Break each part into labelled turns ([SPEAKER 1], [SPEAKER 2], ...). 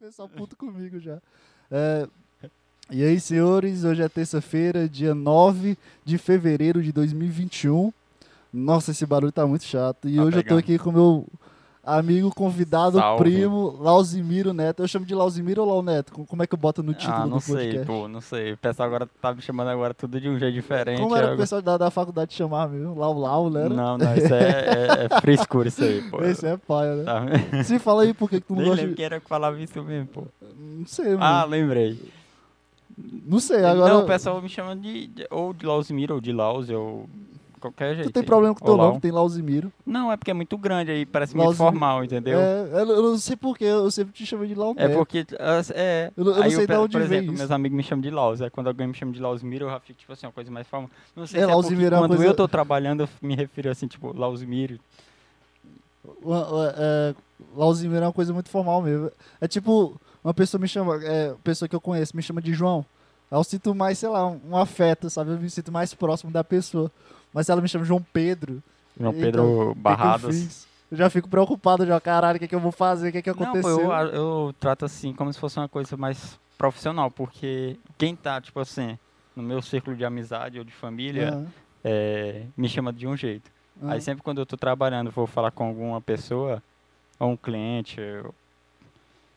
[SPEAKER 1] pessoal puto comigo já. É, e aí, senhores, hoje é terça-feira, dia 9 de fevereiro de 2021. Nossa, esse barulho tá muito chato. E
[SPEAKER 2] Tá
[SPEAKER 1] hoje eu tô
[SPEAKER 2] pegando.
[SPEAKER 1] aqui com meu amigo, convidado,
[SPEAKER 2] Salve.
[SPEAKER 1] primo, Lausimiro Neto. Eu chamo de Lausimiro ou Lau Neto? Co- Como é que eu boto no título
[SPEAKER 2] Ah, não
[SPEAKER 1] do
[SPEAKER 2] sei,
[SPEAKER 1] podcast?
[SPEAKER 2] pô, não sei. O pessoal agora tá me chamando agora tudo de um jeito diferente.
[SPEAKER 1] Como era
[SPEAKER 2] eu-
[SPEAKER 1] o pessoal da, da faculdade chamar mesmo? Lau Lau, né? era?
[SPEAKER 2] Não, não, isso é, é, é frescura isso aí, pô.
[SPEAKER 1] Esse é paia, né?
[SPEAKER 2] Tá...
[SPEAKER 1] Se fala aí por que que tu não
[SPEAKER 2] Nem
[SPEAKER 1] gosta
[SPEAKER 2] lembro
[SPEAKER 1] de...
[SPEAKER 2] quem era que falava isso mesmo, pô.
[SPEAKER 1] Não sei,
[SPEAKER 2] Ah,
[SPEAKER 1] mano.
[SPEAKER 2] lembrei.
[SPEAKER 1] Não sei, agora...
[SPEAKER 2] Não, o pessoal me chama de, de- ou de Lausmir ou de Laus, ou qualquer jeito.
[SPEAKER 1] Tu tem
[SPEAKER 2] aí.
[SPEAKER 1] problema com o
[SPEAKER 2] Ou
[SPEAKER 1] teu
[SPEAKER 2] Lau.
[SPEAKER 1] nome, tem Lausimiro.
[SPEAKER 2] Não, é porque é muito grande aí, parece muito
[SPEAKER 1] Lausmiro.
[SPEAKER 2] formal, entendeu? É,
[SPEAKER 1] É, eu eu não sei porquê, eu sempre te chamei de Lau Neto.
[SPEAKER 2] porque. as- É,
[SPEAKER 1] É. Eu não- eu não
[SPEAKER 2] aí
[SPEAKER 1] sei
[SPEAKER 2] pe-
[SPEAKER 1] da onde
[SPEAKER 2] Por
[SPEAKER 1] vem
[SPEAKER 2] exemplo,
[SPEAKER 1] isso.
[SPEAKER 2] meus amigos me chamam de Laus. Aí quando alguém me chama de Lausmir, eu já fico, tipo assim, uma coisa mais formal. Não
[SPEAKER 1] É,
[SPEAKER 2] sei se é porque
[SPEAKER 1] Lausmir é uma
[SPEAKER 2] quando
[SPEAKER 1] coisa-
[SPEAKER 2] eu tô trabalhando, eu me refiro assim, tipo, Lausmir.
[SPEAKER 1] Uma- uma- é, Lauzinho é uma coisa muito formal mesmo. É tipo, uma pessoa me chama, é, pessoa que eu conheço me chama de João. Aí eu sinto mais, sei lá, um, um afeto, sabe? Eu me sinto mais próximo da pessoa. Mas se ela me chama João Pedro, o
[SPEAKER 2] João
[SPEAKER 1] Eita, Então, o
[SPEAKER 2] Pedro
[SPEAKER 1] que que eu
[SPEAKER 2] Barrados.
[SPEAKER 1] fiz? Eu já fico preocupado, já, caralho, o que, que eu vou fazer? O que, que
[SPEAKER 2] Não, pô,
[SPEAKER 1] aconteceu?
[SPEAKER 2] eu, a- eu trato assim como se fosse uma coisa mais profissional, porque quem tá, tipo assim, no meu círculo de amizade ou de família,
[SPEAKER 1] Ah,
[SPEAKER 2] é, me chama de um jeito.
[SPEAKER 1] ah.
[SPEAKER 2] Aí sempre quando eu tô trabalhando, vou falar com alguma pessoa, ou um cliente, eu-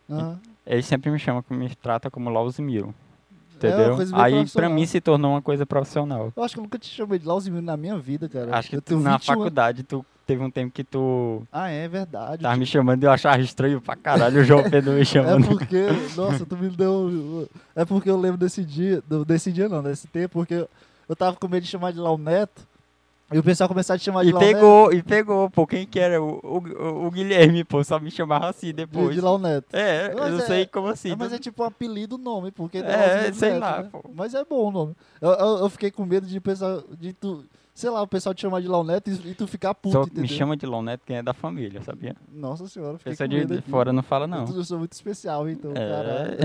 [SPEAKER 1] Aham.
[SPEAKER 2] ele sempre me chama, me trata como
[SPEAKER 1] É
[SPEAKER 2] Lausmiro,
[SPEAKER 1] uma
[SPEAKER 2] entendeu?
[SPEAKER 1] coisa bem
[SPEAKER 2] Aí pra
[SPEAKER 1] profissional.
[SPEAKER 2] mim se tornou uma coisa profissional.
[SPEAKER 1] Eu acho que eu nunca te chamei de Lauzinho na minha vida, cara.
[SPEAKER 2] Acho que
[SPEAKER 1] eu
[SPEAKER 2] tu,
[SPEAKER 1] tenho
[SPEAKER 2] na
[SPEAKER 1] 21 anos.
[SPEAKER 2] faculdade tu teve um tempo que tu
[SPEAKER 1] Ah, é verdade.
[SPEAKER 2] tava me chamando e eu achava estranho pra caralho o João Pedro me
[SPEAKER 1] É
[SPEAKER 2] chamando.
[SPEAKER 1] porque, nossa, tu me deu. É porque eu lembro desse dia, do- desse dia não, desse tempo, porque eu tava com medo de chamar de Lau Neto e o pessoal começar a te chamar de
[SPEAKER 2] E
[SPEAKER 1] Lau Neto,
[SPEAKER 2] pegou, e pegou, pô, quem que era? O, o, o Guilherme, pô, só me chamava assim
[SPEAKER 1] de,
[SPEAKER 2] depois.
[SPEAKER 1] de Lau Neto.
[SPEAKER 2] É, eu
[SPEAKER 1] Mas
[SPEAKER 2] não
[SPEAKER 1] é-
[SPEAKER 2] sei como assim.
[SPEAKER 1] É, mas é tipo um apelido o nome, porque
[SPEAKER 2] É,
[SPEAKER 1] Lauzinho
[SPEAKER 2] sei
[SPEAKER 1] Neto,
[SPEAKER 2] lá,
[SPEAKER 1] né?
[SPEAKER 2] pô.
[SPEAKER 1] Mas é bom o nome. Eu, eu- eu fiquei com medo de pensar, de tu, sei lá, o pessoal te chamar de Lau Neto e, e tu ficar tipo puto,
[SPEAKER 2] Só
[SPEAKER 1] entendeu?
[SPEAKER 2] me chama de Loneto quem é da família, sabia?
[SPEAKER 1] Nossa senhora, eu fiquei
[SPEAKER 2] Pessoa
[SPEAKER 1] com
[SPEAKER 2] de,
[SPEAKER 1] medo
[SPEAKER 2] de
[SPEAKER 1] aqui.
[SPEAKER 2] fora não fala, não.
[SPEAKER 1] Eu, eu sou muito especial, então, caralho.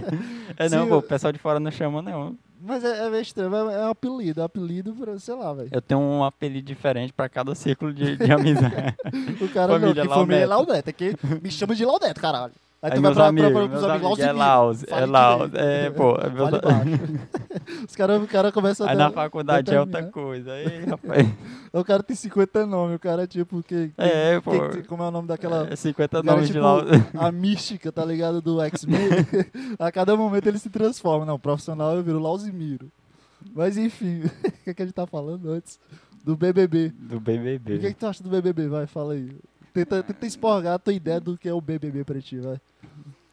[SPEAKER 2] É, é não,
[SPEAKER 1] Sim,
[SPEAKER 2] pô,
[SPEAKER 1] eu-
[SPEAKER 2] o pessoal de fora não chama, não.
[SPEAKER 1] Mas é, é meio estranho, é, é um apelido, é um apelido pra, sei lá, velho.
[SPEAKER 2] Eu tenho um apelido diferente pra cada círculo de, de amizade.
[SPEAKER 1] O cara
[SPEAKER 2] Família
[SPEAKER 1] não, que família é
[SPEAKER 2] Launeto.
[SPEAKER 1] Launeto, é que me chama de Launeto, caralho.
[SPEAKER 2] Aí meus amigos, meus
[SPEAKER 1] os
[SPEAKER 2] amigos, é
[SPEAKER 1] Lauzinho,
[SPEAKER 2] Laus, é
[SPEAKER 1] fale
[SPEAKER 2] Laus,
[SPEAKER 1] direito.
[SPEAKER 2] é, pô. é meus-
[SPEAKER 1] Fale baixo. os caras, o cara começa
[SPEAKER 2] Aí
[SPEAKER 1] a
[SPEAKER 2] na
[SPEAKER 1] dar-
[SPEAKER 2] faculdade
[SPEAKER 1] até
[SPEAKER 2] é outra
[SPEAKER 1] terminar.
[SPEAKER 2] coisa. Aí, rapaz,
[SPEAKER 1] O cara tem 50 nomes, o cara é tipo, que,
[SPEAKER 2] É,
[SPEAKER 1] que-
[SPEAKER 2] pô.
[SPEAKER 1] que- como é o nome daquela...
[SPEAKER 2] é 50
[SPEAKER 1] o cara é
[SPEAKER 2] nomes de
[SPEAKER 1] tipo
[SPEAKER 2] Laus.
[SPEAKER 1] a mística, tá ligado, do X-Men. a cada momento ele se transforma. Não, profissional eu viro Lauzimiro. Mas enfim, o que, é que a gente tá falando antes? Do BBB.
[SPEAKER 2] Do
[SPEAKER 1] O que, é
[SPEAKER 2] BBB.
[SPEAKER 1] que tu acha do BBB? Vai, fala aí. Tenta, tenta esporgar a tua ideia do que é o BBB pra ti, vai.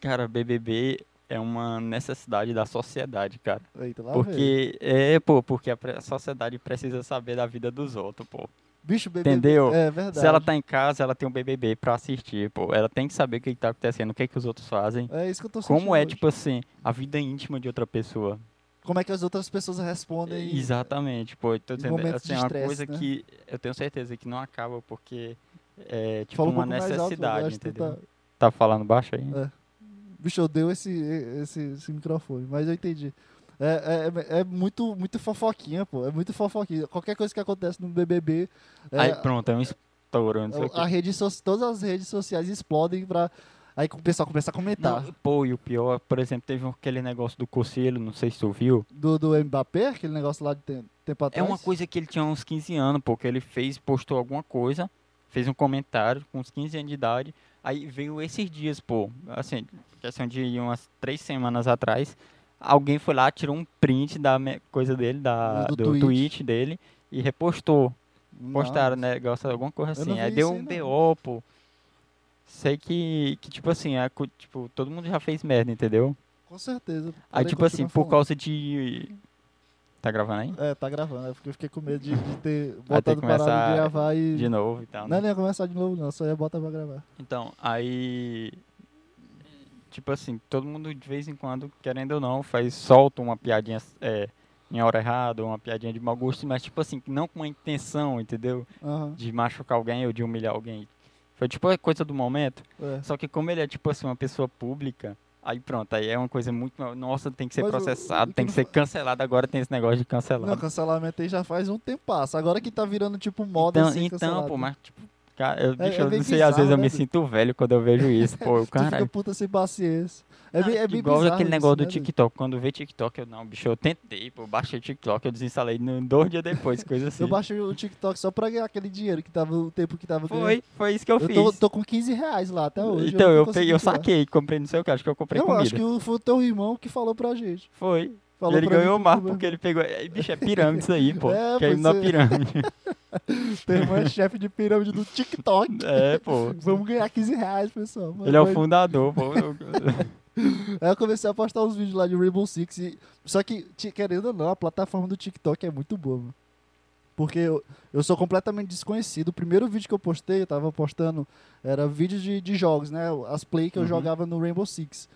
[SPEAKER 2] Cara, BBB é uma necessidade da sociedade, cara.
[SPEAKER 1] Eita, lá vem.
[SPEAKER 2] Porque é, pô, porque a pre- a sociedade precisa saber da vida dos outros, pô.
[SPEAKER 1] Bicho, BBB.
[SPEAKER 2] Entendeu?
[SPEAKER 1] É verdade.
[SPEAKER 2] Se ela tá em casa, ela tem um BBB pra assistir, pô. Ela tem que saber o que que tá acontecendo, o que que os outros fazem.
[SPEAKER 1] É isso que eu tô sentindo
[SPEAKER 2] Como é,
[SPEAKER 1] hoje.
[SPEAKER 2] tipo assim, a vida íntima de outra pessoa.
[SPEAKER 1] Como é que as outras pessoas respondem?
[SPEAKER 2] Exatamente, pô. Então,
[SPEAKER 1] Em
[SPEAKER 2] dizendo,
[SPEAKER 1] momentos de
[SPEAKER 2] assim, é uma
[SPEAKER 1] estresse,
[SPEAKER 2] coisa
[SPEAKER 1] né?
[SPEAKER 2] que eu tenho certeza que não acaba porque é tipo
[SPEAKER 1] Fala um
[SPEAKER 2] uma
[SPEAKER 1] pouco mais alto, eu
[SPEAKER 2] necessidade,
[SPEAKER 1] acho que tu
[SPEAKER 2] entendeu?
[SPEAKER 1] tá-
[SPEAKER 2] Tá falando baixo aí?
[SPEAKER 1] Bicho, eu deu esse, esse, esse microfone, mas eu entendi. É, é, é muito, muito fofoquinha, pô. É muito fofoquinha. Qualquer coisa que acontece no BBB, é,
[SPEAKER 2] Aí pronto, é um estouro, não sei o quê.
[SPEAKER 1] a, a rede so- todas as redes sociais explodem pra. Aí o pessoal começa a comentar.
[SPEAKER 2] Não, pô, e o pior, por exemplo, teve aquele negócio do Conselho, não sei se tu viu.
[SPEAKER 1] Do, do Mbappé, aquele negócio lá de tem- tempo
[SPEAKER 2] É
[SPEAKER 1] atrás.
[SPEAKER 2] uma coisa que ele tinha uns 15 anos, porque ele fez, postou alguma coisa, fez um comentário com uns 15 anos de idade. Aí veio esses dias, pô, assim, questão de umas três semanas atrás, alguém foi lá, tirou um print da me- coisa dele, da,
[SPEAKER 1] Do
[SPEAKER 2] do,
[SPEAKER 1] tweet.
[SPEAKER 2] tweet. dele, e repostou.
[SPEAKER 1] Não.
[SPEAKER 2] Postaram, né, negócio, alguma coisa
[SPEAKER 1] Eu não
[SPEAKER 2] assim. Aí
[SPEAKER 1] vi
[SPEAKER 2] deu
[SPEAKER 1] isso aí,
[SPEAKER 2] um
[SPEAKER 1] não.
[SPEAKER 2] BO, pô. Sei que, que tipo assim, é co- tipo, todo mundo já fez merda, entendeu?
[SPEAKER 1] Com certeza.
[SPEAKER 2] Aí,
[SPEAKER 1] Podem
[SPEAKER 2] tipo assim,
[SPEAKER 1] continuar
[SPEAKER 2] por
[SPEAKER 1] falando.
[SPEAKER 2] causa de. Tá gravando aí?
[SPEAKER 1] É, tá gravando. Eu fiquei, eu fiquei com medo de, de ter
[SPEAKER 2] Vai ter
[SPEAKER 1] botado
[SPEAKER 2] que
[SPEAKER 1] parado
[SPEAKER 2] começar
[SPEAKER 1] de gravar e.
[SPEAKER 2] De novo e tal. né?
[SPEAKER 1] Não, é nem ia começar de novo, não. Só ia botar pra gravar.
[SPEAKER 2] Então, aí. Tipo assim, todo mundo de vez em quando, querendo ou não, faz, solta uma piadinha é, em hora errada, uma piadinha de mau gosto, mas tipo assim, não com a intenção, entendeu?
[SPEAKER 1] Aham.
[SPEAKER 2] De machucar alguém ou de humilhar alguém. Foi tipo a coisa do momento.
[SPEAKER 1] É.
[SPEAKER 2] Só que como ele é tipo assim, uma pessoa pública, aí pronto, aí é uma coisa muito. Nossa, tem que ser
[SPEAKER 1] Mas o-
[SPEAKER 2] processado,
[SPEAKER 1] o que
[SPEAKER 2] tem
[SPEAKER 1] não
[SPEAKER 2] que ser cancelado, agora tem esse negócio de
[SPEAKER 1] Não,
[SPEAKER 2] cancelado.
[SPEAKER 1] cancelamento aí já faz um tempo. Agora que tá virando tipo moda
[SPEAKER 2] Então,
[SPEAKER 1] assim,
[SPEAKER 2] então
[SPEAKER 1] cancelado. É,
[SPEAKER 2] pô, mas tipo, Cara, eu, bicho, eu não
[SPEAKER 1] bem
[SPEAKER 2] sei, às vezes
[SPEAKER 1] bizarro,
[SPEAKER 2] eu
[SPEAKER 1] né,
[SPEAKER 2] me
[SPEAKER 1] doido?
[SPEAKER 2] sinto velho quando eu vejo isso, pô,
[SPEAKER 1] Tu fica
[SPEAKER 2] caralho. Ah,
[SPEAKER 1] puta sem paciência. É bem, é bem
[SPEAKER 2] Igual
[SPEAKER 1] bizarro
[SPEAKER 2] aquele
[SPEAKER 1] isso,
[SPEAKER 2] negócio
[SPEAKER 1] né,
[SPEAKER 2] do
[SPEAKER 1] doido?
[SPEAKER 2] TikTok. Quando vê TikTok, eu não, bicho, eu tentei, pô, eu baixei TikTok, eu desinstalei no- dois dias depois, coisa assim.
[SPEAKER 1] Eu baixei o TikTok só pra ganhar aquele dinheiro que tava o tempo que tava ganhando.
[SPEAKER 2] Foi, foi isso que eu,
[SPEAKER 1] Eu
[SPEAKER 2] fiz.
[SPEAKER 1] tô, tô com 15 reais lá até hoje.
[SPEAKER 2] então,
[SPEAKER 1] não
[SPEAKER 2] eu,
[SPEAKER 1] consegui
[SPEAKER 2] peguei, eu
[SPEAKER 1] tirar.
[SPEAKER 2] saquei, comprei não sei o que, acho que eu comprei
[SPEAKER 1] Eu
[SPEAKER 2] comida.
[SPEAKER 1] acho que o- foi o teu irmão que falou pra gente.
[SPEAKER 2] Foi.
[SPEAKER 1] Falou
[SPEAKER 2] ele
[SPEAKER 1] pra mim
[SPEAKER 2] ganhou
[SPEAKER 1] que
[SPEAKER 2] mais
[SPEAKER 1] comeu.
[SPEAKER 2] porque ele pegou. é, Bicho, é pirâmide isso aí, pô.
[SPEAKER 1] É,
[SPEAKER 2] Caiu
[SPEAKER 1] pois
[SPEAKER 2] na
[SPEAKER 1] é.
[SPEAKER 2] pirâmide.
[SPEAKER 1] Teu irmão é chefe de pirâmide do TikTok.
[SPEAKER 2] É, pô.
[SPEAKER 1] Vamos ganhar 15 reais, pessoal. Mano,
[SPEAKER 2] Ele é o
[SPEAKER 1] foi-
[SPEAKER 2] fundador, pô.
[SPEAKER 1] Aí eu comecei a postar uns vídeos lá de Rainbow Six. e- Só que, ti- querendo ou não, a plataforma do TikTok é muito boa, mano. Porque eu, eu sou completamente desconhecido. O primeiro vídeo que eu postei, eu tava postando, era vídeo de, de jogos, né? As play que eu
[SPEAKER 2] Uhum.
[SPEAKER 1] jogava no Rainbow Six.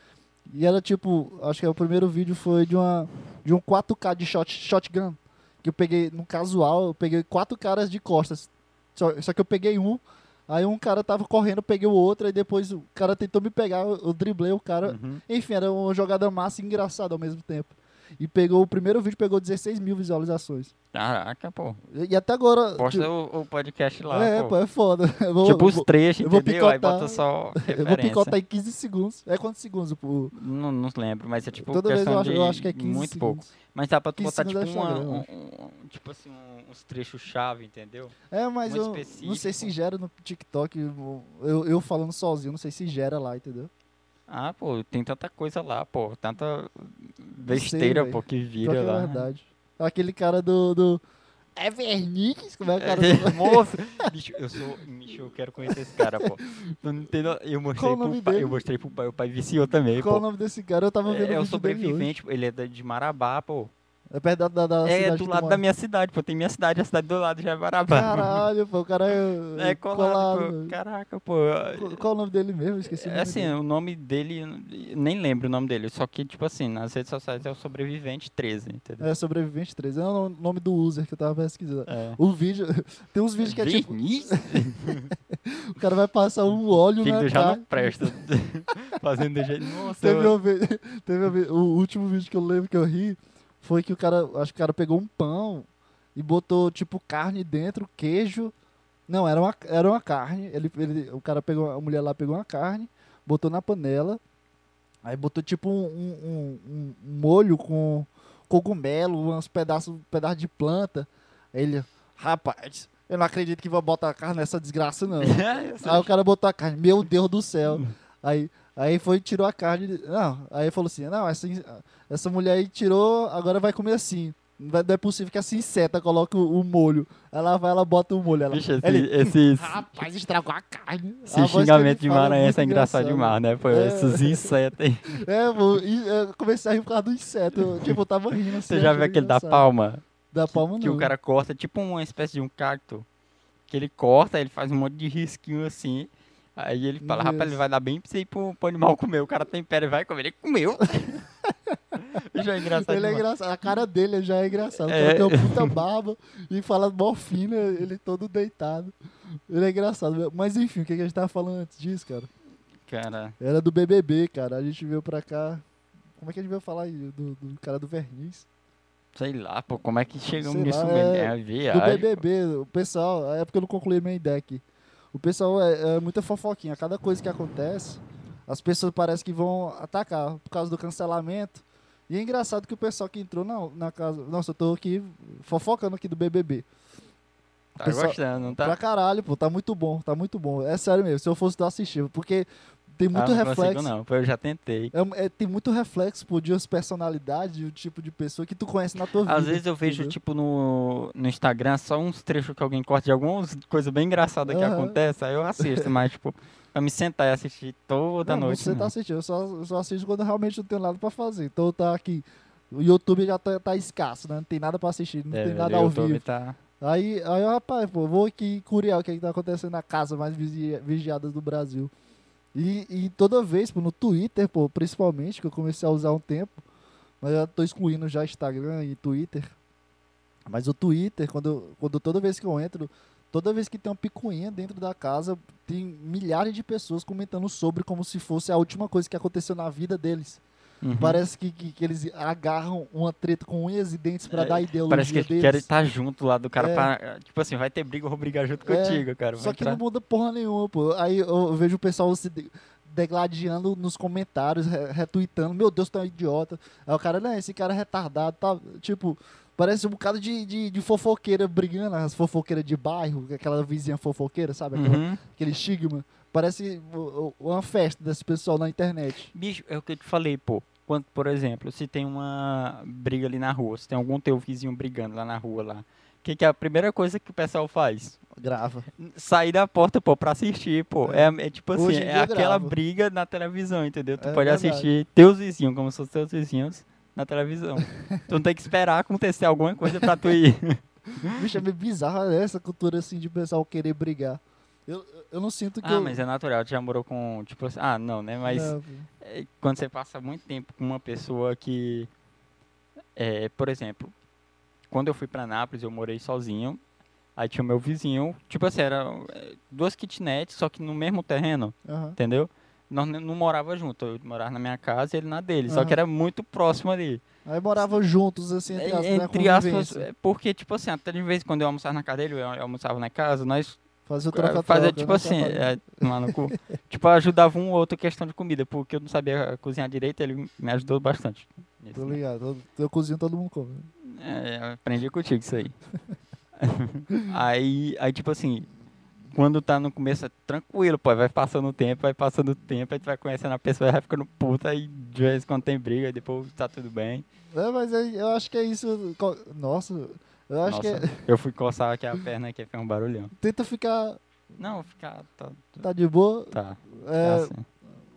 [SPEAKER 1] E era tipo, acho que o primeiro vídeo foi de, uma, de um 4K de shot, shotgun. Que eu peguei, no casual, eu peguei quatro caras de costas. Só, só que eu peguei um, aí um cara tava correndo, eu peguei o outro, aí depois o cara tentou me pegar, eu, eu driblei o cara,
[SPEAKER 2] Uhum.
[SPEAKER 1] enfim, era uma jogada massa e engraçada ao mesmo tempo. E pegou o primeiro vídeo, pegou 16 mil visualizações.
[SPEAKER 2] Caraca, pô.
[SPEAKER 1] E e até agora.
[SPEAKER 2] Posta
[SPEAKER 1] tipo,
[SPEAKER 2] o, o podcast lá.
[SPEAKER 1] é,
[SPEAKER 2] pô.
[SPEAKER 1] pô, é foda. Eu vou,
[SPEAKER 2] tipo
[SPEAKER 1] eu
[SPEAKER 2] os
[SPEAKER 1] vou-
[SPEAKER 2] trechos,
[SPEAKER 1] eu vou
[SPEAKER 2] entendeu? Aí
[SPEAKER 1] picotar-
[SPEAKER 2] bota só. Referência.
[SPEAKER 1] eu vou picotar em 15 segundos. É quantos segundos? Pô?
[SPEAKER 2] Não, não lembro, mas é tipo
[SPEAKER 1] Toda vez
[SPEAKER 2] questão
[SPEAKER 1] eu acho,
[SPEAKER 2] de
[SPEAKER 1] eu acho que é 15
[SPEAKER 2] muito pouco.
[SPEAKER 1] segundos.
[SPEAKER 2] Mas dá pra tu
[SPEAKER 1] 15
[SPEAKER 2] botar tipo,
[SPEAKER 1] segundos é
[SPEAKER 2] uma,
[SPEAKER 1] Instagram,
[SPEAKER 2] um- um- tipo assim, um- uns trechos-chave, entendeu?
[SPEAKER 1] É, mas
[SPEAKER 2] Muito
[SPEAKER 1] eu não sei se
[SPEAKER 2] específico.
[SPEAKER 1] gera no TikTok. Eu, eu- eu falando sozinho, não sei se gera lá, entendeu?
[SPEAKER 2] Ah, pô, tem tanta coisa lá, pô. Tanta
[SPEAKER 1] sei,
[SPEAKER 2] besteira,
[SPEAKER 1] velho.
[SPEAKER 2] pô, que
[SPEAKER 1] Pior que
[SPEAKER 2] vira
[SPEAKER 1] é
[SPEAKER 2] lá. né?
[SPEAKER 1] verdade. Aquele cara do. do... É Verniques? Como é o cara
[SPEAKER 2] É,
[SPEAKER 1] do.
[SPEAKER 2] moço, bicho, eu sou. Bicho, eu quero conhecer esse cara, pô. Tu não tem no- Eu mostrei
[SPEAKER 1] o nome
[SPEAKER 2] pro pai,
[SPEAKER 1] dele?
[SPEAKER 2] eu mostrei pro pai, o pai viciou também,
[SPEAKER 1] Qual o
[SPEAKER 2] pô.
[SPEAKER 1] nome desse cara? Eu tava vendo.
[SPEAKER 2] É, é
[SPEAKER 1] o vídeo dele
[SPEAKER 2] o
[SPEAKER 1] hoje.
[SPEAKER 2] sobrevivente, pô, ele é da- de Marabá, pô.
[SPEAKER 1] É perto da, da, da
[SPEAKER 2] é
[SPEAKER 1] cidade
[SPEAKER 2] do
[SPEAKER 1] que tu
[SPEAKER 2] lado
[SPEAKER 1] mora.
[SPEAKER 2] da minha cidade, pô. Tem minha cidade, a cidade do lado já é Marabá.
[SPEAKER 1] Caralho, pô, o cara é,
[SPEAKER 2] É colado, pô.
[SPEAKER 1] velho.
[SPEAKER 2] Caraca, pô. eu-
[SPEAKER 1] Qual- Qual o nome dele mesmo? Eu Esqueci. o
[SPEAKER 2] É
[SPEAKER 1] nome
[SPEAKER 2] assim,
[SPEAKER 1] dele.
[SPEAKER 2] o nome dele, eu nem lembro o nome dele, só que, tipo assim, nas redes sociais é o Sobrevivente 13, entendeu?
[SPEAKER 1] É Sobrevivente 3. É o nome do user que eu tava pesquisando.
[SPEAKER 2] É.
[SPEAKER 1] O vídeo. Tem uns vídeos que é tipo.
[SPEAKER 2] Verniz?
[SPEAKER 1] O cara vai passar um óleo na
[SPEAKER 2] Filho já
[SPEAKER 1] cara.
[SPEAKER 2] não presta. Fazendo do jeito. Nossa,
[SPEAKER 1] Teve, um-
[SPEAKER 2] eu-
[SPEAKER 1] uma vez, teve uma vez- o último vídeo que eu lembro que eu ri foi que o cara. Acho que o cara pegou um pão e botou, tipo, carne dentro, queijo. Não, era uma, era uma carne. Ele, ele, o cara pegou. A mulher lá pegou uma carne, botou na panela. Aí botou tipo um, um- um- um molho com cogumelo, uns pedaços, um pedaço de planta. Aí ele, rapaz, eu não acredito que vou botar carne nessa desgraça, não.
[SPEAKER 2] Eu sei.
[SPEAKER 1] Aí o cara botou a carne, meu Deus do céu. Aí, aí foi e tirou a carne. Não, aí falou assim: não, essa, essa mulher aí tirou, agora vai comer assim. Não vai- não é possível que essa inseta coloque o, o molho. Ela vai, ela bota o molho. Ela,
[SPEAKER 2] Bicho, esse,
[SPEAKER 1] ele,
[SPEAKER 2] esse,
[SPEAKER 1] rapaz, estragou a carne. A
[SPEAKER 2] esse
[SPEAKER 1] voz que ele
[SPEAKER 2] xingamento de
[SPEAKER 1] fala
[SPEAKER 2] Maranhense é
[SPEAKER 1] muito
[SPEAKER 2] engraçado demais, né? Foi
[SPEAKER 1] É.
[SPEAKER 2] esses insetos aí.
[SPEAKER 1] É, pô, e, é, eu comecei a rir por causa do inseto. Eu, tipo, eu tava rindo assim.
[SPEAKER 2] Você já
[SPEAKER 1] achando
[SPEAKER 2] viu aquele da
[SPEAKER 1] engraçado.
[SPEAKER 2] palma?
[SPEAKER 1] Da palma,
[SPEAKER 2] Que
[SPEAKER 1] não.
[SPEAKER 2] o cara corta, tipo uma espécie de um cacto. Que ele corta, ele faz um monte de risquinho assim. Aí ele fala,
[SPEAKER 1] Meu
[SPEAKER 2] rapaz,
[SPEAKER 1] Deus.
[SPEAKER 2] ele vai dar bem pra você ir pro, pro animal comer. O cara tempera e vai comer. Ele comeu. Já é engraçado.
[SPEAKER 1] Ele é
[SPEAKER 2] demais.
[SPEAKER 1] engraçado, a cara dele já é engraçada. O
[SPEAKER 2] É.
[SPEAKER 1] cara tem uma puta barba e fala morfina, ele todo deitado. Ele é engraçado. Mas enfim, o que que a gente tava falando antes disso, cara?
[SPEAKER 2] Cara,
[SPEAKER 1] Era do BBB, cara. A gente veio pra cá. Como é que a gente veio falar aí? Do, do cara do verniz?
[SPEAKER 2] sei lá, pô, como é que chegamos
[SPEAKER 1] Sei
[SPEAKER 2] nisso
[SPEAKER 1] lá,
[SPEAKER 2] mesmo?
[SPEAKER 1] é,
[SPEAKER 2] É a
[SPEAKER 1] do
[SPEAKER 2] viagem. pô.
[SPEAKER 1] BBB, o pessoal. É porque eu não concluí minha ideia aqui. O pessoal é, é muita fofoquinha. Cada coisa que acontece, as pessoas parecem que vão atacar por causa do cancelamento. E é engraçado que o pessoal que entrou na, na casa. Nossa, eu tô aqui fofocando aqui do BBB.
[SPEAKER 2] Tá
[SPEAKER 1] pessoal-
[SPEAKER 2] gostando, não tá?
[SPEAKER 1] Pra caralho, pô, tá muito bom, tá muito bom. É sério mesmo, se eu fosse tu assistir, porque tem muito
[SPEAKER 2] ah, não
[SPEAKER 1] reflexo.
[SPEAKER 2] Consigo, não, pô, eu já tentei.
[SPEAKER 1] É um- é- tem muito reflexo, pô, de umas personalidades e o tipo de pessoa que tu conhece na tua vida.
[SPEAKER 2] Às vezes eu vejo,
[SPEAKER 1] entendeu?
[SPEAKER 2] tipo, no, no Instagram, só uns trechos que alguém corta de algumas coisas bem engraçadas que
[SPEAKER 1] Aham.
[SPEAKER 2] acontecem, aí eu assisto, mas, tipo, pra me sentar e assistir toda
[SPEAKER 1] não,
[SPEAKER 2] noite. né?
[SPEAKER 1] Você
[SPEAKER 2] não.
[SPEAKER 1] tá assistindo, eu só, eu só assisto quando eu realmente não tenho nada pra fazer. Então tá aqui. O YouTube já tá, tá escasso, né? Não tem nada pra assistir, não
[SPEAKER 2] É,
[SPEAKER 1] tem
[SPEAKER 2] velho,
[SPEAKER 1] nada
[SPEAKER 2] o
[SPEAKER 1] ao
[SPEAKER 2] YouTube
[SPEAKER 1] vivo.
[SPEAKER 2] Tá...
[SPEAKER 1] Aí, aí, eu, rapaz, pô, vou aqui curiar o que, é que tá acontecendo na casa mais vigi- vigiada do Brasil. E, e toda vez, pô, no Twitter, pô, principalmente, que eu comecei a usar há um tempo, mas eu tô excluindo já Instagram e Twitter. Mas o Twitter, quando, eu- quando toda vez que eu entro, toda vez que tem uma picuinha dentro da casa, tem milhares de pessoas comentando sobre como se fosse a última coisa que aconteceu na vida deles.
[SPEAKER 2] Uhum.
[SPEAKER 1] Parece que, que, que eles agarram uma treta com unhas e dentes pra
[SPEAKER 2] É,
[SPEAKER 1] dar a ideologia
[SPEAKER 2] Parece que ele
[SPEAKER 1] deles.
[SPEAKER 2] quer estar junto lá do cara
[SPEAKER 1] É.
[SPEAKER 2] pra. Tipo assim, vai ter briga, eu vou brigar junto
[SPEAKER 1] É,
[SPEAKER 2] contigo, cara. Vai
[SPEAKER 1] Só que
[SPEAKER 2] entrar.
[SPEAKER 1] não muda porra nenhuma, pô. Aí eu eu vejo o pessoal se de- degladiando nos comentários, re- retweetando. Meu Deus, tá um idiota. Aí o cara, né, esse cara é retardado, tá? Tipo, parece um bocado de, de, de fofoqueira brigando, as fofoqueiras de bairro, aquela vizinha fofoqueira, sabe? Aquela-
[SPEAKER 2] Uhum.
[SPEAKER 1] Aquele estigma. Parece o- o- uma festa desse pessoal na internet.
[SPEAKER 2] Bicho, é o que eu te falei, pô. Quando, por exemplo, se tem uma briga ali na rua, se tem algum teu vizinho brigando lá na rua lá, o que, que é a primeira coisa que o pessoal faz?
[SPEAKER 1] Grava.
[SPEAKER 2] Sair da porta, pô, pra assistir, pô. É, é tipo assim,
[SPEAKER 1] Hoje em
[SPEAKER 2] é
[SPEAKER 1] dia eu
[SPEAKER 2] aquela
[SPEAKER 1] gravo.
[SPEAKER 2] briga na televisão, entendeu? Tu
[SPEAKER 1] É
[SPEAKER 2] pode
[SPEAKER 1] verdade.
[SPEAKER 2] assistir teus vizinhos, como se fossem teus vizinhos, na televisão. tu não tem que esperar acontecer alguma coisa pra tu ir.
[SPEAKER 1] Bicho, é meio bizarra essa cultura assim de pessoal querer brigar. Eu, eu não sinto que.
[SPEAKER 2] ah,
[SPEAKER 1] eu...
[SPEAKER 2] mas é natural, tu já morou com, tipo assim, ah, não, né? Mas
[SPEAKER 1] Não, pô.
[SPEAKER 2] é, quando você passa muito tempo com uma pessoa que é, por exemplo quando eu fui pra Nápoles eu morei sozinho aí tinha o meu vizinho tipo assim era é, duas kitnets só que no mesmo terreno
[SPEAKER 1] Aham.
[SPEAKER 2] entendeu nós n- não morava junto eu morava na minha casa e ele na dele só
[SPEAKER 1] Aham.
[SPEAKER 2] que era muito próximo ali
[SPEAKER 1] Aí moravam juntos, assim, entre aspas,
[SPEAKER 2] É,
[SPEAKER 1] na
[SPEAKER 2] entre aspas
[SPEAKER 1] convivência.
[SPEAKER 2] é, porque tipo assim até de vez em quando eu almoçava na casa dele eu almoçava na casa nós
[SPEAKER 1] Fazer o
[SPEAKER 2] é,
[SPEAKER 1] troca-troca.
[SPEAKER 2] fazer tipo
[SPEAKER 1] né,
[SPEAKER 2] assim,
[SPEAKER 1] trabalho.
[SPEAKER 2] é, tomar no cu. tipo, ajudava um ou outro questão de comida, porque eu não sabia cozinhar direito, ele me ajudou bastante. nisso,
[SPEAKER 1] Tô
[SPEAKER 2] né?
[SPEAKER 1] ligado, eu, eu cozinho todo mundo come.
[SPEAKER 2] É, eu aprendi contigo isso aí. aí. Aí, tipo assim, quando tá no começo, é tranquilo, pô, vai passando o tempo, vai passando o tempo, aí tu vai conhecendo a pessoa, vai ficando puta, aí de vez em quando tem briga, aí depois tá tudo bem.
[SPEAKER 1] É, mas aí, eu acho que é isso. co- Nossa, eu acho que
[SPEAKER 2] Nossa,
[SPEAKER 1] é,
[SPEAKER 2] eu fui coçar aqui a perna aqui, foi um barulhão.
[SPEAKER 1] tenta ficar,
[SPEAKER 2] Não, ficar. Tá.
[SPEAKER 1] tá de boa.
[SPEAKER 2] tá é
[SPEAKER 1] É,
[SPEAKER 2] assim.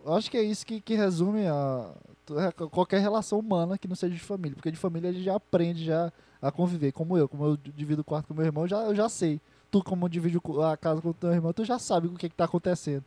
[SPEAKER 1] eu acho que é isso que, que resume a, tu- é, co- qualquer relação humana que não seja de família. Porque de família a gente já aprende já a conviver, como eu. Como eu divido o quarto com meu irmão, já, eu já sei. Tu, como divide o cu- a casa com teu irmão, tu já sabe o que, que tá acontecendo.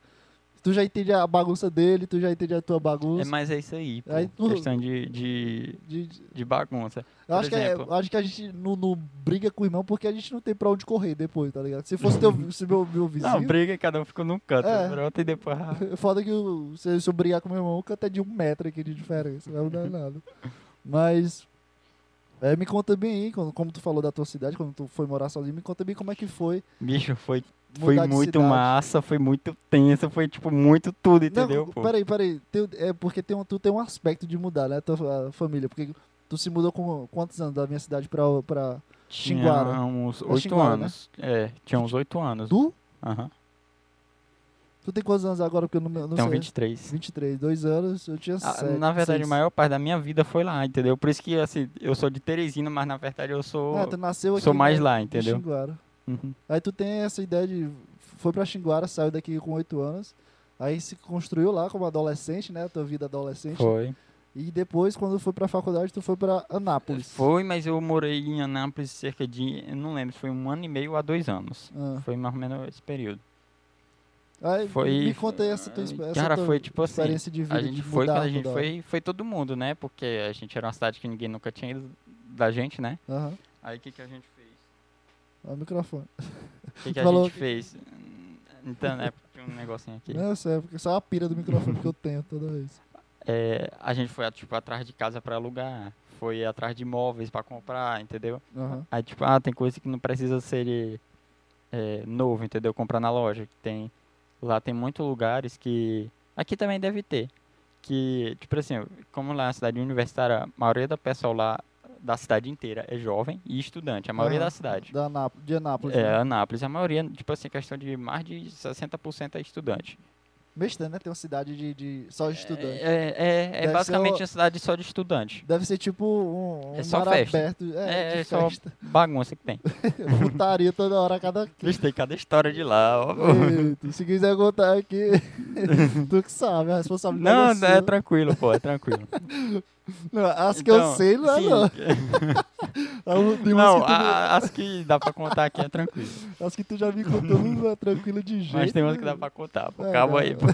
[SPEAKER 1] Tu já entende a bagunça dele, tu já entende a tua
[SPEAKER 2] É,
[SPEAKER 1] bagunça.
[SPEAKER 2] mas é isso aí, pô,
[SPEAKER 1] Aí tu-
[SPEAKER 2] questão de- de,
[SPEAKER 1] de- de-
[SPEAKER 2] de bagunça.
[SPEAKER 1] Eu
[SPEAKER 2] Por
[SPEAKER 1] acho, que é-
[SPEAKER 2] exemplo.
[SPEAKER 1] eu acho que a gente não, não briga com o irmão porque a gente não tem pra onde correr depois, tá ligado? Se fosse teu, se meu, meu
[SPEAKER 2] Não,
[SPEAKER 1] vizinho,
[SPEAKER 2] briga e cada um ficou num canto,
[SPEAKER 1] É.
[SPEAKER 2] brota e depois. ah,
[SPEAKER 1] foda que eu- se, eu- se eu brigar com meu irmão, o canto é de um metro aqui de diferença, né? não dá nada. Mas, é, me conta bem aí, como, como tu falou da tua cidade, quando tu foi morar sozinho, me conta bem como é que foi
[SPEAKER 2] Bicho, foi, foi
[SPEAKER 1] mudar de
[SPEAKER 2] muito
[SPEAKER 1] cidade.
[SPEAKER 2] massa, foi muito tenso, foi tipo muito tudo, entendeu?
[SPEAKER 1] Não,
[SPEAKER 2] pô?
[SPEAKER 1] peraí, peraí, Tem- é porque tem um, tu tem um aspecto de mudar, né, tua a família, porque tu se mudou com quantos anos da minha cidade pra... pra
[SPEAKER 2] Tinha
[SPEAKER 1] Xinguara.
[SPEAKER 2] uns
[SPEAKER 1] É
[SPEAKER 2] oito
[SPEAKER 1] Xinguara, né?
[SPEAKER 2] anos. É, tinha uns oito anos.
[SPEAKER 1] tu?
[SPEAKER 2] Aham.
[SPEAKER 1] Tu tem quantos anos agora? Porque eu não, não
[SPEAKER 2] Então,
[SPEAKER 1] sei.
[SPEAKER 2] 23.
[SPEAKER 1] 23, dois anos, eu tinha
[SPEAKER 2] Ah,
[SPEAKER 1] sete,
[SPEAKER 2] na verdade,
[SPEAKER 1] seis.
[SPEAKER 2] a maior parte da minha vida foi lá, entendeu? Por isso que, assim, eu sou de Teresina, mas na verdade eu sou,
[SPEAKER 1] Ah, tu nasceu aqui.
[SPEAKER 2] sou mais
[SPEAKER 1] né,
[SPEAKER 2] lá,
[SPEAKER 1] em
[SPEAKER 2] entendeu?
[SPEAKER 1] Xinguara.
[SPEAKER 2] Uhum.
[SPEAKER 1] Aí tu tem essa ideia de. Foi pra Xinguara, saiu daqui com oito anos. Aí se construiu lá como adolescente, né? Tua vida adolescente.
[SPEAKER 2] Foi.
[SPEAKER 1] E depois, quando foi pra faculdade, tu foi pra Anápolis.
[SPEAKER 2] Foi, mas eu morei em Anápolis cerca de, eu não lembro, se foi um ano e meio a dois anos.
[SPEAKER 1] Ah.
[SPEAKER 2] Foi mais ou menos esse período.
[SPEAKER 1] Aí
[SPEAKER 2] Foi-
[SPEAKER 1] É, me conta aí essa tua, exp- essa
[SPEAKER 2] Cara,
[SPEAKER 1] tua
[SPEAKER 2] foi tipo assim,
[SPEAKER 1] experiência de vida.
[SPEAKER 2] A gente
[SPEAKER 1] de
[SPEAKER 2] foi,
[SPEAKER 1] mudar
[SPEAKER 2] quando a gente
[SPEAKER 1] toda hora.
[SPEAKER 2] foi, foi todo mundo, né? Porque a gente era uma cidade que ninguém nunca tinha ido da gente, né?
[SPEAKER 1] Aham.
[SPEAKER 2] Aí o que, que a gente fez?
[SPEAKER 1] Olha o microfone.
[SPEAKER 2] O que, que a
[SPEAKER 1] Falou
[SPEAKER 2] gente
[SPEAKER 1] que- Né?
[SPEAKER 2] fez? Hum, Então, né? Tinha um negocinho aqui.
[SPEAKER 1] Não, sério, porque só a pira do microfone que eu tenho toda vez.
[SPEAKER 2] É, a gente foi, tipo, atrás de casa pra alugar. Foi atrás de imóveis pra comprar, entendeu?
[SPEAKER 1] Aham.
[SPEAKER 2] Aí, tipo, ah, tem coisa que não precisa ser é, novo, entendeu? Comprar na loja. que Tem, lá tem muitos lugares que... Aqui também deve ter. Que, tipo assim, como lá na cidade universitária, a maioria da pessoal lá da cidade inteira é jovem e estudante. A maioria
[SPEAKER 1] Aham.
[SPEAKER 2] da cidade.
[SPEAKER 1] Da Anápolis, de Anápolis.
[SPEAKER 2] É,
[SPEAKER 1] Né?
[SPEAKER 2] Anápolis. A maioria, tipo assim, questão de mais de 60% é estudante.
[SPEAKER 1] Meio estranho, né? Tem uma cidade de, de só de estudante.
[SPEAKER 2] É, é- é
[SPEAKER 1] Deve ser
[SPEAKER 2] basicamente
[SPEAKER 1] o-
[SPEAKER 2] uma cidade só de estudante.
[SPEAKER 1] Deve ser tipo um, um
[SPEAKER 2] É só
[SPEAKER 1] mar
[SPEAKER 2] festa.
[SPEAKER 1] aberto. É,
[SPEAKER 2] É,
[SPEAKER 1] de
[SPEAKER 2] é só-
[SPEAKER 1] festa.
[SPEAKER 2] Bagunça que tem.
[SPEAKER 1] Putaria toda hora, a cada...
[SPEAKER 2] Vixe, tem cada história de lá. ó.
[SPEAKER 1] É. Eita, se quiser contar aqui, tu que sabe, a responsabilidade
[SPEAKER 2] Não,
[SPEAKER 1] é sua.
[SPEAKER 2] é tranquilo, pô, é tranquilo.
[SPEAKER 1] Não, as que eu
[SPEAKER 2] Então,
[SPEAKER 1] sei não é
[SPEAKER 2] sim.
[SPEAKER 1] não. As que tu-
[SPEAKER 2] Não, a- a- as que dá pra contar aqui é tranquilo.
[SPEAKER 1] as que tu já me contou não é tranquilo de jeito.
[SPEAKER 2] Mas tem umas que dá pra contar, pô.
[SPEAKER 1] É,
[SPEAKER 2] Calma aí,
[SPEAKER 1] não.
[SPEAKER 2] pô.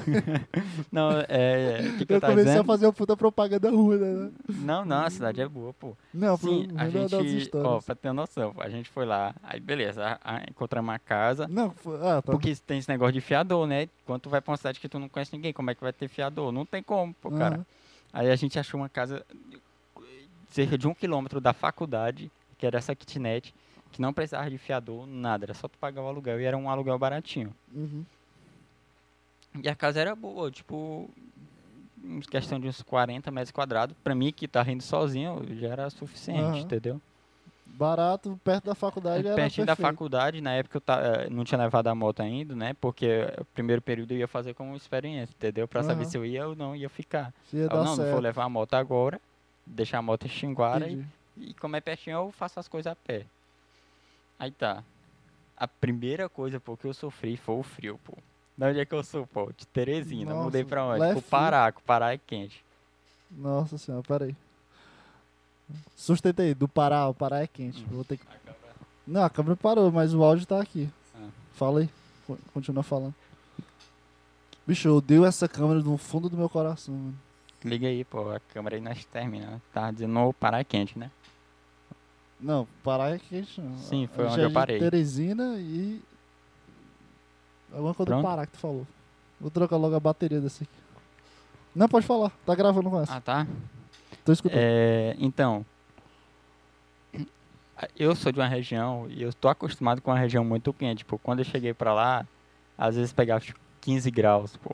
[SPEAKER 2] Não, é. é, O que, que eu
[SPEAKER 1] Eu
[SPEAKER 2] tava
[SPEAKER 1] comecei a
[SPEAKER 2] dizendo?
[SPEAKER 1] fazer uma puta propaganda ruim, né?
[SPEAKER 2] Não, não, a cidade é boa, pô.
[SPEAKER 1] Não,
[SPEAKER 2] Sim,
[SPEAKER 1] foi
[SPEAKER 2] a
[SPEAKER 1] uma Tá das
[SPEAKER 2] gente. Ó,
[SPEAKER 1] histórias.
[SPEAKER 2] pra ter noção, pô, a gente foi lá, aí beleza, a- a- encontramos uma casa.
[SPEAKER 1] Não, foi... Ah, tá.
[SPEAKER 2] Porque tem esse
[SPEAKER 1] Ah,
[SPEAKER 2] negócio de fiador, né? Quando tu vai pra uma cidade que tu não conhece ninguém, como é que vai ter fiador? Não tem como, pô, cara.
[SPEAKER 1] Aham.
[SPEAKER 2] Aí a gente achou uma casa cerca de um quilômetro da faculdade, que era essa kitnet, que não precisava de fiador, nada, era só tu pagar o aluguel e era um aluguel baratinho.
[SPEAKER 1] Uhum.
[SPEAKER 2] E a casa era boa, tipo, uns- questão de uns 40 metros quadrados. Pra mim, que tá rindo sozinho, já era suficiente,
[SPEAKER 1] Aham.
[SPEAKER 2] entendeu?
[SPEAKER 1] Barato, perto da faculdade era
[SPEAKER 2] É Pertinho da
[SPEAKER 1] perfeito.
[SPEAKER 2] faculdade, na época eu ta- eh, não tinha levado a moto ainda, né? Porque o primeiro período eu ia fazer como experiência, entendeu? Pra saber
[SPEAKER 1] Aham.
[SPEAKER 2] se eu ia ou não ia ficar.
[SPEAKER 1] Se ia
[SPEAKER 2] Aí eu,
[SPEAKER 1] dar
[SPEAKER 2] Ah, não, não
[SPEAKER 1] certo.
[SPEAKER 2] vou levar a moto agora, deixar a moto em Xinguara e
[SPEAKER 1] entendi.
[SPEAKER 2] E como é pertinho, eu faço as coisas a pé. Aí tá. A primeira coisa, pô, que eu sofri foi o frio, pô. Da onde é que eu sou, pô? De Teresina.
[SPEAKER 1] Nossa,
[SPEAKER 2] Mudei pra
[SPEAKER 1] lá
[SPEAKER 2] onde?
[SPEAKER 1] é
[SPEAKER 2] Pro
[SPEAKER 1] frio.
[SPEAKER 2] Pará, que o Pará é quente.
[SPEAKER 1] Nossa senhora, peraí. Sustentei, do Pará, o Pará é quente.
[SPEAKER 2] Hum.
[SPEAKER 1] Vou ter que... Não, a câmera parou, mas o áudio tá aqui.
[SPEAKER 2] Ah.
[SPEAKER 1] Fala aí, co- continua falando. Bicho, eu odeio essa câmera no fundo do meu coração, mano.
[SPEAKER 2] Liga aí, pô, a câmera aí nós terminamos. Tá dizendo o Pará é quente, né?
[SPEAKER 1] Não, Pará é quente não.
[SPEAKER 2] Sim, foi
[SPEAKER 1] A gente
[SPEAKER 2] onde
[SPEAKER 1] é
[SPEAKER 2] eu
[SPEAKER 1] de
[SPEAKER 2] parei.
[SPEAKER 1] Teresina e. Alguma coisa
[SPEAKER 2] Pronto?
[SPEAKER 1] do Pará que tu falou. Vou trocar logo a bateria dessa aqui. Não, pode falar, tá gravando com essa.
[SPEAKER 2] Ah, tá.
[SPEAKER 1] Tô escutando.
[SPEAKER 2] É, então, a- eu sou de uma região e eu estou acostumado com uma região muito quente. Pô, quando eu cheguei pra lá, às vezes pegava tipo, 15 graus, pô.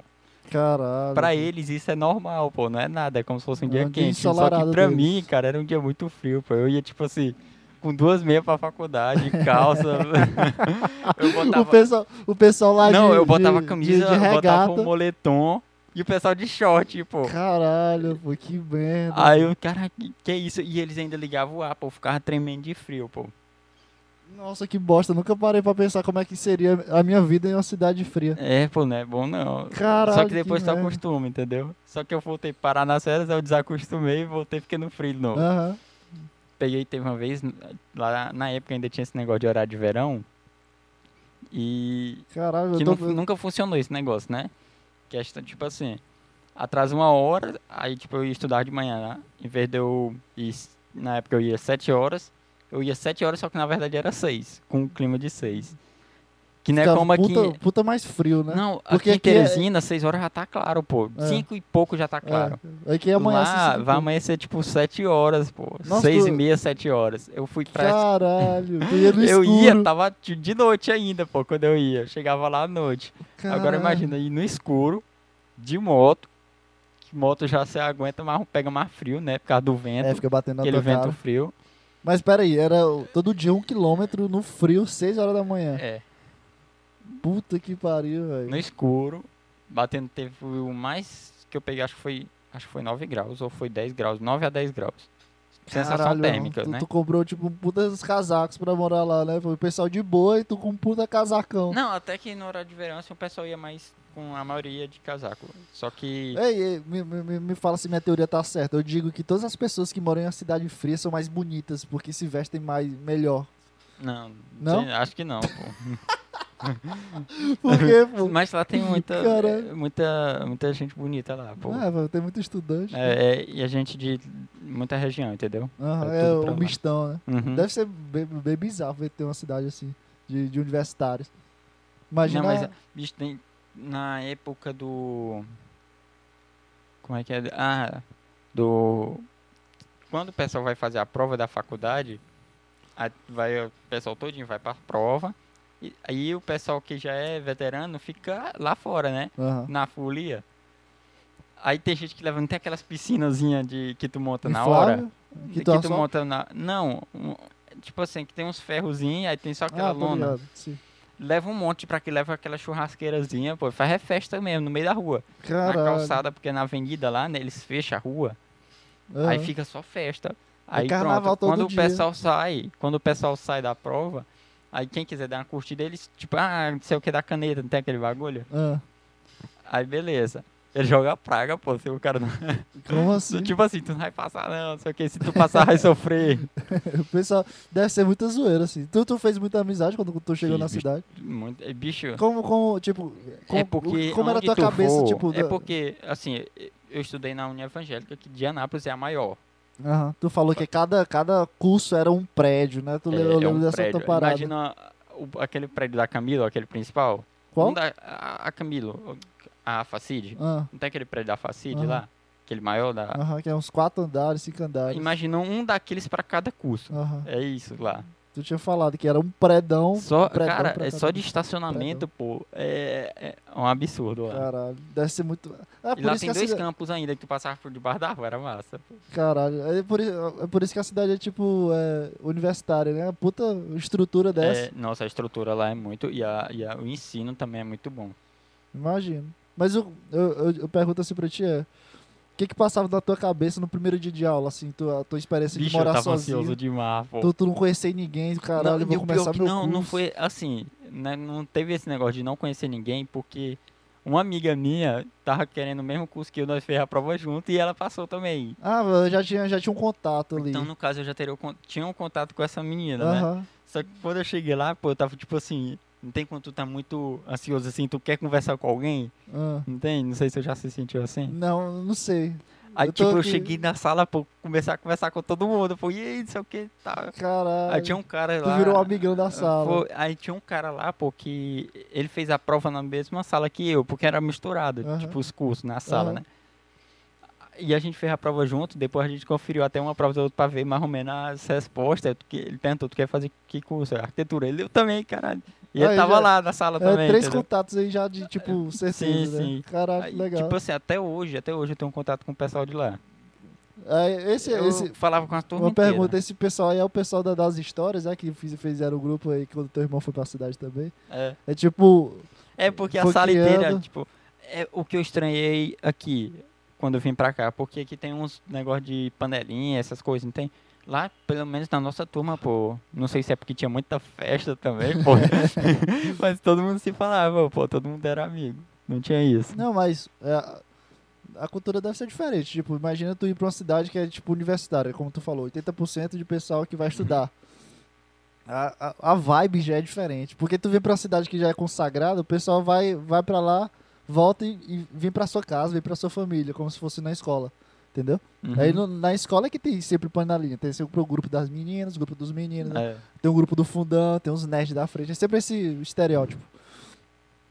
[SPEAKER 1] Caralho.
[SPEAKER 2] Pra eles isso é normal, pô, não é nada, é como se fosse um
[SPEAKER 1] É
[SPEAKER 2] dia
[SPEAKER 1] um dia
[SPEAKER 2] quente. Só que
[SPEAKER 1] ensolarado
[SPEAKER 2] pra
[SPEAKER 1] deles.
[SPEAKER 2] mim, cara, era um dia muito frio, pô. Eu ia tipo assim, com duas meias pra faculdade, calça. eu
[SPEAKER 1] O
[SPEAKER 2] botava.
[SPEAKER 1] pessoal, o pessoal lá
[SPEAKER 2] Não,
[SPEAKER 1] de,
[SPEAKER 2] eu botava
[SPEAKER 1] de,
[SPEAKER 2] camisa,
[SPEAKER 1] de, de
[SPEAKER 2] botava
[SPEAKER 1] regata.
[SPEAKER 2] um moletom e o pessoal de short, pô.
[SPEAKER 1] Caralho, pô, que merda.
[SPEAKER 2] Aí eu, cara, que, que é isso? E eles ainda ligavam o ar, pô, eu ficava tremendo de frio, pô.
[SPEAKER 1] Nossa, que bosta. Nunca parei pra pensar como é que seria a minha vida em uma cidade fria.
[SPEAKER 2] É, pô, não é bom não.
[SPEAKER 1] Caralho,
[SPEAKER 2] Só que depois tá
[SPEAKER 1] que
[SPEAKER 2] tu
[SPEAKER 1] merda.
[SPEAKER 2] acostuma, entendeu? Só que eu voltei pra parar nas férias, aí eu desacostumei e voltei ficando frio de novo.
[SPEAKER 1] Aham.
[SPEAKER 2] peguei, teve uma vez, lá na época ainda tinha esse negócio de horário de verão. E.
[SPEAKER 1] Caralho,
[SPEAKER 2] Que
[SPEAKER 1] eu
[SPEAKER 2] nu-
[SPEAKER 1] tô...
[SPEAKER 2] nunca funcionou esse negócio, né? Que é tipo assim, atrasa uma hora, aí tipo eu ia estudar de manhã, né? em vez de eu ir, s- na época eu ia sete horas, eu ia sete horas, só que na verdade era seis, com um clima de seis. Que não é
[SPEAKER 1] Fica
[SPEAKER 2] como aqui.
[SPEAKER 1] puta, puta mais frio, né?
[SPEAKER 2] Não,
[SPEAKER 1] Porque
[SPEAKER 2] aqui em
[SPEAKER 1] aqui é-
[SPEAKER 2] Teresina, seis horas já tá claro, pô.
[SPEAKER 1] É.
[SPEAKER 2] Cinco e pouco já tá claro.
[SPEAKER 1] É. Aqui amanhã
[SPEAKER 2] Lá vai amanhecer tipo 7 horas, pô.
[SPEAKER 1] Nossa,
[SPEAKER 2] 6
[SPEAKER 1] tu-
[SPEAKER 2] e meia, 7 horas. Eu fui pra.
[SPEAKER 1] Caralho, tu ia no
[SPEAKER 2] Eu
[SPEAKER 1] escuro.
[SPEAKER 2] ia, tá. tava de de noite ainda, pô, quando eu ia. Eu chegava lá à noite. Agora
[SPEAKER 1] Caralho.
[SPEAKER 2] imagina ir no escuro, de moto. Que moto já se aguenta, mas pega mais frio, né? Por causa do vento.
[SPEAKER 1] É, fica batendo na
[SPEAKER 2] aquele
[SPEAKER 1] tua
[SPEAKER 2] vento
[SPEAKER 1] cara.
[SPEAKER 2] frio.
[SPEAKER 1] Mas peraí, era o- todo dia um quilômetro no frio, 6 horas da manhã.
[SPEAKER 2] É.
[SPEAKER 1] Puta que pariu, velho.
[SPEAKER 2] No escuro. Batendo, teve o mais que eu peguei, acho que foi. Acho que foi 9 graus, ou foi 10 graus, 9 a 10 graus. Sensação
[SPEAKER 1] Caralho, é um irmão.
[SPEAKER 2] térmica,
[SPEAKER 1] tu,
[SPEAKER 2] né?
[SPEAKER 1] Tu comprou, tipo, putas casacos pra morar lá, né? Foi o pessoal de boa e tu com um puta casacão.
[SPEAKER 2] Não, até que no horário de verão assim, o pessoal ia mais com a maioria de casaco. Só que.
[SPEAKER 1] Ei, ei, me, me- me- me fala se minha teoria tá certa. Eu digo que todas as pessoas que moram em uma cidade fria são mais bonitas, porque se vestem mais, melhor.
[SPEAKER 2] Não, não
[SPEAKER 1] Não?
[SPEAKER 2] sei, acho que não, pô.
[SPEAKER 1] Por quê, pô?
[SPEAKER 2] Mas lá tem muita,
[SPEAKER 1] Caralho.
[SPEAKER 2] muita, muita gente bonita lá, pô.
[SPEAKER 1] Ah, vai ter muito estudante.
[SPEAKER 2] É, é, e a gente de muita região, entendeu?
[SPEAKER 1] Aham,
[SPEAKER 2] é
[SPEAKER 1] é
[SPEAKER 2] tudo pra
[SPEAKER 1] o
[SPEAKER 2] lá.
[SPEAKER 1] mistão, né?
[SPEAKER 2] Uhum.
[SPEAKER 1] Deve ser bem, bem bizarro ver ter uma cidade assim, de, de universitários. Imagina.
[SPEAKER 2] Não, mas, é- bicho, tem, na época do... Como é que é? Ah, do... Quando o pessoal vai fazer a prova da faculdade, a- vai, o pessoal todinho vai pra prova, e aí o pessoal que já é veterano fica lá fora, né?
[SPEAKER 1] Aham.
[SPEAKER 2] na folia. Aí tem gente que leva até aquelas piscinazinhas de que tu monta Tá na hora.
[SPEAKER 1] Inflável?
[SPEAKER 2] de
[SPEAKER 1] Que
[SPEAKER 2] Que
[SPEAKER 1] tu
[SPEAKER 2] tu,
[SPEAKER 1] assopra?
[SPEAKER 2] monta na. Não, um- tipo assim, que tem uns ferrozinhos, aí tem só aquela
[SPEAKER 1] Ah, tô
[SPEAKER 2] lona.
[SPEAKER 1] ligado, sim.
[SPEAKER 2] Leva um monte pra que leva aquela churrasqueirazinha, pô. Faz é festa mesmo, no meio da rua. Na
[SPEAKER 1] Caralho.
[SPEAKER 2] calçada, porque na avenida lá, né, eles fecham a rua.
[SPEAKER 1] Aham.
[SPEAKER 2] Aí fica só festa.
[SPEAKER 1] É
[SPEAKER 2] Aí
[SPEAKER 1] carnaval
[SPEAKER 2] pronto,
[SPEAKER 1] todo
[SPEAKER 2] quando
[SPEAKER 1] dia.
[SPEAKER 2] o pessoal sai, quando o pessoal sai da prova, aí quem quiser dar uma curtida, eles, tipo, ah, não sei o que da caneta, não tem aquele bagulho?
[SPEAKER 1] Ah,
[SPEAKER 2] Aí beleza. Ele joga praga, pô, se o cara não.
[SPEAKER 1] como assim?
[SPEAKER 2] Tipo assim, tu não vai passar não, não sei o que, se tu passar vai sofrer.
[SPEAKER 1] O pessoal deve ser muita zoeira, assim. Tu, tu fez muita amizade quando tu chegou
[SPEAKER 2] Fiz,
[SPEAKER 1] na
[SPEAKER 2] bicho.
[SPEAKER 1] cidade.
[SPEAKER 2] Muito- é, Bicho,
[SPEAKER 1] Como, como tipo, como,
[SPEAKER 2] é porque
[SPEAKER 1] como era a
[SPEAKER 2] onde
[SPEAKER 1] tua
[SPEAKER 2] tu
[SPEAKER 1] cabeça,
[SPEAKER 2] for,
[SPEAKER 1] tipo.
[SPEAKER 2] É
[SPEAKER 1] da-
[SPEAKER 2] porque, assim, eu estudei na União Evangélica, que de Anápolis é a maior.
[SPEAKER 1] Aham, Tu falou que cada, cada curso era um prédio, né? Tu
[SPEAKER 2] é,
[SPEAKER 1] leu eu
[SPEAKER 2] é
[SPEAKER 1] lembro
[SPEAKER 2] um
[SPEAKER 1] dessa
[SPEAKER 2] prédio.
[SPEAKER 1] tua parada.
[SPEAKER 2] Imagina o- aquele prédio da Camilo, aquele principal.
[SPEAKER 1] Qual?
[SPEAKER 2] Um da- a, a Camilo, a Facide.
[SPEAKER 1] Ah,
[SPEAKER 2] Não tem aquele prédio da Facide
[SPEAKER 1] Aham.
[SPEAKER 2] lá? Aquele maior da.
[SPEAKER 1] Aham, que é uns quatro andares, cinco andares.
[SPEAKER 2] Imagina um daqueles pra cada curso.
[SPEAKER 1] Aham.
[SPEAKER 2] É isso lá.
[SPEAKER 1] Tu tinha falado que era um predão.
[SPEAKER 2] Só,
[SPEAKER 1] um predão
[SPEAKER 2] cara,
[SPEAKER 1] pra
[SPEAKER 2] é
[SPEAKER 1] cada
[SPEAKER 2] só de
[SPEAKER 1] um.
[SPEAKER 2] estacionamento, pô. É, é um absurdo lá.
[SPEAKER 1] Caralho, deve ser muito. É
[SPEAKER 2] e
[SPEAKER 1] Ah, por
[SPEAKER 2] lá
[SPEAKER 1] isso
[SPEAKER 2] tem
[SPEAKER 1] que a
[SPEAKER 2] dois
[SPEAKER 1] cida-
[SPEAKER 2] campos ainda que tu passava por debaixo da rua, era massa. pô.
[SPEAKER 1] Caralho, é por, i- é por isso que a cidade é tipo é, universitária, né? A puta estrutura dessa.
[SPEAKER 2] É, nossa, a estrutura lá é muito. E, a, e a- o ensino também é muito bom.
[SPEAKER 1] Imagino. Mas eu, eu, eu, eu pergunto assim pra ti é. O que que passava na tua cabeça no primeiro dia de aula, assim, tua, tua experiência
[SPEAKER 2] Bicho,
[SPEAKER 1] de
[SPEAKER 2] eu
[SPEAKER 1] morar
[SPEAKER 2] tava ansioso
[SPEAKER 1] sozinho?
[SPEAKER 2] demais, pô.
[SPEAKER 1] Tu, tu não conhecer ninguém, caralho, eu
[SPEAKER 2] e
[SPEAKER 1] vou
[SPEAKER 2] o pior
[SPEAKER 1] começar
[SPEAKER 2] que
[SPEAKER 1] meu
[SPEAKER 2] não,
[SPEAKER 1] curso.
[SPEAKER 2] não foi assim, né, não teve esse negócio de não conhecer ninguém, porque uma amiga minha tava querendo o mesmo curso que eu, nós fez a prova junto e ela passou também.
[SPEAKER 1] Ah, eu já tinha, já tinha um contato ali.
[SPEAKER 2] Então, no caso, eu já teria, o con- tinha um contato com essa menina, né?
[SPEAKER 1] Aham.
[SPEAKER 2] Só que quando eu cheguei lá, pô, eu tava tipo assim, não tem quando tu tá muito ansioso assim, tu quer conversar com alguém,
[SPEAKER 1] ah.
[SPEAKER 2] não tem? Não sei se eu já se sentiu assim.
[SPEAKER 1] Não, não sei.
[SPEAKER 2] Aí,
[SPEAKER 1] eu tô
[SPEAKER 2] tipo, eu
[SPEAKER 1] aqui.
[SPEAKER 2] cheguei na sala, pô, começar a conversar com todo mundo, pô, e aí, não sei o que, tá.
[SPEAKER 1] Caralho.
[SPEAKER 2] Aí tinha um cara
[SPEAKER 1] Tu
[SPEAKER 2] lá... Ah,
[SPEAKER 1] virou um amigão da sala. É,
[SPEAKER 2] Foi- aí tinha um cara lá, pô, que ele fez a prova na mesma sala que eu, porque era misturado,
[SPEAKER 1] Aham.
[SPEAKER 2] tipo, os cursos na sala,
[SPEAKER 1] Aham.
[SPEAKER 2] né? E a gente fez a prova junto, depois a gente conferiu até uma prova da outra pra ver mais ou menos as respostas. Tu que- Ele perguntou, tu quer fazer que curso? Arquitetura. Ele, eu também, caralho. E ele
[SPEAKER 1] Aí
[SPEAKER 2] tava
[SPEAKER 1] já-
[SPEAKER 2] lá na sala
[SPEAKER 1] É,
[SPEAKER 2] também,
[SPEAKER 1] três
[SPEAKER 2] entendeu? É,
[SPEAKER 1] contatos aí já de, tipo, certeza, né?
[SPEAKER 2] sim.
[SPEAKER 1] Caralho,
[SPEAKER 2] Aí,
[SPEAKER 1] que legal.
[SPEAKER 2] Tipo assim, até hoje, até hoje eu tenho um contato com o pessoal de lá.
[SPEAKER 1] Aí, É, esse,
[SPEAKER 2] assim, eu
[SPEAKER 1] esse,
[SPEAKER 2] falava com as turmas
[SPEAKER 1] uma pergunta, esse pessoal aí é o pessoal da- das histórias, é? Que fiz- fizeram o grupo aí quando teu irmão foi pra cidade também.
[SPEAKER 2] É.
[SPEAKER 1] É tipo,
[SPEAKER 2] É porque a
[SPEAKER 1] Foi
[SPEAKER 2] sala inteira,
[SPEAKER 1] criando.
[SPEAKER 2] tipo, é o que eu estranhei aqui quando eu vim pra cá, porque aqui tem uns negócio de panelinha, essas coisas, não tem? Lá, pelo menos na nossa turma, pô, não sei se é porque tinha muita festa também, pô. mas todo mundo se falava, pô, todo mundo era amigo. Não tinha isso.
[SPEAKER 1] não, mas é, a- a cultura deve ser diferente. Tipo, imagina tu ir pra uma cidade que é, tipo, universitária, como tu falou, 80% de pessoal que vai estudar. A, a, a vibe já é diferente. Porque tu vem pra uma cidade que já é consagrada, o pessoal vai, vai pra lá, volta e, e vem pra sua casa, vem pra sua família, como se fosse na escola. Entendeu?
[SPEAKER 2] Uhum.
[SPEAKER 1] Aí no- na escola é que tem sempre panelinha. Tem sempre o grupo das meninas, o grupo dos meninos,
[SPEAKER 2] É.
[SPEAKER 1] tem o grupo do fundão, tem os nerds da frente. É sempre esse estereótipo.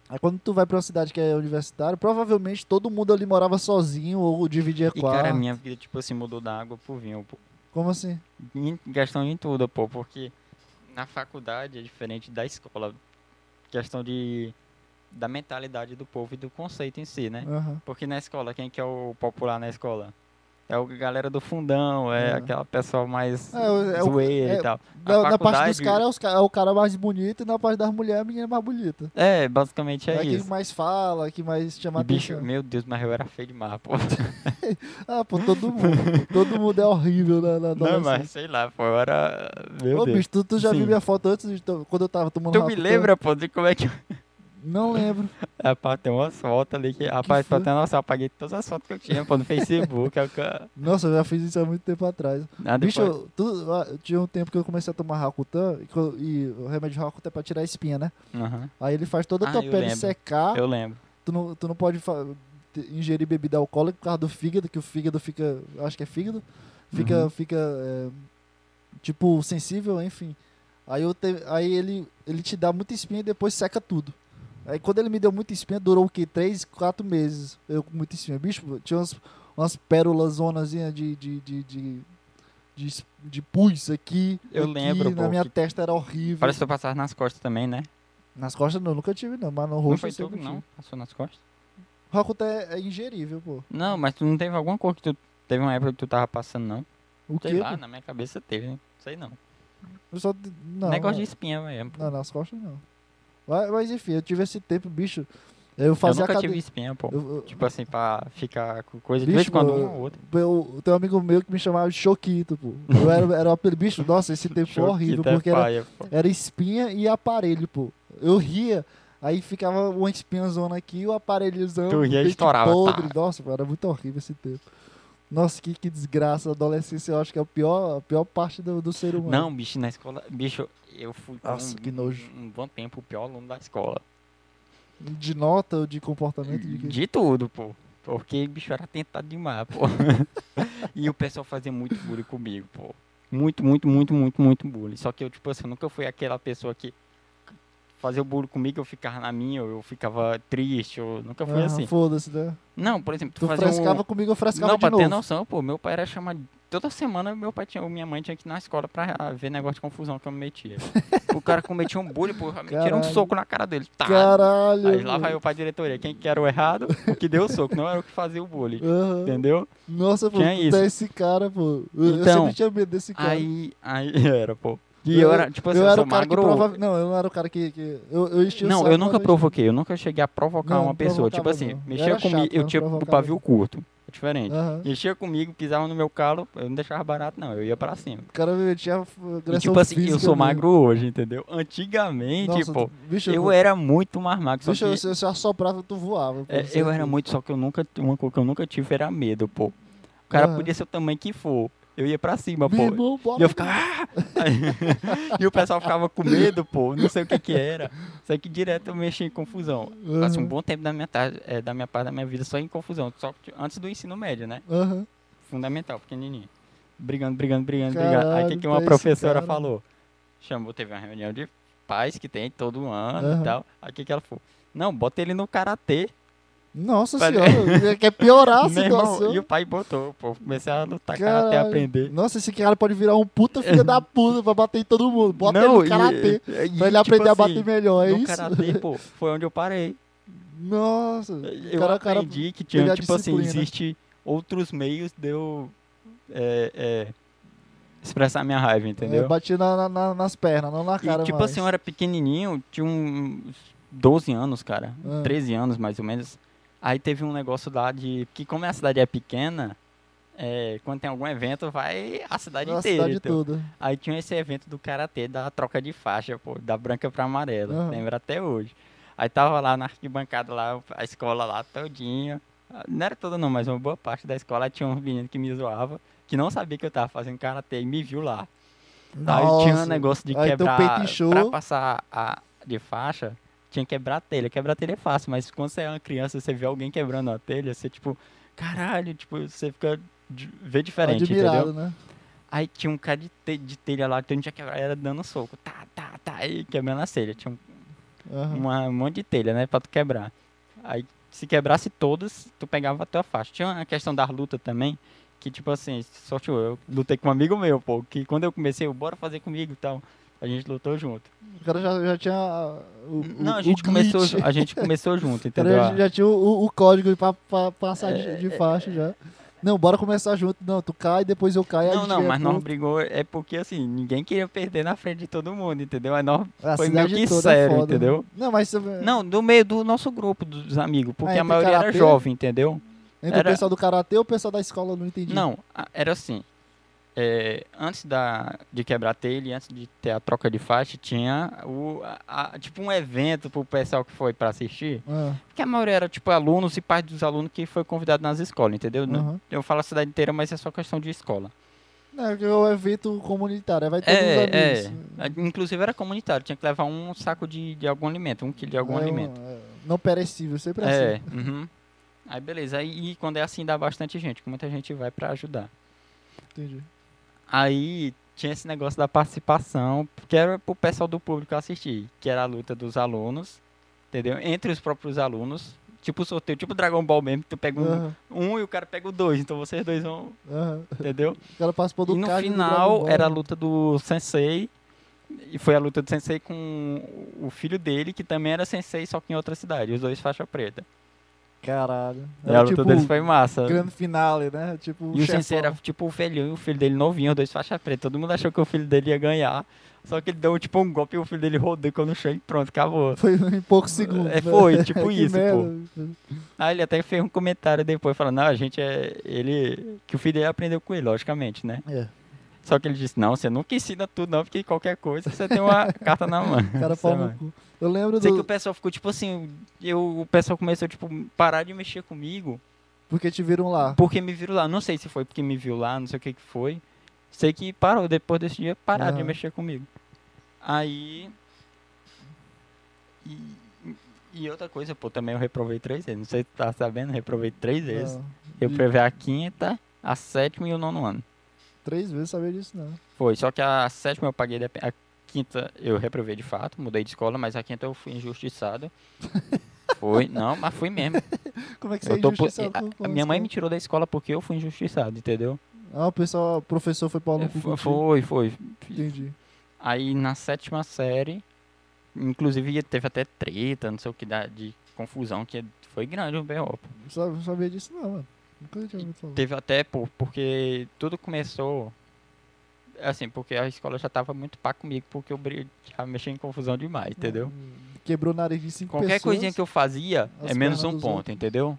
[SPEAKER 1] Aí quando tu vai pra uma cidade que é universitária, provavelmente todo mundo ali morava sozinho ou dividia
[SPEAKER 2] E,
[SPEAKER 1] quarto.
[SPEAKER 2] cara, minha vida, tipo assim, mudou da água pro vinho, pô.
[SPEAKER 1] Como assim?
[SPEAKER 2] Em questão de tudo, pô, porque na faculdade é diferente da escola. Questão de da mentalidade do povo e do conceito em si, né?
[SPEAKER 1] Aham.
[SPEAKER 2] Porque na escola, quem que é o popular na escola? É o galera do fundão, é
[SPEAKER 1] É.
[SPEAKER 2] aquela pessoa mais
[SPEAKER 1] É, o- é o-
[SPEAKER 2] zoeira
[SPEAKER 1] é,
[SPEAKER 2] e tal. A
[SPEAKER 1] Na, na parte dos
[SPEAKER 2] faculdade-
[SPEAKER 1] caras é, os ca- é o cara mais bonito e na parte das mulheres é a menina mais bonita.
[SPEAKER 2] É, basicamente
[SPEAKER 1] É,
[SPEAKER 2] é,
[SPEAKER 1] que
[SPEAKER 2] isso.
[SPEAKER 1] mais fala, que mais chama
[SPEAKER 2] E, bicho,
[SPEAKER 1] atenção.
[SPEAKER 2] meu Deus, mas eu era feio demais, pô.
[SPEAKER 1] Ah, pô, todo mundo. todo mundo é horrível na, na
[SPEAKER 2] Não,
[SPEAKER 1] adolescência.
[SPEAKER 2] mas sei lá, pô, eu era... Meu
[SPEAKER 1] Ô,
[SPEAKER 2] Deus.
[SPEAKER 1] bicho, tá tu, tu já
[SPEAKER 2] Sim.
[SPEAKER 1] viu minha foto antes de to- quando eu tava tomando
[SPEAKER 2] tu
[SPEAKER 1] uma
[SPEAKER 2] me
[SPEAKER 1] puta-
[SPEAKER 2] lembra, pô, de como é que...
[SPEAKER 1] Não lembro.
[SPEAKER 2] Rapaz, É, tem umas fotos ali que... Rapaz, tô
[SPEAKER 1] foi?
[SPEAKER 2] até nossa, eu apaguei todas as fotos que eu tinha, pô, no Facebook. é eu... ah,
[SPEAKER 1] Nossa, eu já fiz isso há muito tempo atrás.
[SPEAKER 2] Nada,
[SPEAKER 1] Bicho,
[SPEAKER 2] pô.
[SPEAKER 1] eu, tu- ah, tinha um tempo que eu comecei a tomar Rakutan e, co- e o remédio Rakutan é pra tirar a espinha, né?
[SPEAKER 2] Aham,
[SPEAKER 1] Aí ele faz toda a
[SPEAKER 2] Ah,
[SPEAKER 1] tua
[SPEAKER 2] eu
[SPEAKER 1] pele
[SPEAKER 2] lembro.
[SPEAKER 1] secar,
[SPEAKER 2] Eu lembro.
[SPEAKER 1] tu, não, tu não pode fa- te- ingerir bebida alcoólica por causa do fígado, que o fígado fica, eu acho que é fígado, fica,
[SPEAKER 2] Uhum.
[SPEAKER 1] fica é, tipo, sensível, enfim. Aí, eu te- aí ele, ele te dá muita espinha e depois seca tudo. Aí quando ele me deu muita espinha, durou o quê? Três, quatro meses. Eu com muita espinha. Bicho, tinha umas, umas pérolas zonazinhas de, de, de, de, de, es- de pus aqui.
[SPEAKER 2] Eu
[SPEAKER 1] aqui,
[SPEAKER 2] lembro,
[SPEAKER 1] Na
[SPEAKER 2] pô,
[SPEAKER 1] minha
[SPEAKER 2] que-
[SPEAKER 1] testa era horrível.
[SPEAKER 2] Parece que tu passava nas costas também, né?
[SPEAKER 1] Nas costas não, nunca tive não, mas no
[SPEAKER 2] Não
[SPEAKER 1] rosto
[SPEAKER 2] foi
[SPEAKER 1] eu
[SPEAKER 2] tu,
[SPEAKER 1] sempre
[SPEAKER 2] não?
[SPEAKER 1] tive.
[SPEAKER 2] Passou nas costas?
[SPEAKER 1] Rakuta é, é ingerível, pô.
[SPEAKER 2] Não, mas tu não teve alguma cor que tu. Teve uma época que tu tava passando, não?
[SPEAKER 1] O
[SPEAKER 2] Sei
[SPEAKER 1] quê?
[SPEAKER 2] lá,
[SPEAKER 1] pô?
[SPEAKER 2] na minha cabeça teve, né? Sei não.
[SPEAKER 1] Eu só- Não,
[SPEAKER 2] Negócio de
[SPEAKER 1] não.
[SPEAKER 2] espinha mesmo. pô.
[SPEAKER 1] Não, nas costas não. Mas, mas, enfim, eu tive esse tempo, bicho. Eu
[SPEAKER 2] Eu
[SPEAKER 1] fazia
[SPEAKER 2] nunca
[SPEAKER 1] academia.
[SPEAKER 2] tive espinha, pô.
[SPEAKER 1] Eu, eu,
[SPEAKER 2] Tipo assim, pra ficar com coisa de
[SPEAKER 1] Bicho,
[SPEAKER 2] vez em quando
[SPEAKER 1] mano,
[SPEAKER 2] uma ou outra.
[SPEAKER 1] eu- tem um amigo meu que me chamava de Choquito, pô. Eu era, era o apelido- bicho, nossa, esse tempo foi
[SPEAKER 2] Show que
[SPEAKER 1] horrível,
[SPEAKER 2] tá
[SPEAKER 1] porque era,
[SPEAKER 2] paia, pô.
[SPEAKER 1] era espinha e aparelho, pô. Eu ria, aí ficava uma espinhazona aqui e o aparelhozão.
[SPEAKER 2] Tu ria e
[SPEAKER 1] peito
[SPEAKER 2] estourava,
[SPEAKER 1] podre.
[SPEAKER 2] tá.
[SPEAKER 1] Nossa, pô, era muito horrível esse tempo. Nossa, que, que desgraça. A adolescência eu acho que é a pior, a pior parte do, do ser humano.
[SPEAKER 2] Não, bicho, na escola. Bicho, eu fui por
[SPEAKER 1] Nossa,
[SPEAKER 2] um,
[SPEAKER 1] que nojo.
[SPEAKER 2] um bom tempo o pior aluno da escola.
[SPEAKER 1] De nota ou de comportamento? De... que-
[SPEAKER 2] De tudo, pô. Porque bicho era tentado demais, pô. e o pessoal fazia muito bullying comigo, pô. Muito, muito, muito, muito, muito bullying. Só que eu, tipo assim, eu nunca fui aquela pessoa que fazer o bullying comigo, eu ficava na minha, ou eu ficava triste, eu nunca fui
[SPEAKER 1] Ah,
[SPEAKER 2] assim.
[SPEAKER 1] Foda-se, né?
[SPEAKER 2] Não, por exemplo, tu,
[SPEAKER 1] Tu
[SPEAKER 2] fazia um...
[SPEAKER 1] frescava comigo, eu frescava
[SPEAKER 2] Não,
[SPEAKER 1] de
[SPEAKER 2] pra
[SPEAKER 1] novo.
[SPEAKER 2] ter noção, pô, meu pai era chamado. Toda semana meu pai tinha, ou minha mãe tinha que ir na escola pra ah, ver negócio de confusão que eu me metia. o cara cometia um bullying, pô, metia um
[SPEAKER 1] Caralho.
[SPEAKER 2] soco na cara dele. Tá.
[SPEAKER 1] Caralho.
[SPEAKER 2] Aí lá
[SPEAKER 1] mano.
[SPEAKER 2] vai eu pra diretoria. Quem que era o errado, o que deu o soco, não era o que fazia o bullying.
[SPEAKER 1] Aham.
[SPEAKER 2] Entendeu?
[SPEAKER 1] Nossa, pô,
[SPEAKER 2] Tinha
[SPEAKER 1] tu
[SPEAKER 2] isso.
[SPEAKER 1] tá esse cara, pô. Eu, eu
[SPEAKER 2] Então,
[SPEAKER 1] sempre tinha medo desse cara.
[SPEAKER 2] Aí, aí era, pô. E eu, era, tipo assim,
[SPEAKER 1] eu
[SPEAKER 2] eu,
[SPEAKER 1] era
[SPEAKER 2] sou
[SPEAKER 1] o cara
[SPEAKER 2] magro.
[SPEAKER 1] que provava... Não, eu não era o cara que... que- Eu, eu enchia o
[SPEAKER 2] Não,
[SPEAKER 1] saco,
[SPEAKER 2] eu
[SPEAKER 1] mas
[SPEAKER 2] nunca
[SPEAKER 1] eu-
[SPEAKER 2] provoquei, eu nunca cheguei a provocar
[SPEAKER 1] Não,
[SPEAKER 2] uma pessoa. Tipo
[SPEAKER 1] provocava
[SPEAKER 2] assim,
[SPEAKER 1] não.
[SPEAKER 2] mexia
[SPEAKER 1] Era
[SPEAKER 2] comigo,
[SPEAKER 1] chato,
[SPEAKER 2] eu
[SPEAKER 1] mas
[SPEAKER 2] tinha o
[SPEAKER 1] provocava
[SPEAKER 2] pavio curto. É diferente.
[SPEAKER 1] Aham.
[SPEAKER 2] Mexia comigo, pisava no meu calo, eu não deixava barato, não. Eu ia pra cima.
[SPEAKER 1] O cara me tinha agressão
[SPEAKER 2] E, tipo assim,
[SPEAKER 1] física
[SPEAKER 2] eu sou
[SPEAKER 1] mesmo.
[SPEAKER 2] magro hoje, entendeu? Antigamente,
[SPEAKER 1] Nossa,
[SPEAKER 2] pô,
[SPEAKER 1] tu- bicho,
[SPEAKER 2] eu era muito mais magro. Só
[SPEAKER 1] Bicho,
[SPEAKER 2] que,
[SPEAKER 1] se, se eu assoprava, tu voava. pô,
[SPEAKER 2] é,
[SPEAKER 1] você-
[SPEAKER 2] eu era muito, só que eu nunca. Uma coisa que eu nunca tive era medo, pô. O cara
[SPEAKER 1] Aham.
[SPEAKER 2] podia ser o tamanho que for. Eu ia pra cima,
[SPEAKER 1] Meu
[SPEAKER 2] pô.
[SPEAKER 1] irmão, bora.
[SPEAKER 2] E eu ficava. "Ah!" e o pessoal ficava com medo, pô. Não sei o que que era. Só que direto eu mexia em confusão. Passei um
[SPEAKER 1] Aham,
[SPEAKER 2] bom tempo da minha, tarde, é, da minha parte da minha vida só em confusão. Só que antes do ensino médio, né?
[SPEAKER 1] aham.
[SPEAKER 2] fundamental, pequenininho. Brigando, brigando, brigando, brigando. Aí o que,
[SPEAKER 1] Caralho,
[SPEAKER 2] que
[SPEAKER 1] tá
[SPEAKER 2] uma
[SPEAKER 1] esse
[SPEAKER 2] professora
[SPEAKER 1] cara.
[SPEAKER 2] falou? Chamou, teve uma reunião de pais que tem todo ano
[SPEAKER 1] Aham.
[SPEAKER 2] e tal. Aí o que, que ela falou? Não, bota ele no karatê.
[SPEAKER 1] Nossa
[SPEAKER 2] Mas-
[SPEAKER 1] senhora, quer piorar a
[SPEAKER 2] Meu irmão,
[SPEAKER 1] situação.
[SPEAKER 2] e o pai botou, pô. Comecei a lutar karatê,
[SPEAKER 1] Caralho.
[SPEAKER 2] aprender.
[SPEAKER 1] Nossa, esse cara pode virar um puta filho da puta pra bater em todo mundo. Bota ele no karatê.
[SPEAKER 2] e- e,
[SPEAKER 1] Pra ele
[SPEAKER 2] tipo
[SPEAKER 1] aprender a
[SPEAKER 2] assim,
[SPEAKER 1] bater melhor, é
[SPEAKER 2] no
[SPEAKER 1] isso?
[SPEAKER 2] karatê, pô, foi onde eu parei.
[SPEAKER 1] Nossa.
[SPEAKER 2] Eu
[SPEAKER 1] cara- cara
[SPEAKER 2] aprendi que
[SPEAKER 1] teve
[SPEAKER 2] tinha,
[SPEAKER 1] a
[SPEAKER 2] tipo assim,
[SPEAKER 1] disciplina.
[SPEAKER 2] existe outros meios de eu é, é, expressar minha raiva, entendeu?
[SPEAKER 1] É, bati na- na- na- nas pernas, não na cara.
[SPEAKER 2] e, tipo
[SPEAKER 1] mais.
[SPEAKER 2] assim, eu era pequenininho, tinha uns 12 anos, cara.
[SPEAKER 1] Ah.
[SPEAKER 2] 13 anos, mais ou menos. Aí teve um negócio lá de... Que como a cidade é pequena, é, quando tem algum evento, vai a cidade
[SPEAKER 1] na
[SPEAKER 2] inteira.
[SPEAKER 1] cidade
[SPEAKER 2] então.
[SPEAKER 1] toda.
[SPEAKER 2] Aí tinha esse evento do Karatê, da troca de faixa, pô. Da branca pra amarela.
[SPEAKER 1] Aham.
[SPEAKER 2] Lembro até hoje. Aí tava lá na arquibancada, lá, a escola lá todinha. Não era toda não, mas uma boa parte da escola tinha um menino que me zoava, que não sabia que eu tava fazendo Karatê e me viu lá. Aí tinha um
[SPEAKER 1] Nossa.
[SPEAKER 2] negócio de
[SPEAKER 1] Aí teu
[SPEAKER 2] quebrar.
[SPEAKER 1] peito inchou.
[SPEAKER 2] Pra passar a, de faixa, tinha que quebrar a telha. Quebrar a telha é fácil, mas quando você é uma criança você vê alguém quebrando a telha, você tipo, caralho, tipo, você fica. de- vê diferente, entendeu?
[SPEAKER 1] tá Admirado, né?
[SPEAKER 2] Aí tinha um cara de, te- de telha lá que eu não tinha quebrado, era dando soco. Tá, tá, tá. Aí quebrando a telha. Tinha um,
[SPEAKER 1] Aham.
[SPEAKER 2] uma- um monte de telha, né? Pra tu quebrar. Aí se quebrasse todas, tu pegava a tua faixa. Tinha a questão da luta também. Que tipo assim, sorte eu, eu lutei com um amigo meu, pô. Que quando eu comecei, eu, bora fazer comigo e tal. A gente lutou junto.
[SPEAKER 1] O cara já, já tinha. ah, O, o-
[SPEAKER 2] Não, a
[SPEAKER 1] o
[SPEAKER 2] gente, começou,
[SPEAKER 1] glitch.
[SPEAKER 2] ju- a gente começou junto,
[SPEAKER 1] O cara
[SPEAKER 2] entendeu? É,
[SPEAKER 1] já, já tinha o- o, o código pra, pra passar de- de faixa já. Não, bora começar junto. Não, tu cai, depois eu caio. aí a
[SPEAKER 2] Não,
[SPEAKER 1] gente
[SPEAKER 2] não,
[SPEAKER 1] ganha
[SPEAKER 2] mas nós
[SPEAKER 1] tudo.
[SPEAKER 2] brigou é porque assim, ninguém queria perder na frente de todo mundo, entendeu? Aí nós
[SPEAKER 1] A
[SPEAKER 2] foi meio
[SPEAKER 1] cidade
[SPEAKER 2] que
[SPEAKER 1] toda
[SPEAKER 2] sério,
[SPEAKER 1] foda, né?
[SPEAKER 2] entendeu?
[SPEAKER 1] Não, mas
[SPEAKER 2] Não, do meio do nosso grupo, dos amigos, porque
[SPEAKER 1] Ah,
[SPEAKER 2] a
[SPEAKER 1] entre
[SPEAKER 2] maioria era
[SPEAKER 1] karatê?
[SPEAKER 2] jovem, entendeu?
[SPEAKER 1] entre
[SPEAKER 2] era-
[SPEAKER 1] o pessoal do karatê ou o pessoal da escola, eu não entendi.
[SPEAKER 2] Não, a- era assim. é, antes da, de quebrar telha, e antes de ter a troca de faixa, tinha o, a- a- tipo um evento pro pessoal que foi pra assistir.
[SPEAKER 1] Ah,
[SPEAKER 2] Que a maioria era tipo alunos e pais dos alunos que foi convidado nas escolas, entendeu? Não-
[SPEAKER 1] aham.
[SPEAKER 2] Eu falo a cidade inteira, mas é só questão de escola.
[SPEAKER 1] Não, é que é o evento comunitário, aí vai todos os amigos.
[SPEAKER 2] É, é. Inclusive era comunitário, tinha que levar um saco de, de algum alimento, um quilo de algum
[SPEAKER 1] É um-
[SPEAKER 2] alimento.
[SPEAKER 1] é, não perecível, sempre
[SPEAKER 2] É,
[SPEAKER 1] assim.
[SPEAKER 2] uhum. Aí beleza, aí e quando é assim dá bastante gente, que muita gente vai pra ajudar.
[SPEAKER 1] Entendi.
[SPEAKER 2] Aí tinha esse negócio da participação, que era pro pessoal do público assistir, que era a luta dos alunos, entendeu? Entre os próprios alunos, tipo sorteio, tipo Dragon Ball mesmo, que tu pega um,
[SPEAKER 1] Aham,
[SPEAKER 2] um e o cara pega o dois, então vocês dois vão,
[SPEAKER 1] aham.
[SPEAKER 2] entendeu?
[SPEAKER 1] O cara participou do
[SPEAKER 2] e no
[SPEAKER 1] card do Dragon
[SPEAKER 2] final
[SPEAKER 1] Ball.
[SPEAKER 2] era a luta do Sensei. E foi a luta do Sensei com o filho dele, que também era Sensei, só que em outra cidade. Os dois faixa preta.
[SPEAKER 1] Caralho. tipo
[SPEAKER 2] E É, a luta deles foi massa.
[SPEAKER 1] grande finale, né? Tipo,
[SPEAKER 2] E o
[SPEAKER 1] chefão.
[SPEAKER 2] Sensei era tipo o velhão e o filho dele novinho, os dois faixa preta. Todo mundo achou que o filho dele ia ganhar. Só que ele deu tipo um golpe e o filho dele rodou no chão e pronto, acabou.
[SPEAKER 1] Foi em poucos segundos. né?
[SPEAKER 2] É, foi, tipo
[SPEAKER 1] Que
[SPEAKER 2] isso, pô.
[SPEAKER 1] merda.
[SPEAKER 2] Aí ele até fez um comentário depois, falando, não, a gente é. Ele. Que o filho dele aprendeu com ele, logicamente, né?
[SPEAKER 1] É.
[SPEAKER 2] Só que ele disse, não, você nunca ensina tudo, não, porque qualquer coisa você tem uma carta na mão.
[SPEAKER 1] O cara
[SPEAKER 2] Sei
[SPEAKER 1] pau
[SPEAKER 2] lá.
[SPEAKER 1] no cu. Eu lembro
[SPEAKER 2] Sei é que
[SPEAKER 1] do.
[SPEAKER 2] o pessoal ficou tipo assim, eu, o pessoal começou tipo parar de mexer comigo,
[SPEAKER 1] Porque te viram lá.
[SPEAKER 2] porque me viram lá. Não sei se foi porque me viu lá, não sei o que que foi. Sei que parou depois desse dia, pararam de
[SPEAKER 1] Aham.
[SPEAKER 2] mexer comigo. Aí e, e outra coisa, pô, também eu reprovei três vezes. Não sei se tu tá sabendo, reprovei
[SPEAKER 1] Ah,
[SPEAKER 2] três vezes.
[SPEAKER 1] Não,
[SPEAKER 2] Eu
[SPEAKER 1] de-
[SPEAKER 2] prevei a quinta, a sétima e o nono ano.
[SPEAKER 1] Três vezes sabia disso, não.
[SPEAKER 2] Foi, só que a sétima eu paguei depen- a quinta eu reprovei de fato, mudei de escola, mas a quinta eu fui injustiçado. Foi, não, mas fui mesmo.
[SPEAKER 1] Como é que você
[SPEAKER 2] Eu tô po-
[SPEAKER 1] injustiçado
[SPEAKER 2] a-
[SPEAKER 1] com- com
[SPEAKER 2] a minha
[SPEAKER 1] as
[SPEAKER 2] mãe me
[SPEAKER 1] coisas?
[SPEAKER 2] tirou da escola porque eu fui injustiçado, entendeu?
[SPEAKER 1] Ah, o pessoal, o professor foi pau no
[SPEAKER 2] É,
[SPEAKER 1] cu
[SPEAKER 2] fo-
[SPEAKER 1] contigo.
[SPEAKER 2] Foi, foi.
[SPEAKER 1] Entendi.
[SPEAKER 2] Aí na sétima série, inclusive ia- teve até treta, não sei o que, da- de confusão, que foi grande o B.O. pô.
[SPEAKER 1] Não sa- não sabia disso não, mano. Nunca tinha ouvido falar.
[SPEAKER 2] Teve até por, porque tudo começou assim, porque a escola já tava muito pá comigo, porque eu bri- já mexi em confusão demais, entendeu?
[SPEAKER 1] Quebrou o nariz de cinco
[SPEAKER 2] Qualquer
[SPEAKER 1] pessoas.
[SPEAKER 2] coisinha que eu fazia
[SPEAKER 1] as
[SPEAKER 2] é menos
[SPEAKER 1] pernas
[SPEAKER 2] um
[SPEAKER 1] dos
[SPEAKER 2] ponto,
[SPEAKER 1] outros.
[SPEAKER 2] entendeu?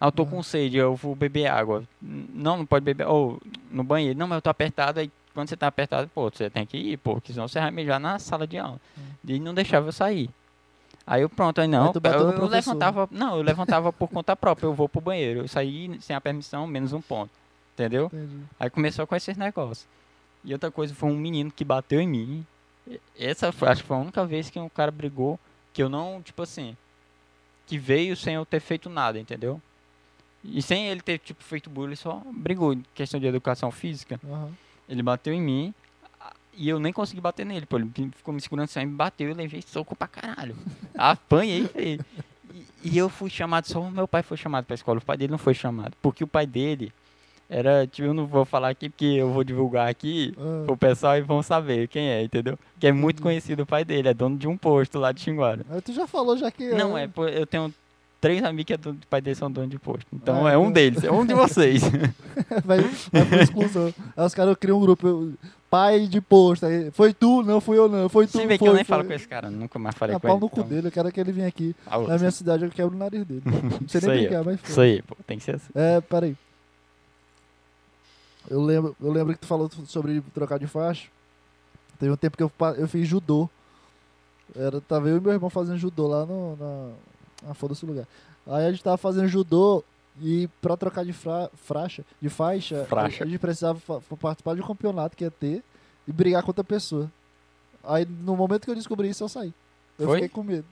[SPEAKER 2] Ah, eu tô
[SPEAKER 1] Ah.
[SPEAKER 2] com sede, eu vou beber água. N- Não, não pode beber. Ou no banheiro. Não, mas eu tô apertado. Aí quando você tá apertado, pô, você tem que ir, pô, porque senão você vai mijar na sala de aula. E não deixava eu sair. Aí eu pronto, aí não.
[SPEAKER 1] É. Aí tu
[SPEAKER 2] Eu,
[SPEAKER 1] bateu no
[SPEAKER 2] eu
[SPEAKER 1] professor.
[SPEAKER 2] levantava. Não, eu levantava por conta própria. Eu vou pro banheiro. Eu saí sem a permissão, menos um ponto. Entendeu?
[SPEAKER 1] Entendi.
[SPEAKER 2] Aí começou com esses negócios. E outra coisa, foi um menino que bateu em mim. E- Essa foi- acho que foi a única vez que um cara brigou que eu não, tipo assim, que veio sem eu ter feito nada, entendeu? E sem ele ter, tipo, feito bullying, só brigou. Em questão de educação física,
[SPEAKER 1] Aham.
[SPEAKER 2] ele bateu em mim a- e eu nem consegui bater nele, pô. Ele ficou me segurando assim, me bateu e levei soco pra caralho. Apanhei feio. E, e eu fui chamado, só o meu pai foi chamado pra escola, o pai dele não foi chamado. Porque o pai dele era, tipo, eu não vou falar aqui porque eu vou divulgar aqui
[SPEAKER 1] Ah,
[SPEAKER 2] pro pessoal e vão saber quem é, entendeu? Que é muito
[SPEAKER 1] Entendi.
[SPEAKER 2] conhecido o pai dele, é dono de um posto lá de Xinguara.
[SPEAKER 1] mas tu já falou já que... ah,
[SPEAKER 2] Não, é, pô, eu tenho três amigos que é dono, o pai dele são dono de posto. Então
[SPEAKER 1] Ah,
[SPEAKER 2] é um
[SPEAKER 1] então-
[SPEAKER 2] deles, é um de vocês.
[SPEAKER 1] Vai, vai por exclusão. Aí os caras criam um grupo. eu- Pai de posto. Aí, foi tu? Não, fui eu não. Foi tu?
[SPEAKER 2] Se bem que
[SPEAKER 1] foi,
[SPEAKER 2] eu nem
[SPEAKER 1] foi.
[SPEAKER 2] falo com esse cara, nunca mais falei
[SPEAKER 1] Ah,
[SPEAKER 2] com ele.
[SPEAKER 1] pau no cu
[SPEAKER 2] então,
[SPEAKER 1] dele. Eu quero que ele venha aqui.
[SPEAKER 2] a outra.
[SPEAKER 1] Na minha cidade eu quebro o nariz dele. Não sei
[SPEAKER 2] Isso aí,
[SPEAKER 1] nem brigar, mas
[SPEAKER 2] Isso
[SPEAKER 1] foi.
[SPEAKER 2] aí, pô, tem que ser assim.
[SPEAKER 1] É, peraí. Eu lembro, eu lembro que tu falou sobre trocar de faixa. Teve um tempo que eu, pa- eu fiz judô. Era, tava eu e meu irmão fazendo judô lá no, na. Ah, foda-se o lugar. Aí a gente tava fazendo judô e pra trocar de fra, faixa, de faixa,
[SPEAKER 2] Fraixa.
[SPEAKER 1] a gente precisava fa- fa- participar de um campeonato que ia ter e brigar com outra pessoa. Aí no momento que eu descobri isso, eu saí. Eu
[SPEAKER 2] Foi?
[SPEAKER 1] fiquei com medo.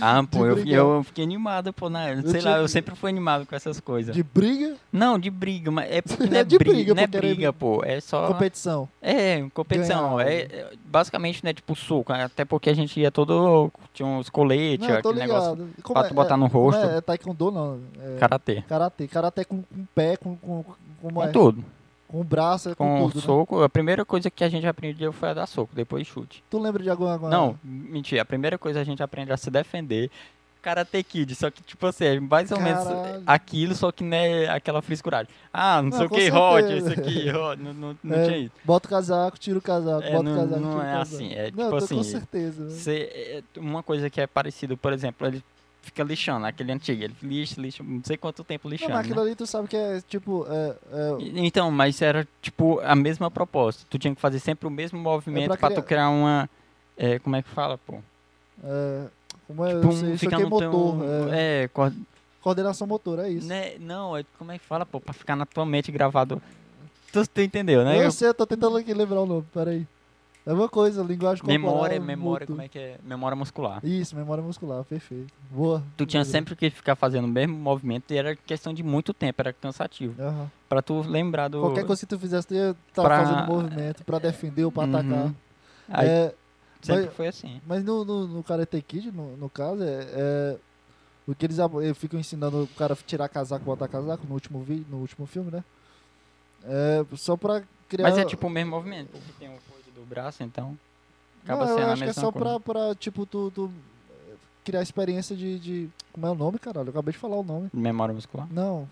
[SPEAKER 2] Ah,
[SPEAKER 1] De
[SPEAKER 2] pô, eu,
[SPEAKER 1] brigar.
[SPEAKER 2] eu fiquei animado, pô, na, sei lá,
[SPEAKER 1] tinha-
[SPEAKER 2] eu sempre fui animado com essas coisas.
[SPEAKER 1] De briga,
[SPEAKER 2] Não, de briga, mas é porque não
[SPEAKER 1] É
[SPEAKER 2] é,
[SPEAKER 1] de
[SPEAKER 2] briga,
[SPEAKER 1] briga,
[SPEAKER 2] não é
[SPEAKER 1] pô, querer-
[SPEAKER 2] briga, pô, é só...
[SPEAKER 1] competição.
[SPEAKER 2] É, competição,
[SPEAKER 1] Ganhar,
[SPEAKER 2] é, é- basicamente, né, tipo, suco, até porque a gente ia todo, tinha uns coletes,
[SPEAKER 1] Não, eu tô
[SPEAKER 2] aquele negócio
[SPEAKER 1] ligado. Como
[SPEAKER 2] pra
[SPEAKER 1] é-
[SPEAKER 2] tu botar no
[SPEAKER 1] Não
[SPEAKER 2] rosto,
[SPEAKER 1] É, é taekwondo, não. É
[SPEAKER 2] karatê,
[SPEAKER 1] karatê. Karatê com, com pé, com, com, com,
[SPEAKER 2] com
[SPEAKER 1] é,
[SPEAKER 2] tudo,
[SPEAKER 1] com braço, é com,
[SPEAKER 2] com
[SPEAKER 1] tudo. né?
[SPEAKER 2] soco, a primeira coisa que a gente aprendeu foi a dar soco, depois chute.
[SPEAKER 1] Tu lembra de alguma. alguma-
[SPEAKER 2] Não, mentira. A primeira coisa a gente aprende a se defender. Karate Kid, só que tipo assim, é mais ou
[SPEAKER 1] Caralho.
[SPEAKER 2] menos aquilo, só que não é aquela frescuragem. Ah, não,
[SPEAKER 1] Não,
[SPEAKER 2] sei o
[SPEAKER 1] com
[SPEAKER 2] que, Rod,
[SPEAKER 1] certeza.
[SPEAKER 2] isso aqui, Rod, não, não, não
[SPEAKER 1] É,
[SPEAKER 2] tinha isso.
[SPEAKER 1] Bota o casaco, tira o casaco,
[SPEAKER 2] É,
[SPEAKER 1] bota
[SPEAKER 2] não-
[SPEAKER 1] o casaco.
[SPEAKER 2] não
[SPEAKER 1] tira o
[SPEAKER 2] é
[SPEAKER 1] casaco.
[SPEAKER 2] assim, é
[SPEAKER 1] não,
[SPEAKER 2] tipo
[SPEAKER 1] eu tô com
[SPEAKER 2] assim,
[SPEAKER 1] certeza. né?
[SPEAKER 2] Cê- é, uma coisa que é parecida, por exemplo, ele fica lixando, aquele antigo, ele lixa, lixa, não sei quanto tempo
[SPEAKER 1] Não,
[SPEAKER 2] lixando.
[SPEAKER 1] mas aquilo
[SPEAKER 2] né?
[SPEAKER 1] ali tu sabe que é tipo. É, é,
[SPEAKER 2] E- Então, mas era tipo a mesma proposta. Tu tinha que fazer sempre o mesmo movimento
[SPEAKER 1] É pra
[SPEAKER 2] pra tu criar uma. é, como é que fala, pô?
[SPEAKER 1] é, como é.
[SPEAKER 2] Tipo,
[SPEAKER 1] eu sei, isso
[SPEAKER 2] fica
[SPEAKER 1] aqui é
[SPEAKER 2] no teu-
[SPEAKER 1] motor. é,
[SPEAKER 2] é, cor-
[SPEAKER 1] Coordenação motor, é isso.
[SPEAKER 2] Né, não, é, como é que fala, pô? Pra ficar na tua mente gravado. Tu, tu entendeu, né?
[SPEAKER 1] eu,
[SPEAKER 2] Eu-
[SPEAKER 1] sei, eu tô tentando aqui lembrar o nome, peraí. É uma coisa, linguagem corporal.
[SPEAKER 2] memória, memória,
[SPEAKER 1] motor.
[SPEAKER 2] como é que é? Memória muscular.
[SPEAKER 1] Isso, memória muscular, perfeito. Boa.
[SPEAKER 2] Tu tinha
[SPEAKER 1] Lembrei.
[SPEAKER 2] sempre que ficar fazendo o mesmo movimento e era questão de muito tempo, era cansativo.
[SPEAKER 1] Aham.
[SPEAKER 2] Pra tu lembrar do.
[SPEAKER 1] Qualquer coisa que tu fizesse, tu ia estar
[SPEAKER 2] Pra-
[SPEAKER 1] fazendo movimento pra defender ou pra
[SPEAKER 2] Uhum.
[SPEAKER 1] atacar.
[SPEAKER 2] Aí
[SPEAKER 1] É,
[SPEAKER 2] sempre
[SPEAKER 1] mas-
[SPEAKER 2] foi assim.
[SPEAKER 1] mas no, no, no Karate Kid, no, no caso, é, é, o que eles, ap- eh, ficam ensinando o cara tirar casaco, botar casaco no último, vi, no último filme, né? É, só pra criar...
[SPEAKER 2] Mas é tipo o mesmo movimento, porque tem uma coisa do braço, então. Acaba
[SPEAKER 1] Não, eu
[SPEAKER 2] sendo a
[SPEAKER 1] acho que é
[SPEAKER 2] mesma
[SPEAKER 1] só
[SPEAKER 2] coisa.
[SPEAKER 1] pra, pra, tipo, tu, tu, eh, criar experiência de, de... Como é o nome, caralho? Eu acabei de falar o nome.
[SPEAKER 2] Memória muscular.
[SPEAKER 1] Não.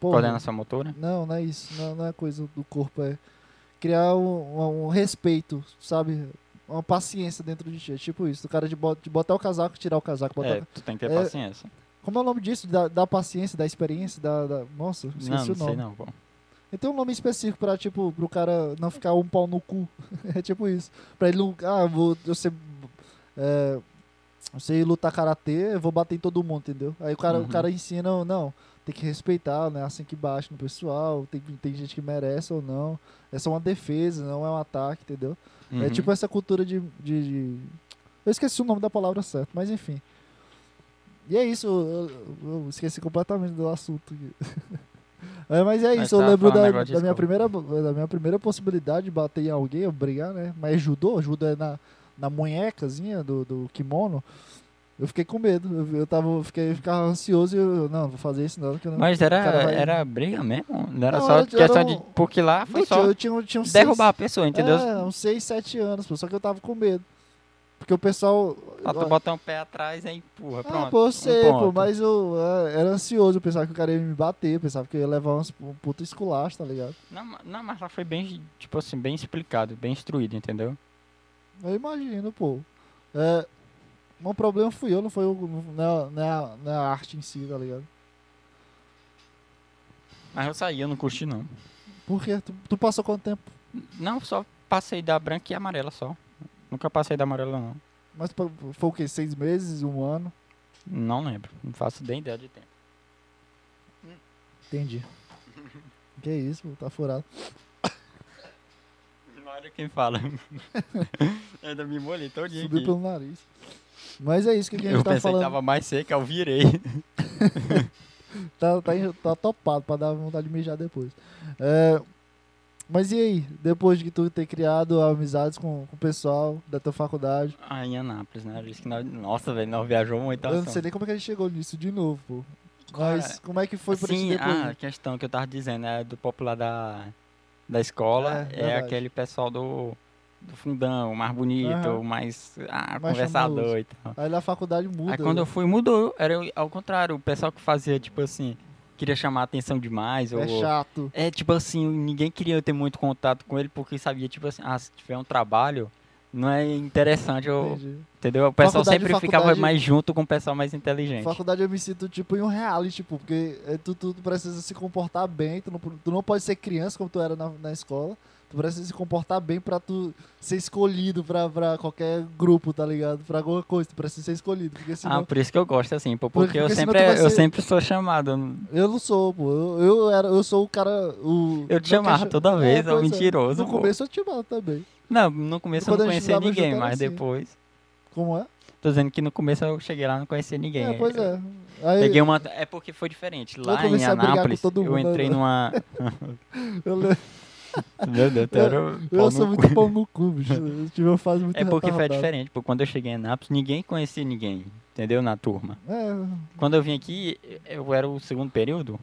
[SPEAKER 1] Porra.
[SPEAKER 2] Coordenação motora.
[SPEAKER 1] Não, não é isso. Não, não é coisa do corpo. É criar um, um- um respeito, sabe? Uma paciência dentro de ti. É tipo isso. O cara de, bo- de botar o casaco, tirar o casaco, botar.
[SPEAKER 2] É, tu tem que ter
[SPEAKER 1] É,
[SPEAKER 2] paciência.
[SPEAKER 1] Como é o nome disso? Da, da paciência, da experiência, da. da- Nossa, esqueci
[SPEAKER 2] Não, não
[SPEAKER 1] o nome.
[SPEAKER 2] sei não, pô.
[SPEAKER 1] E tem um nome específico pra, tipo, pro cara não ficar um pau no cu. é tipo isso. Pra ele não. Ah, eu vou. Eu sei. É, eu sei lutar karatê, eu vou bater em todo mundo, entendeu? Aí o cara, o
[SPEAKER 2] Uhum.
[SPEAKER 1] cara ensina, não, tem que respeitar, né? Assim que bate no pessoal, tem, tem gente que merece ou não. É só uma defesa, não é um ataque, entendeu? É
[SPEAKER 2] Uhum.
[SPEAKER 1] tipo essa cultura de, de, de- Eu esqueci o nome da palavra certa, mas enfim. E é isso, eu, eu- eu esqueci completamente do assunto. É, mas é
[SPEAKER 2] Mas
[SPEAKER 1] isso, eu
[SPEAKER 2] tava
[SPEAKER 1] lembro
[SPEAKER 2] falando um
[SPEAKER 1] da,
[SPEAKER 2] negócio de
[SPEAKER 1] da minha
[SPEAKER 2] escola.
[SPEAKER 1] primeira, da minha primeira possibilidade de bater em alguém, eu brigar, né? Mas judô, judô é na, na munhecazinha do, do kimono. Eu fiquei com medo, eu, eu tava, eu fiquei, eu ficava ansioso e eu, não, vou fazer isso não, que eu não...
[SPEAKER 2] Mas era,
[SPEAKER 1] assim, cara vai-
[SPEAKER 2] era briga mesmo? Não era
[SPEAKER 1] Não,
[SPEAKER 2] só
[SPEAKER 1] era-
[SPEAKER 2] questão
[SPEAKER 1] era
[SPEAKER 2] de.
[SPEAKER 1] um-
[SPEAKER 2] Porque lá foi
[SPEAKER 1] Não,
[SPEAKER 2] só
[SPEAKER 1] eu tinha, eu tinha um uns seis-
[SPEAKER 2] derrubar a pessoa, entendeu?
[SPEAKER 1] É, uns 6, 7 anos, pô, só que eu tava com medo. Porque o pessoal.
[SPEAKER 2] Só tu botar um pé atrás e empurra. Pronto.
[SPEAKER 1] ah, pô,
[SPEAKER 2] um
[SPEAKER 1] eu sei, pô,
[SPEAKER 2] ponto.
[SPEAKER 1] mas eu é, era ansioso, eu pensava que o cara ia me bater, eu pensava que eu ia levar uns, um puto esculacho, tá ligado?
[SPEAKER 2] Não, ma- não, mas lá foi bem, tipo assim, bem explicado, bem instruído, entendeu?
[SPEAKER 1] Eu imagino, pô. É, o problema fui eu, não é, foi o. Na, na, na arte em si, tá ligado?
[SPEAKER 2] Mas Ah, eu saí, eu não curti não.
[SPEAKER 1] Porque tu, tu passou quanto tempo?
[SPEAKER 2] Não, só passei da branca e amarela só. Nunca passei da amarela não.
[SPEAKER 1] Mas pô, foi o quê? Seis meses? Um ano?
[SPEAKER 2] Não lembro. Não faço nem ideia de tempo.
[SPEAKER 1] Entendi. Que isso, pô, tá furado.
[SPEAKER 2] Ignora quem fala. Ainda me molhei todinho
[SPEAKER 1] Subiu
[SPEAKER 2] aqui.
[SPEAKER 1] pelo nariz. Mas é isso que a gente
[SPEAKER 2] Eu
[SPEAKER 1] tá
[SPEAKER 2] pensei
[SPEAKER 1] falando.
[SPEAKER 2] que tava mais seca, eu virei.
[SPEAKER 1] tá, tá, en- tá topado pra dar vontade de mijar depois. É, mas e aí, depois de tu ter criado amizades com, com o pessoal da tua faculdade?
[SPEAKER 2] Ah, em Anápolis, né? Era isso que nós- Nossa, velho, nós viajou muito.
[SPEAKER 1] eu não
[SPEAKER 2] assim.
[SPEAKER 1] sei nem como é que a gente chegou nisso de novo, pô.
[SPEAKER 2] Cara,
[SPEAKER 1] Mas como é que foi por
[SPEAKER 2] Sim,
[SPEAKER 1] isso depois?
[SPEAKER 2] ah, a questão que eu tava dizendo, é do popular da, da escola,
[SPEAKER 1] É,
[SPEAKER 2] é,
[SPEAKER 1] verdade.
[SPEAKER 2] aquele pessoal do, do fundão, mais bonito,
[SPEAKER 1] Aham.
[SPEAKER 2] mais, ah,
[SPEAKER 1] Mais
[SPEAKER 2] conversador
[SPEAKER 1] charmoso.
[SPEAKER 2] e tal.
[SPEAKER 1] Aí na faculdade muda.
[SPEAKER 2] Aí quando
[SPEAKER 1] né?
[SPEAKER 2] eu fui, mudou, era o- ao contrário, o pessoal que fazia, tipo assim, queria chamar a atenção demais,
[SPEAKER 1] É
[SPEAKER 2] ou...
[SPEAKER 1] chato.
[SPEAKER 2] É, tipo assim, ninguém queria ter muito contato com ele, porque sabia, tipo assim, ah, se tiver um trabalho, não é interessante, eu-
[SPEAKER 1] Entendi.
[SPEAKER 2] entendeu? O pessoal
[SPEAKER 1] Faculdade-
[SPEAKER 2] sempre ficava
[SPEAKER 1] faculdade-
[SPEAKER 2] mais junto com o pessoal mais inteligente.
[SPEAKER 1] Faculdade eu me sinto tipo em um reality, tipo, porque é, tu, tu, tu precisa se comportar bem, tu não, tu não pode ser criança como tu era na, na escola, tu precisa se comportar bem pra tu ser escolhido pra, pra qualquer grupo, tá ligado? Pra alguma coisa, tu precisa ser escolhido, porque
[SPEAKER 2] Ah,
[SPEAKER 1] senão
[SPEAKER 2] por isso que eu gosto, assim, pô,
[SPEAKER 1] Por-
[SPEAKER 2] porque, eu,
[SPEAKER 1] porque senão
[SPEAKER 2] sempre,
[SPEAKER 1] tu vai
[SPEAKER 2] eu
[SPEAKER 1] ser-
[SPEAKER 2] sempre sou chamado. eu não-
[SPEAKER 1] eu não sou, pô, eu, eu era, eu sou o cara, o...
[SPEAKER 2] Eu te
[SPEAKER 1] não
[SPEAKER 2] chamava
[SPEAKER 1] queixo-
[SPEAKER 2] toda
[SPEAKER 1] É,
[SPEAKER 2] vez, é,
[SPEAKER 1] pois
[SPEAKER 2] um
[SPEAKER 1] é.
[SPEAKER 2] mentiroso.
[SPEAKER 1] No
[SPEAKER 2] pô.
[SPEAKER 1] começo eu te chamava também,
[SPEAKER 2] Não, no começo eu
[SPEAKER 1] Quando
[SPEAKER 2] não
[SPEAKER 1] a gente
[SPEAKER 2] conhecia
[SPEAKER 1] tava
[SPEAKER 2] ninguém,
[SPEAKER 1] junto era
[SPEAKER 2] mas
[SPEAKER 1] assim.
[SPEAKER 2] depois.
[SPEAKER 1] como é?
[SPEAKER 2] Tô dizendo que no começo eu cheguei lá e não conhecia ninguém.
[SPEAKER 1] É, pois
[SPEAKER 2] Eu
[SPEAKER 1] é. Aí,
[SPEAKER 2] Peguei uma. É porque foi diferente. Lá em
[SPEAKER 1] comecei a brigar com
[SPEAKER 2] Anápolis,
[SPEAKER 1] todo
[SPEAKER 2] eu
[SPEAKER 1] mundo, né?
[SPEAKER 2] entrei numa.
[SPEAKER 1] eu, le-
[SPEAKER 2] Meu Deus, eu era um pau
[SPEAKER 1] eu
[SPEAKER 2] no
[SPEAKER 1] sou
[SPEAKER 2] cu.
[SPEAKER 1] muito pão no cu, bicho, eu tive uma fase muito
[SPEAKER 2] É porque foi
[SPEAKER 1] retardada.
[SPEAKER 2] diferente, pô. Quando eu cheguei em Anápolis, ninguém conhecia ninguém, entendeu? Na turma.
[SPEAKER 1] É,
[SPEAKER 2] Quando eu vim aqui, eu era o segundo período,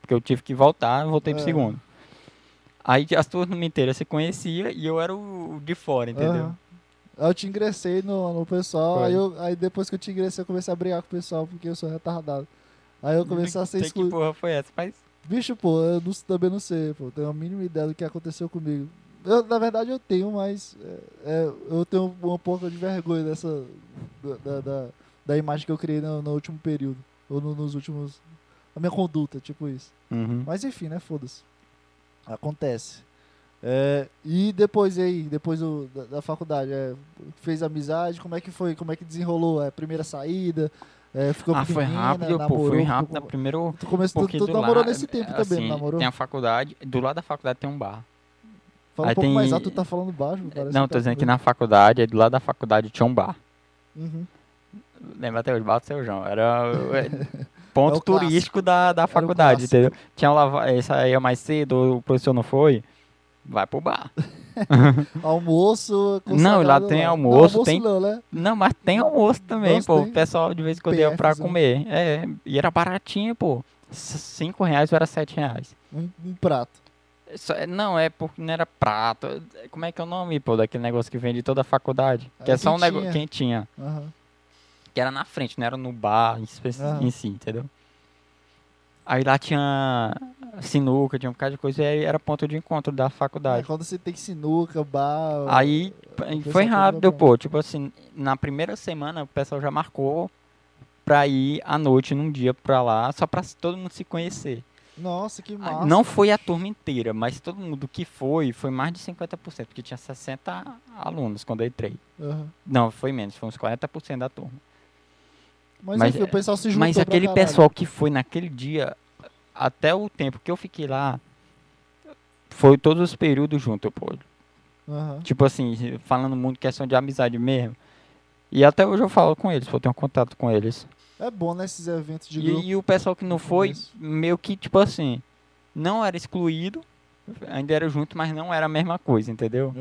[SPEAKER 2] porque eu tive que voltar, eu voltei pro
[SPEAKER 1] É.
[SPEAKER 2] segundo. Aí as turmas inteiras se conhecia e eu era o o de
[SPEAKER 1] É.
[SPEAKER 2] fora, entendeu?
[SPEAKER 1] Aham. Aí eu te ingressei no, no pessoal,
[SPEAKER 2] Foi.
[SPEAKER 1] aí, eu- aí depois que eu te ingressei, eu comecei a brigar com o pessoal, porque eu sou retardado. Aí eu comecei a ser
[SPEAKER 2] Sei que
[SPEAKER 1] excluído.
[SPEAKER 2] porra foi essa, mas
[SPEAKER 1] Bicho, pô, eu não- também não sei, pô. Tenho a mínima ideia do que aconteceu comigo. Eu, na verdade, eu tenho, mas é, é, eu tenho uma pouca de vergonha dessa. Da, da, da- da imagem que eu criei no, no último período. Ou no- nos últimos. A minha conduta, tipo isso.
[SPEAKER 2] Uhum.
[SPEAKER 1] Mas enfim, né? Foda-se. Acontece. É, e depois e aí, depois do- da, da faculdade, é, fez amizade, como é que foi? Como é que desenrolou? É, primeira saída? É, ficou
[SPEAKER 2] Ah, foi
[SPEAKER 1] pequenina,
[SPEAKER 2] rápido, pô,
[SPEAKER 1] namorou,
[SPEAKER 2] foi
[SPEAKER 1] ficou
[SPEAKER 2] rápido.
[SPEAKER 1] com-
[SPEAKER 2] Primeiro,
[SPEAKER 1] Tu, começou, tu,
[SPEAKER 2] porque
[SPEAKER 1] tu
[SPEAKER 2] do
[SPEAKER 1] namorou
[SPEAKER 2] lado,
[SPEAKER 1] nesse tempo
[SPEAKER 2] assim,
[SPEAKER 1] também, não namorou?
[SPEAKER 2] Tem a faculdade, do lado da faculdade tem um bar.
[SPEAKER 1] Fala um
[SPEAKER 2] aí
[SPEAKER 1] pouco mais
[SPEAKER 2] tem-
[SPEAKER 1] alto, tu tá falando baixo, parece
[SPEAKER 2] não,
[SPEAKER 1] que
[SPEAKER 2] tô
[SPEAKER 1] tá-
[SPEAKER 2] dizendo que na faculdade, aí do lado da faculdade tinha um bar.
[SPEAKER 1] Uhum.
[SPEAKER 2] Lembra até hoje, bar do seu João. Era o- é, ponto
[SPEAKER 1] É o clássico.
[SPEAKER 2] turístico da, da faculdade,
[SPEAKER 1] clássico.
[SPEAKER 2] entendeu? Tinha um lava, eh, saía mais cedo, o professor não foi, vai pro bar.
[SPEAKER 1] Almoço,
[SPEAKER 2] Não, lá tem
[SPEAKER 1] consagrado
[SPEAKER 2] almoço,
[SPEAKER 1] Não, almoço
[SPEAKER 2] tem-
[SPEAKER 1] não, né?
[SPEAKER 2] Não, mas tem almoço também,
[SPEAKER 1] Nossa,
[SPEAKER 2] pô.
[SPEAKER 1] tem
[SPEAKER 2] O pessoal de vez em quando ia pra
[SPEAKER 1] PFzão.
[SPEAKER 2] comer. É, e era baratinho, pô. S- Cinco reais ou era sete reais.
[SPEAKER 1] Um, um prato.
[SPEAKER 2] Só- é, Não, é porque não era prato. Como é que é o nome, pô, daquele negócio que vende toda a faculdade? Que
[SPEAKER 1] É,
[SPEAKER 2] é só um
[SPEAKER 1] quentinha.
[SPEAKER 2] negócio quentinha.
[SPEAKER 1] Aham.
[SPEAKER 2] Que era na frente, não era no bar em, espe-
[SPEAKER 1] Aham.
[SPEAKER 2] em si, entendeu? Aí lá tinha sinuca, tinha um bocado de coisa, e aí era ponto de encontro da
[SPEAKER 1] É,
[SPEAKER 2] faculdade.
[SPEAKER 1] quando você tem sinuca, bar.
[SPEAKER 2] Aí p-
[SPEAKER 1] pessoal
[SPEAKER 2] foi
[SPEAKER 1] todo
[SPEAKER 2] rápido,
[SPEAKER 1] mundo
[SPEAKER 2] pô. Tipo assim, na primeira semana o pessoal já marcou pra ir à noite, num dia pra lá, só pra se- todo mundo se conhecer.
[SPEAKER 1] Nossa, que
[SPEAKER 2] Ah,
[SPEAKER 1] massa.
[SPEAKER 2] Não foi a turma inteira, mas todo mundo que foi, foi mais de 50%, porque tinha 60 alunos quando eu entrei.
[SPEAKER 1] Aham.
[SPEAKER 2] Não, foi menos, foi uns 40% da turma.
[SPEAKER 1] Mas,
[SPEAKER 2] Mas
[SPEAKER 1] enfim, o pessoal se juntou
[SPEAKER 2] Mas
[SPEAKER 1] pra
[SPEAKER 2] aquele
[SPEAKER 1] caralho.
[SPEAKER 2] pessoal que foi naquele dia, até o tempo que eu fiquei lá, foi todos os períodos junto, pô.
[SPEAKER 1] Aham.
[SPEAKER 2] Tipo assim, falando muito questão de amizade mesmo. E até hoje eu falo com eles, eu tenho contato com eles.
[SPEAKER 1] É bom, né, esses eventos de grupo.
[SPEAKER 2] E, e o pessoal que não foi,
[SPEAKER 1] Isso.
[SPEAKER 2] meio que tipo assim, não era excluído, ainda era junto, mas não era a mesma coisa, entendeu?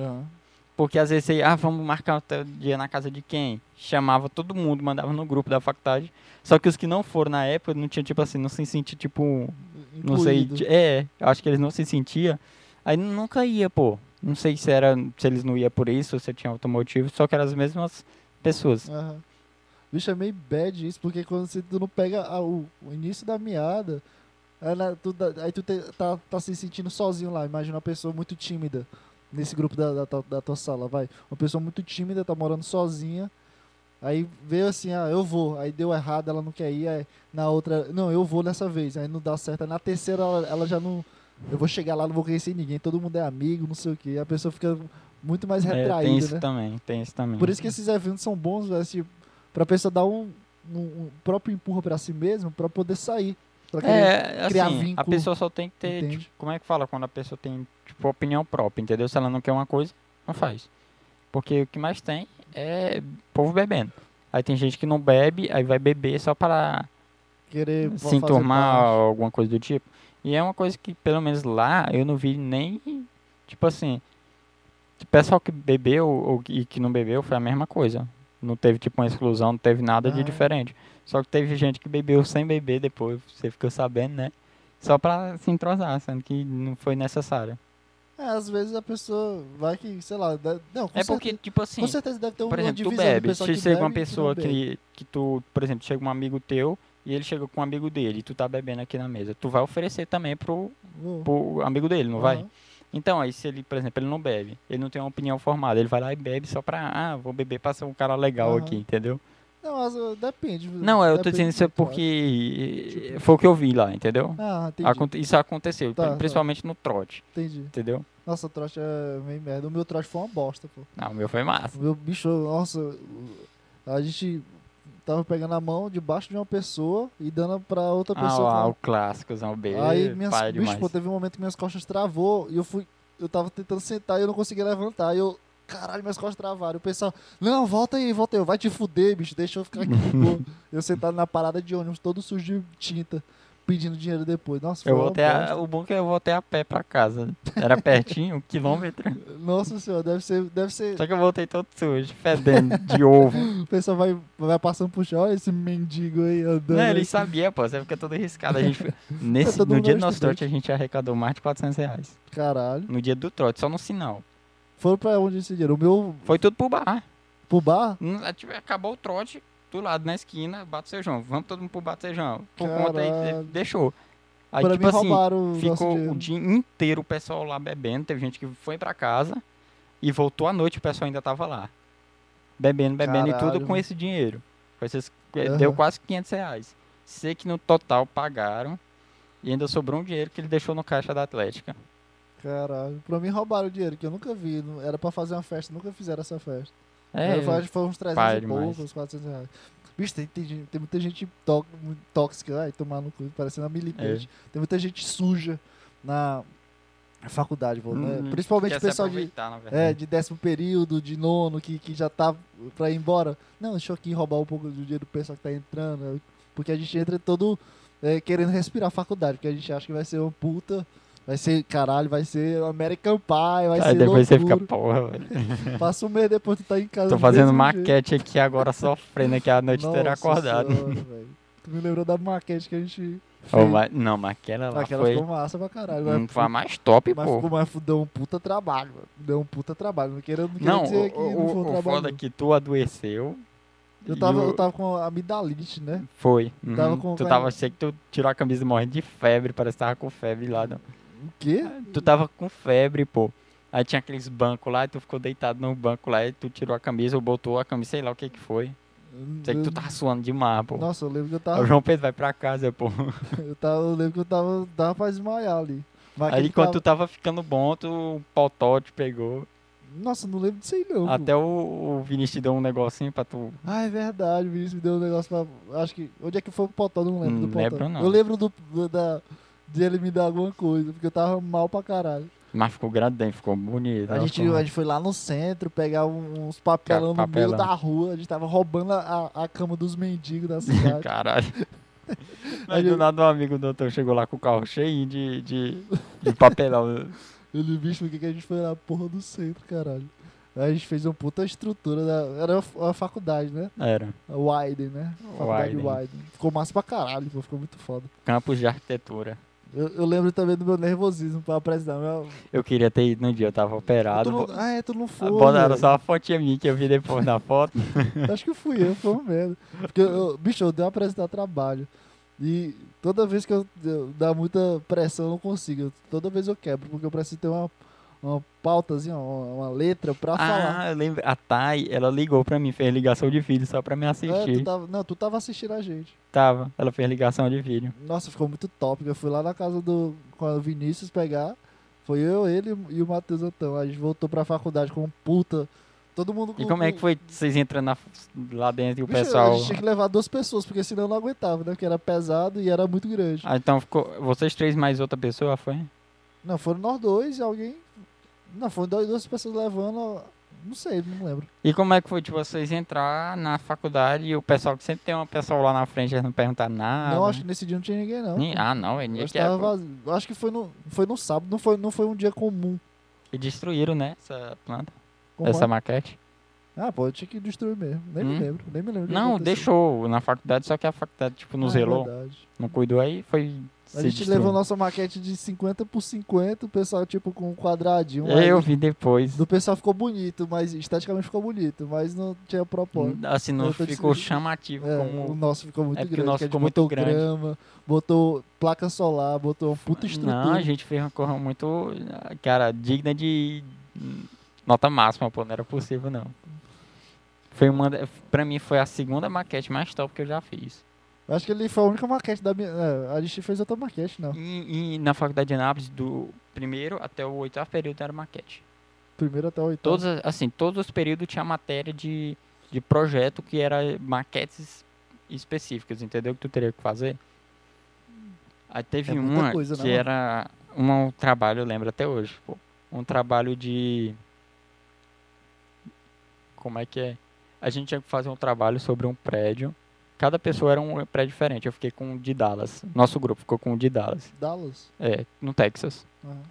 [SPEAKER 2] Porque às vezes você, ah, vamos marcar o dia na casa de quem? Chamava todo mundo, mandava no grupo da faculdade. Só que os que não foram na época não tinha, tipo assim, não se sentia, tipo. Não sei.
[SPEAKER 1] Incluído.
[SPEAKER 2] É, acho que eles não se sentiam. Aí nunca ia, pô. Não sei se era. Se eles não iam por isso, se tinha outro motivo, só que eram as mesmas pessoas.
[SPEAKER 1] Aham. Bicho, é meio bad isso, porque quando você, tu não pega a- o, o início da meada, aí na- tu dá- aí tu te- tá, tá se sentindo sozinho lá. Imagina uma pessoa muito tímida nesse grupo da, da, tua- da tua sala, vai. Uma pessoa muito tímida, tá morando sozinha. Aí veio assim, ah, eu vou. Aí deu errado, ela não quer ir. Aí na outra, não, eu vou nessa vez. Aí não dá certo. Aí na terceira, ela, ela já não. Eu vou chegar lá, não vou conhecer ninguém. Todo mundo é amigo, não sei o quê. E a pessoa fica muito mais
[SPEAKER 2] É,
[SPEAKER 1] retraída,
[SPEAKER 2] tem isso
[SPEAKER 1] né?
[SPEAKER 2] também, tem isso também.
[SPEAKER 1] Por isso que esses eventos são bons, velho, tipo, pra pessoa dar um, um, um próprio empurra pra si mesmo pra poder sair. Pra querer-
[SPEAKER 2] É, assim,
[SPEAKER 1] criar
[SPEAKER 2] a
[SPEAKER 1] vínculo,
[SPEAKER 2] pessoa só tem que ter,
[SPEAKER 1] entende?
[SPEAKER 2] tipo, como é que fala quando a pessoa tem, tipo, opinião própria, entendeu? Se ela não quer uma coisa,
[SPEAKER 1] É.
[SPEAKER 2] não faz. Porque o que mais tem é povo bebendo. Aí tem gente que não bebe, aí vai beber só para
[SPEAKER 1] querer fa-
[SPEAKER 2] se
[SPEAKER 1] fazer
[SPEAKER 2] enturmar
[SPEAKER 1] parte.
[SPEAKER 2] ou alguma coisa do tipo. E é uma coisa que, pelo menos lá, eu não vi nem, tipo assim, o pessoal que bebeu ou, que- e que não bebeu foi a mesma coisa. Não teve, tipo, uma exclusão, não teve nada de
[SPEAKER 1] Ah.
[SPEAKER 2] diferente. Só que teve gente que bebeu sem beber depois, você ficou sabendo, né? Só pra se entrosar, sendo que não foi necessário.
[SPEAKER 1] É, às vezes a pessoa vai que, sei lá, deve- não, com,
[SPEAKER 2] é porque,
[SPEAKER 1] certeza,
[SPEAKER 2] tipo assim,
[SPEAKER 1] com certeza deve ter um
[SPEAKER 2] por exemplo, tu
[SPEAKER 1] divisão de
[SPEAKER 2] bebe,
[SPEAKER 1] pessoa
[SPEAKER 2] se
[SPEAKER 1] que
[SPEAKER 2] chega
[SPEAKER 1] bebe
[SPEAKER 2] uma
[SPEAKER 1] e que não
[SPEAKER 2] pessoa
[SPEAKER 1] bebe.
[SPEAKER 2] que, que tu, por exemplo, chega um amigo teu e ele chega com um amigo dele e tu tá bebendo aqui na mesa, tu vai oferecer também pro,
[SPEAKER 1] Vou.
[SPEAKER 2] pro amigo dele, não vai?
[SPEAKER 1] Aham.
[SPEAKER 2] Então, aí se ele, por exemplo, ele não bebe, ele não tem uma opinião formada, ele vai lá e bebe só pra, ah, vou beber pra ser um cara legal
[SPEAKER 1] Aham.
[SPEAKER 2] aqui, entendeu?
[SPEAKER 1] Não, mas, uh, depende.
[SPEAKER 2] Não, eu tô
[SPEAKER 1] depende
[SPEAKER 2] dizendo
[SPEAKER 1] do
[SPEAKER 2] isso é
[SPEAKER 1] cara.
[SPEAKER 2] porque foi o que eu vi lá, entendeu?
[SPEAKER 1] Ah, entendi,
[SPEAKER 2] Aconte- Isso aconteceu,
[SPEAKER 1] Tá, tá.
[SPEAKER 2] principalmente no trote,
[SPEAKER 1] entendi.
[SPEAKER 2] entendeu?
[SPEAKER 1] Nossa, o trote é meio merda. O meu trote foi uma bosta, pô.
[SPEAKER 2] Não, Ah, o meu foi massa.
[SPEAKER 1] O meu bicho, nossa, a gente tava pegando a mão debaixo de uma pessoa e dando pra outra
[SPEAKER 2] Ah,
[SPEAKER 1] pessoa. com a-
[SPEAKER 2] lá, o clássicozão beijo,
[SPEAKER 1] Aí minhas,
[SPEAKER 2] pai
[SPEAKER 1] bicho,
[SPEAKER 2] demais.
[SPEAKER 1] pô, teve um momento que minhas costas travou e eu fui. Eu tava tentando sentar e eu não conseguia levantar. E eu, caralho, minhas costas travaram. O pessoal, não, volta aí, volta aí, vai te fuder, bicho, deixa eu ficar aqui de boa. eu sentado na parada de ônibus, todo sujo de tinta, pedindo dinheiro depois. Nossa, foi
[SPEAKER 2] Eu
[SPEAKER 1] uma
[SPEAKER 2] voltei a,
[SPEAKER 1] bosta.
[SPEAKER 2] o bom é que eu voltei a pé pra casa. Era pertinho, um quilômetro.
[SPEAKER 1] Nossa senhora, deve ser. Deve ser...
[SPEAKER 2] Só que eu voltei todo sujo, fedendo de ovo.
[SPEAKER 1] O pessoal vai, vai passando por chão, olha esse mendigo aí andando.
[SPEAKER 2] Não,
[SPEAKER 1] aí.
[SPEAKER 2] ele sabia, pô. Você fica todo arriscado. A gente... foi- Nesse,
[SPEAKER 1] todo
[SPEAKER 2] no
[SPEAKER 1] mundo
[SPEAKER 2] dia
[SPEAKER 1] era
[SPEAKER 2] do nosso
[SPEAKER 1] estudante.
[SPEAKER 2] trote, a gente arrecadou mais de 400 reais.
[SPEAKER 1] Caralho.
[SPEAKER 2] No dia do trote, só no sinal.
[SPEAKER 1] Foram pra onde esse dinheiro? O meu
[SPEAKER 2] Foi tudo pro bar.
[SPEAKER 1] pro bar?
[SPEAKER 2] Hum, aí, tipo, Acabou o trote, do lado, na esquina, bate seu João. Vamos todo mundo pro bate seu João. Por conta aí,
[SPEAKER 1] Caralho.
[SPEAKER 2] de- deixou. Aí,
[SPEAKER 1] pra
[SPEAKER 2] tipo
[SPEAKER 1] mim
[SPEAKER 2] assim,
[SPEAKER 1] roubaram o nosso
[SPEAKER 2] ficou
[SPEAKER 1] dinheiro.
[SPEAKER 2] o dia inteiro o pessoal lá bebendo. Teve gente que foi pra casa e voltou à noite, o pessoal ainda tava lá. Bebendo, bebendo e
[SPEAKER 1] Caralho,
[SPEAKER 2] tudo com
[SPEAKER 1] mano.
[SPEAKER 2] esse dinheiro. Com esses, eh,
[SPEAKER 1] Aham.
[SPEAKER 2] Deu quase 500 reais. Sei que no total pagaram e ainda sobrou um dinheiro que ele deixou no caixa da Atlética.
[SPEAKER 1] Caralho, pra mim roubaram o dinheiro, que eu nunca vi. não- Era pra fazer uma festa, nunca fizeram essa festa.
[SPEAKER 2] É,
[SPEAKER 1] Era, foi, acho que foi uns 300
[SPEAKER 2] pai
[SPEAKER 1] e
[SPEAKER 2] demais.
[SPEAKER 1] poucos, uns 400 reais. Bicho, tem, tem, gente- tem muita gente tó- muito tóxica, ai, tomar no cu, parecendo uma
[SPEAKER 2] É.
[SPEAKER 1] militante. Tem muita gente suja na faculdade, pô, né?
[SPEAKER 2] Hum,
[SPEAKER 1] principalmente o
[SPEAKER 2] quer se
[SPEAKER 1] pessoal de,
[SPEAKER 2] aproveitar, na
[SPEAKER 1] é,
[SPEAKER 2] verdade.
[SPEAKER 1] de décimo período, de nono, que, que já tá pra ir embora. Não, deixa eu aqui roubar um pouco do dinheiro do pessoal que tá entrando. né? Porque a gente entra todo é, querendo respirar a faculdade, porque a gente acha que vai ser uma puta, vai ser caralho, vai ser American Pie, vai
[SPEAKER 2] Aí
[SPEAKER 1] ser
[SPEAKER 2] depois você
[SPEAKER 1] loucura.
[SPEAKER 2] fica, porra, velho.
[SPEAKER 1] Passa um mês depois tu tá em casa.
[SPEAKER 2] Tô
[SPEAKER 1] do
[SPEAKER 2] fazendo
[SPEAKER 1] mesmo jeito.
[SPEAKER 2] maquete aqui agora, sofrendo aqui a noite inteira
[SPEAKER 1] Nossa
[SPEAKER 2] acordado.
[SPEAKER 1] Senhora, velho. tu me lembrou da maquete que a gente
[SPEAKER 2] Ô,
[SPEAKER 1] fez.
[SPEAKER 2] mas- não, mas aquela lá
[SPEAKER 1] Aquela
[SPEAKER 2] foi,
[SPEAKER 1] ficou massa pra caralho.
[SPEAKER 2] hum,
[SPEAKER 1] mas
[SPEAKER 2] foi a mais top,
[SPEAKER 1] mas
[SPEAKER 2] pô.
[SPEAKER 1] ficou mais deu um puta trabalho, mano. Deu um puta trabalho. Não quero, não quero
[SPEAKER 2] Não,
[SPEAKER 1] dizer que
[SPEAKER 2] o,
[SPEAKER 1] não foi um
[SPEAKER 2] o, o
[SPEAKER 1] trabalho.
[SPEAKER 2] foda é
[SPEAKER 1] não.
[SPEAKER 2] que tu adoeceu.
[SPEAKER 1] Eu
[SPEAKER 2] e
[SPEAKER 1] tava,
[SPEAKER 2] o-
[SPEAKER 1] eu tava com amidalite, né?
[SPEAKER 2] Foi.
[SPEAKER 1] tava
[SPEAKER 2] uhum.
[SPEAKER 1] com-
[SPEAKER 2] tu
[SPEAKER 1] com a-
[SPEAKER 2] tava, achei que tu tirou a camisa morrendo de febre, parece que tava com febre lá. Não.
[SPEAKER 1] O quê?
[SPEAKER 2] Tu tava com febre, pô. Aí tinha aqueles bancos lá, e tu ficou deitado no banco lá, e tu tirou a camisa, ou botou a camisa, sei lá o que que foi. Sei que tu tá tava suando demais, pô.
[SPEAKER 1] Nossa, eu lembro que eu
[SPEAKER 2] Aí o
[SPEAKER 1] tava.
[SPEAKER 2] João Pedro vai pra casa, pô.
[SPEAKER 1] Eu, tava, eu lembro que eu tava. Dava pra desmaiar ali. Mas
[SPEAKER 2] Aí
[SPEAKER 1] aquele
[SPEAKER 2] quando tu
[SPEAKER 1] tava-
[SPEAKER 2] tava ficando bom, tu, o Pautó te pegou.
[SPEAKER 1] Nossa, não lembro disso aí não. pô.
[SPEAKER 2] Até o, o Vinícius te deu um negocinho pra tu.
[SPEAKER 1] Ah, é verdade, o Vinícius me deu um negócio pra. Acho que. Onde é que foi o Potó? Não lembro
[SPEAKER 2] Hum, Não
[SPEAKER 1] do Potó.
[SPEAKER 2] lembro, não.
[SPEAKER 1] Eu lembro do, do- da, de ele me dar alguma coisa, porque eu tava mal pra caralho.
[SPEAKER 2] Mas ficou grandão, ficou bonito.
[SPEAKER 1] A
[SPEAKER 2] né?
[SPEAKER 1] gente,
[SPEAKER 2] Ficou-
[SPEAKER 1] a gente foi lá no centro pegar um- uns papelão,
[SPEAKER 2] Ca-
[SPEAKER 1] no meio
[SPEAKER 2] papelão.
[SPEAKER 1] da rua. A gente tava roubando a, a cama dos mendigos da cidade.
[SPEAKER 2] Caralho. Aí do nada um amigo do doutor chegou lá com o carro cheio de, de, de papelão.
[SPEAKER 1] Ele, bicho, por que, que a gente foi na porra do centro, caralho? Aí a gente fez uma puta estrutura, da, era uma faculdade, né?
[SPEAKER 2] Era.
[SPEAKER 1] A Widen, né? Faculdade Widen.
[SPEAKER 2] Widen.
[SPEAKER 1] Ficou massa pra caralho, pô, ficou muito foda.
[SPEAKER 2] Campus de arquitetura.
[SPEAKER 1] Eu, eu lembro também do meu nervosismo pra apresentar. Meu...
[SPEAKER 2] Eu queria ter ido no dia, eu tava operado.
[SPEAKER 1] Tu não- Ah, é, tu não foi.
[SPEAKER 2] Botaram
[SPEAKER 1] velho.
[SPEAKER 2] só uma fotinha minha que eu vi depois na foto.
[SPEAKER 1] Acho que fui eu, foi uma merda. Porque, eu, eu- bicho, eu devo apresentar trabalho. E toda vez que eu, eu dá muita pressão, eu não consigo. Eu- toda vez eu quebro, porque eu preciso ter uma, uma pautazinha, uma, uma letra pra falar.
[SPEAKER 2] Ah, eu lembro. A Thay, ela ligou pra mim, fez ligação de vídeo só pra me
[SPEAKER 1] É,
[SPEAKER 2] assistir.
[SPEAKER 1] tu tava, não, tu tava assistindo a gente.
[SPEAKER 2] Tava, ela fez ligação de vídeo.
[SPEAKER 1] Nossa, ficou muito top. Eu fui lá na casa do com o Vinícius pegar. Foi eu, ele e o Matheus Antão. A gente voltou pra faculdade com um puta. Todo mundo com
[SPEAKER 2] E como é que
[SPEAKER 1] com-
[SPEAKER 2] foi vocês entrando na- lá dentro e o
[SPEAKER 1] Bicho,
[SPEAKER 2] pessoal.
[SPEAKER 1] A gente tinha que levar duas pessoas, porque senão eu não aguentava, né? Porque era pesado e era muito grande.
[SPEAKER 2] Ah, então ficou. Vocês três mais outra pessoa, foi?
[SPEAKER 1] Não, foram nós dois e alguém. Não, foram dois, duas pessoas levando. Não sei, não lembro.
[SPEAKER 2] E como é que foi de vocês entrar na faculdade e o pessoal que sempre tem uma pessoa lá na frente, eles não perguntaram nada?
[SPEAKER 1] não, acho que nesse dia não tinha ninguém, não.
[SPEAKER 2] Nem- Ah, não, é
[SPEAKER 1] Eu
[SPEAKER 2] que
[SPEAKER 1] estava vazio. Eu acho que foi no, foi no sábado, não foi, não foi um dia comum.
[SPEAKER 2] E destruíram, né? Essa planta,
[SPEAKER 1] Como
[SPEAKER 2] essa
[SPEAKER 1] é?
[SPEAKER 2] maquete.
[SPEAKER 1] Ah, pô, eu tinha que destruir mesmo. Nem me
[SPEAKER 2] Hum?
[SPEAKER 1] lembro, nem me lembro. o que
[SPEAKER 2] Não,
[SPEAKER 1] aconteceu.
[SPEAKER 2] deixou na faculdade, só que a faculdade, tipo, não
[SPEAKER 1] Ah, é
[SPEAKER 2] zelou,
[SPEAKER 1] verdade.
[SPEAKER 2] não cuidou aí, foi.
[SPEAKER 1] A
[SPEAKER 2] se
[SPEAKER 1] gente
[SPEAKER 2] destruiu.
[SPEAKER 1] levou nossa maquete de 50 por 50, o pessoal, tipo, com um quadradinho. aí
[SPEAKER 2] É, Eu vi depois.
[SPEAKER 1] Do pessoal ficou bonito, mas esteticamente ficou bonito, mas não tinha propósito.
[SPEAKER 2] Assim, não
[SPEAKER 1] eu tô
[SPEAKER 2] ficou
[SPEAKER 1] dizendo-
[SPEAKER 2] chamativo
[SPEAKER 1] É,
[SPEAKER 2] como.
[SPEAKER 1] o nosso ficou muito
[SPEAKER 2] É porque o
[SPEAKER 1] grande.
[SPEAKER 2] nosso
[SPEAKER 1] que a gente
[SPEAKER 2] ficou muito
[SPEAKER 1] botou
[SPEAKER 2] grande.
[SPEAKER 1] grama, botou placa solar, botou uma puta estrutura.
[SPEAKER 2] Não, a gente fez uma corra muito, cara, digna de nota máxima, pô, não era possível não. Foi uma, da- pra mim foi a segunda maquete mais top que eu já fiz.
[SPEAKER 1] Acho que ele foi a única maquete da minha. é, a gente fez outra maquete, não.
[SPEAKER 2] E, e na faculdade de Anápolis, do primeiro até o oitavo período era maquete.
[SPEAKER 1] Primeiro até o oitavo.
[SPEAKER 2] Todos, a- assim, todos os períodos tinha matéria de, de projeto que era maquetes específicas, entendeu? Que tu teria que fazer. Aí teve
[SPEAKER 1] É muita
[SPEAKER 2] uma
[SPEAKER 1] coisa, né,
[SPEAKER 2] que
[SPEAKER 1] mano?
[SPEAKER 2] era uma- um trabalho, eu lembro até hoje, pô. Um trabalho de... Como é que é? A gente tinha que fazer um trabalho sobre um prédio. Cada pessoa era um prédio diferente. Eu fiquei com o de Dallas. Nosso grupo ficou com o de Dallas.
[SPEAKER 1] Dallas.
[SPEAKER 2] É, no Texas.
[SPEAKER 1] Aham.
[SPEAKER 2] Uhum.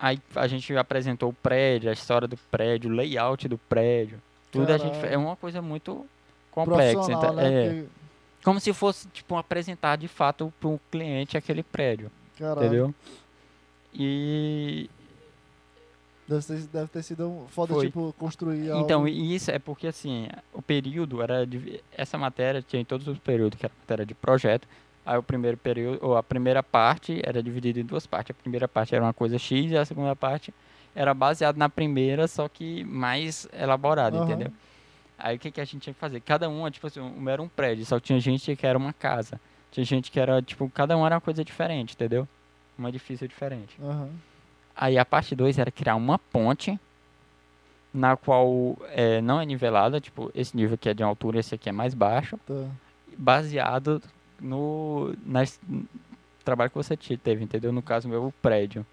[SPEAKER 2] Aí a gente apresentou o prédio, a história do prédio, o layout do prédio. Tudo a gente fe-
[SPEAKER 1] Caralho.
[SPEAKER 2] é uma coisa muito complexa,
[SPEAKER 1] Profissional,
[SPEAKER 2] então, é
[SPEAKER 1] né? Porque,
[SPEAKER 2] como se fosse tipo apresentar de fato para um cliente aquele prédio,
[SPEAKER 1] caralho,
[SPEAKER 2] entendeu? E
[SPEAKER 1] Deve ter, deve ter sido um foda,
[SPEAKER 2] Foi.
[SPEAKER 1] tipo, construir
[SPEAKER 2] então
[SPEAKER 1] algo.
[SPEAKER 2] e isso é porque assim o período era de, essa matéria tinha em todos os períodos que era matéria de projeto. Aí o primeiro período ou a primeira parte era dividida em duas partes. A primeira parte era uma coisa X e a segunda parte era baseada na primeira, só que mais elaborada,
[SPEAKER 1] Aham.
[SPEAKER 2] entendeu? Aí o que, que a gente tinha que fazer? Cada um, tipo assim, um era um prédio, só que tinha gente que era uma casa. Tinha gente que era, tipo, cada um era uma coisa diferente, entendeu? Um edifício diferente.
[SPEAKER 1] Aham.
[SPEAKER 2] Aí a parte 2 era criar uma ponte na qual é, não é nivelada, tipo, esse nível aqui é de altura, esse aqui é mais baixo,
[SPEAKER 1] Tá.
[SPEAKER 2] baseado no nas, no trabalho que você te- teve, entendeu? No caso meu, o prédio.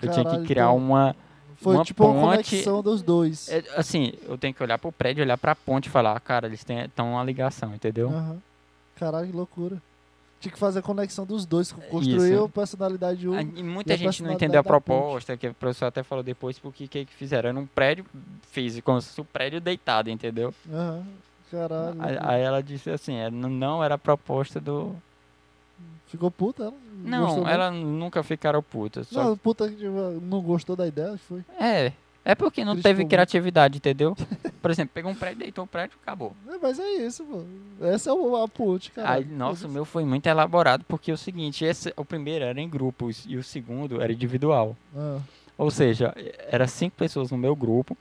[SPEAKER 2] Eu tinha
[SPEAKER 1] Caralho,
[SPEAKER 2] que criar
[SPEAKER 1] então-
[SPEAKER 2] uma.
[SPEAKER 1] Foi
[SPEAKER 2] Uma
[SPEAKER 1] tipo uma
[SPEAKER 2] ponte-
[SPEAKER 1] conexão dos dois.
[SPEAKER 2] é, Assim, eu tenho que olhar pro prédio, olhar pra ponte e falar, "Ah, cara, eles estão uma ligação, entendeu?
[SPEAKER 1] Aham. Caralho, que loucura. Tinha que fazer a conexão dos dois, construir a personalidade de um.
[SPEAKER 2] Ah, E muita
[SPEAKER 1] a
[SPEAKER 2] É gente não
[SPEAKER 1] personalidade
[SPEAKER 2] entendeu a
[SPEAKER 1] da ponte.
[SPEAKER 2] proposta, que o professor até falou depois, porque o que que fizeram? Era um prédio físico, como se fosse um prédio deitado, entendeu?
[SPEAKER 1] Aham. Caralho.
[SPEAKER 2] Aí,
[SPEAKER 1] loucura.
[SPEAKER 2] aí ela disse assim, é, n- não era a proposta do. né?
[SPEAKER 1] Ficou puta ela?
[SPEAKER 2] Não,
[SPEAKER 1] Gostou
[SPEAKER 2] ela nunca ficaram putas.
[SPEAKER 1] muito? Não, puta que não gostou da ideia, foi.
[SPEAKER 2] É. É porque não
[SPEAKER 1] Criticou
[SPEAKER 2] teve
[SPEAKER 1] muito.
[SPEAKER 2] criatividade, entendeu? Por exemplo, pegou um prédio, deitou o prédio, acabou.
[SPEAKER 1] É, mas é isso, pô. Essa é o- a ponte, cara.
[SPEAKER 2] Aí, nossa, o meu foi muito elaborado, porque é o seguinte, esse, o primeiro era em grupos e o segundo era individual.
[SPEAKER 1] Ah,
[SPEAKER 2] Ou seja, era cinco pessoas no meu grupo.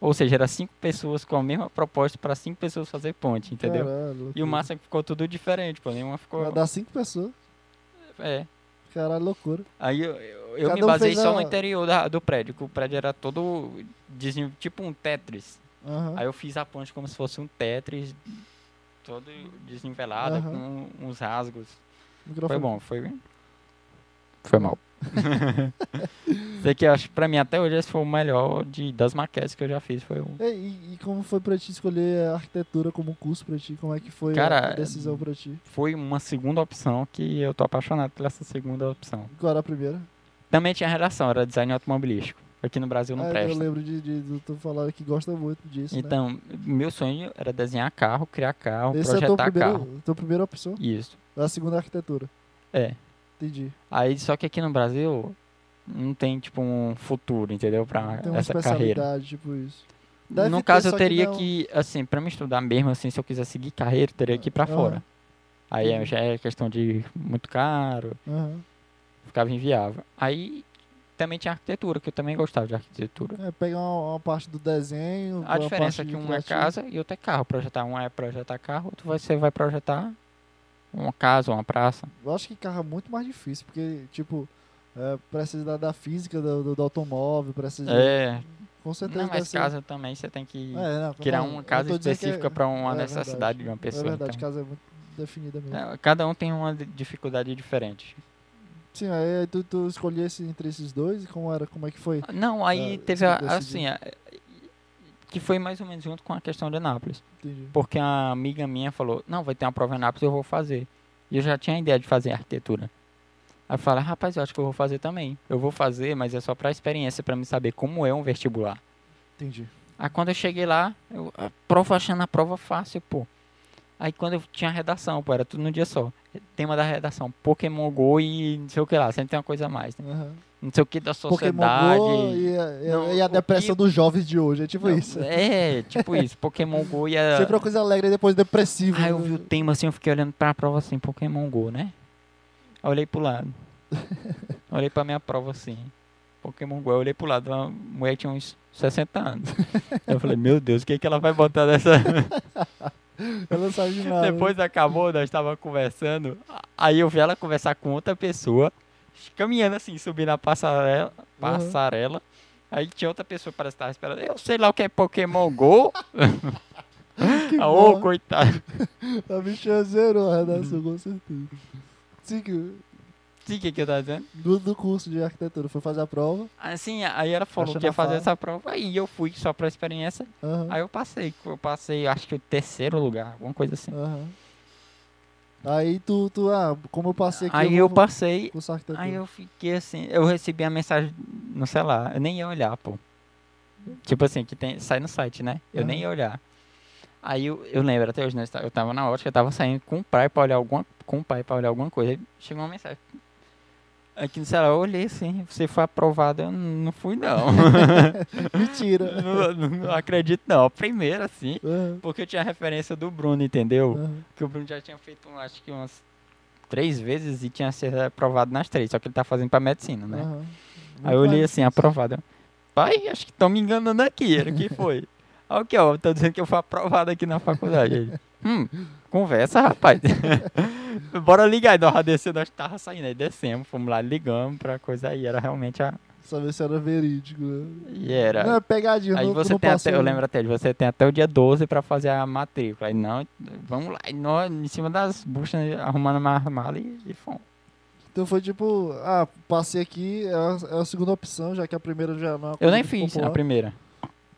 [SPEAKER 2] Ou seja, era cinco pessoas com a mesma proposta para cinco pessoas fazer ponte, entendeu?
[SPEAKER 1] Caralho,
[SPEAKER 2] E o
[SPEAKER 1] loucura.
[SPEAKER 2] massa é que ficou tudo diferente, pô. Nenhuma ficou.
[SPEAKER 1] Vai dar cinco pessoas.
[SPEAKER 2] É.
[SPEAKER 1] Caralho, loucura.
[SPEAKER 2] Aí eu, eu, eu
[SPEAKER 1] Cada
[SPEAKER 2] me
[SPEAKER 1] um
[SPEAKER 2] basei
[SPEAKER 1] fez
[SPEAKER 2] só
[SPEAKER 1] a-
[SPEAKER 2] no interior da- do prédio, que o prédio era todo desni- tipo um Tetris.
[SPEAKER 1] Aham.
[SPEAKER 2] Aí eu fiz a ponte como se fosse um Tetris, todo desnivelado, com uns
[SPEAKER 1] Então
[SPEAKER 2] rasgos. Foi
[SPEAKER 1] Microfone.
[SPEAKER 2] bom, foi. Foi mal. Sei que eu acho que pra mim até hoje esse foi o melhor de, das maquetes que eu já fiz. Foi um, o.
[SPEAKER 1] E, e- e como foi pra ti escolher a arquitetura como curso pra ti? Como é que foi
[SPEAKER 2] Cara,
[SPEAKER 1] a decisão pra ti?
[SPEAKER 2] Foi uma segunda opção que eu tô apaixonado por essa segunda opção.
[SPEAKER 1] Qual era a primeira?
[SPEAKER 2] Também tinha relação, era design automobilístico. Aqui no Brasil não
[SPEAKER 1] Ah, eu
[SPEAKER 2] presta.
[SPEAKER 1] lembro de, de, de tu falar que gosta muito disso, né?
[SPEAKER 2] Então, meu sonho era desenhar carro, criar carro,
[SPEAKER 1] Esse é a tua
[SPEAKER 2] projetar
[SPEAKER 1] primeira,
[SPEAKER 2] carro.
[SPEAKER 1] tua primeira opção?
[SPEAKER 2] Isso.
[SPEAKER 1] A segunda é arquitetura.
[SPEAKER 2] É.
[SPEAKER 1] Entendi.
[SPEAKER 2] Aí, só que aqui no Brasil não tem, tipo, um futuro, entendeu? Pra
[SPEAKER 1] Tem uma
[SPEAKER 2] essa
[SPEAKER 1] especialidade,
[SPEAKER 2] carreira.
[SPEAKER 1] tipo isso. Deve
[SPEAKER 2] no
[SPEAKER 1] ter,
[SPEAKER 2] caso, eu
[SPEAKER 1] só
[SPEAKER 2] teria
[SPEAKER 1] não-
[SPEAKER 2] que, assim, pra me estudar mesmo, assim, se eu quiser seguir carreira, eu teria que ir pra
[SPEAKER 1] Aham.
[SPEAKER 2] fora. Aí
[SPEAKER 1] Entendi.
[SPEAKER 2] já é questão de muito caro,
[SPEAKER 1] Aham.
[SPEAKER 2] ficava inviável. Aí também tinha arquitetura, que eu também gostava de arquitetura.
[SPEAKER 1] É, pegar uma, uma parte do desenho.
[SPEAKER 2] A
[SPEAKER 1] uma
[SPEAKER 2] diferença
[SPEAKER 1] parte
[SPEAKER 2] é que
[SPEAKER 1] de
[SPEAKER 2] um é
[SPEAKER 1] criativo.
[SPEAKER 2] casa e outro é carro. Projetar um é projetar carro, outro vai- você vai projetar uma casa, uma praça.
[SPEAKER 1] Eu acho que carro é muito mais difícil, porque, tipo, é, precisa da, da física do, do- do automóvel, precisa.
[SPEAKER 2] É,
[SPEAKER 1] Com certeza.
[SPEAKER 2] não,
[SPEAKER 1] deve
[SPEAKER 2] mas
[SPEAKER 1] ser-
[SPEAKER 2] casa um também você tem que
[SPEAKER 1] É, não,
[SPEAKER 2] criar
[SPEAKER 1] não,
[SPEAKER 2] uma
[SPEAKER 1] eu
[SPEAKER 2] casa
[SPEAKER 1] tô dizendo que é-
[SPEAKER 2] específica para uma
[SPEAKER 1] é
[SPEAKER 2] necessidade
[SPEAKER 1] verdade.
[SPEAKER 2] de uma um pessoa.
[SPEAKER 1] É verdade,
[SPEAKER 2] então.
[SPEAKER 1] casa é muito definida mesmo.
[SPEAKER 2] É, Cada um tem uma di- dificuldade diferente.
[SPEAKER 1] Sim, aí tu, tu escolhesse entre esses dois e como era, como é que foi?
[SPEAKER 2] Não, aí
[SPEAKER 1] Ah,
[SPEAKER 2] teve
[SPEAKER 1] você
[SPEAKER 2] a,
[SPEAKER 1] decidiu.
[SPEAKER 2] assim, a- que foi mais ou menos junto com a questão de Anápolis.
[SPEAKER 1] Entendi.
[SPEAKER 2] Porque a amiga minha falou, não, vai ter uma prova em Anápolis, eu vou fazer. E eu já tinha a ideia de fazer arquitetura. Aí eu falei, rapaz, eu acho que eu vou fazer também. Eu vou fazer, mas é só pra experiência, pra me saber como é um vestibular.
[SPEAKER 1] Entendi.
[SPEAKER 2] Aí quando eu cheguei lá, eu a prova achando a prova fácil, pô. Aí quando eu tinha a redação, pô, era tudo num dia só. Tema da redação, Pokémon GO e não sei o que lá, sempre tem uma coisa a mais, né?
[SPEAKER 1] Aham.
[SPEAKER 2] Não sei o que da
[SPEAKER 1] Pokémon
[SPEAKER 2] sociedade.
[SPEAKER 1] Go e, a- e a-
[SPEAKER 2] Não,
[SPEAKER 1] e a
[SPEAKER 2] o que-
[SPEAKER 1] depressão dos jovens de hoje, é tipo
[SPEAKER 2] Não,
[SPEAKER 1] isso.
[SPEAKER 2] É, tipo isso, Pokémon GO e a...
[SPEAKER 1] Sempre uma coisa alegre e depois depressiva.
[SPEAKER 2] Aí eu
[SPEAKER 1] né?
[SPEAKER 2] vi o tema assim, eu fiquei olhando pra prova assim, Pokémon GO, né? Aí eu Olhei pro lado. Olhei pra minha prova assim. Pokémon GO, eu olhei pro lado, uma mulher tinha uns 60 anos. Eu falei, meu Deus, o que, que ela vai botar nessa.
[SPEAKER 1] Ela não sabe É de nada.
[SPEAKER 2] Depois acabou, nós estávamos conversando. a- Aí eu vi ela conversar com outra pessoa, caminhando assim, subindo a passarela.
[SPEAKER 1] Uhum.
[SPEAKER 2] passarela. Aí tinha outra pessoa parece que tava esperando. Eu sei lá o que é Pokémon GO.
[SPEAKER 1] que
[SPEAKER 2] Ah, Ô,
[SPEAKER 1] bom.
[SPEAKER 2] coitado.
[SPEAKER 1] A bicha zerou a redação, com certeza. Sim, que-
[SPEAKER 2] Sim, o que, que eu tava dizendo?
[SPEAKER 1] do, do curso de arquitetura, foi fazer a prova.
[SPEAKER 2] Assim, aí ela falou
[SPEAKER 1] Achando
[SPEAKER 2] que ia
[SPEAKER 1] a
[SPEAKER 2] fazer
[SPEAKER 1] fala. Uhum.
[SPEAKER 2] essa prova. Aí eu fui só pra experiência.
[SPEAKER 1] Aham.
[SPEAKER 2] Aí eu passei. Eu passei, acho que o terceiro lugar, alguma coisa assim.
[SPEAKER 1] Aham. Aí tu, tu, ah, como eu passei aqui.
[SPEAKER 2] Aí
[SPEAKER 1] eu
[SPEAKER 2] eu
[SPEAKER 1] vou
[SPEAKER 2] passei.
[SPEAKER 1] cursar arquitetura.
[SPEAKER 2] Aí eu fiquei assim, eu recebi a mensagem no celular, eu nem ia olhar, pô. Tipo assim, que tem, sai no site, né? Eu nem ia olhar. Aí eu, eu lembro até hoje, né? Eu tava na ótica, eu tava saindo com o pai pra olhar alguma, com o pai pra olhar alguma coisa. Aí chegou uma mensagem. Aqui no celular eu olhei assim, você foi aprovado, eu n- não fui não.
[SPEAKER 1] Mentira.
[SPEAKER 2] não, não- não acredito não. Primeiro assim,
[SPEAKER 1] Aham,
[SPEAKER 2] porque eu tinha a referência do Bruno, entendeu?
[SPEAKER 1] aham.
[SPEAKER 2] que o Bruno já tinha feito, um, acho que umas três vezes e tinha sido aprovado nas três, só que ele tá fazendo pra medicina, né?
[SPEAKER 1] aham.
[SPEAKER 2] Aí eu olhei
[SPEAKER 1] Muito
[SPEAKER 2] assim, aprovado. Eu, Pai, acho que estão me enganando aqui, era o que foi? Aí o que, ó, tô dizendo que eu fui aprovado aqui na faculdade. Ele, hum, conversa, rapaz. Bora ligar, aí nós já desceu, nós tava saindo, aí descemos, fomos lá, ligamos pra coisa aí, era realmente a...
[SPEAKER 1] mais. Saber se era verídico. né?
[SPEAKER 2] E era...
[SPEAKER 1] Não, é pegadinha.
[SPEAKER 2] Aí
[SPEAKER 1] não,
[SPEAKER 2] você
[SPEAKER 1] não
[SPEAKER 2] tem
[SPEAKER 1] passou,
[SPEAKER 2] até, eu
[SPEAKER 1] né?
[SPEAKER 2] lembro até, de você tem até o dia 12 pra fazer a matrícula. Aí não, vamos lá, e nós em cima das buchas, arrumando uma mala e, e fomos.
[SPEAKER 1] Então foi tipo, ah, passei aqui, é a, é a segunda opção, já que a primeira já não é uma
[SPEAKER 2] Eu
[SPEAKER 1] coisa
[SPEAKER 2] nem
[SPEAKER 1] muito
[SPEAKER 2] fiz
[SPEAKER 1] popular.
[SPEAKER 2] a primeira.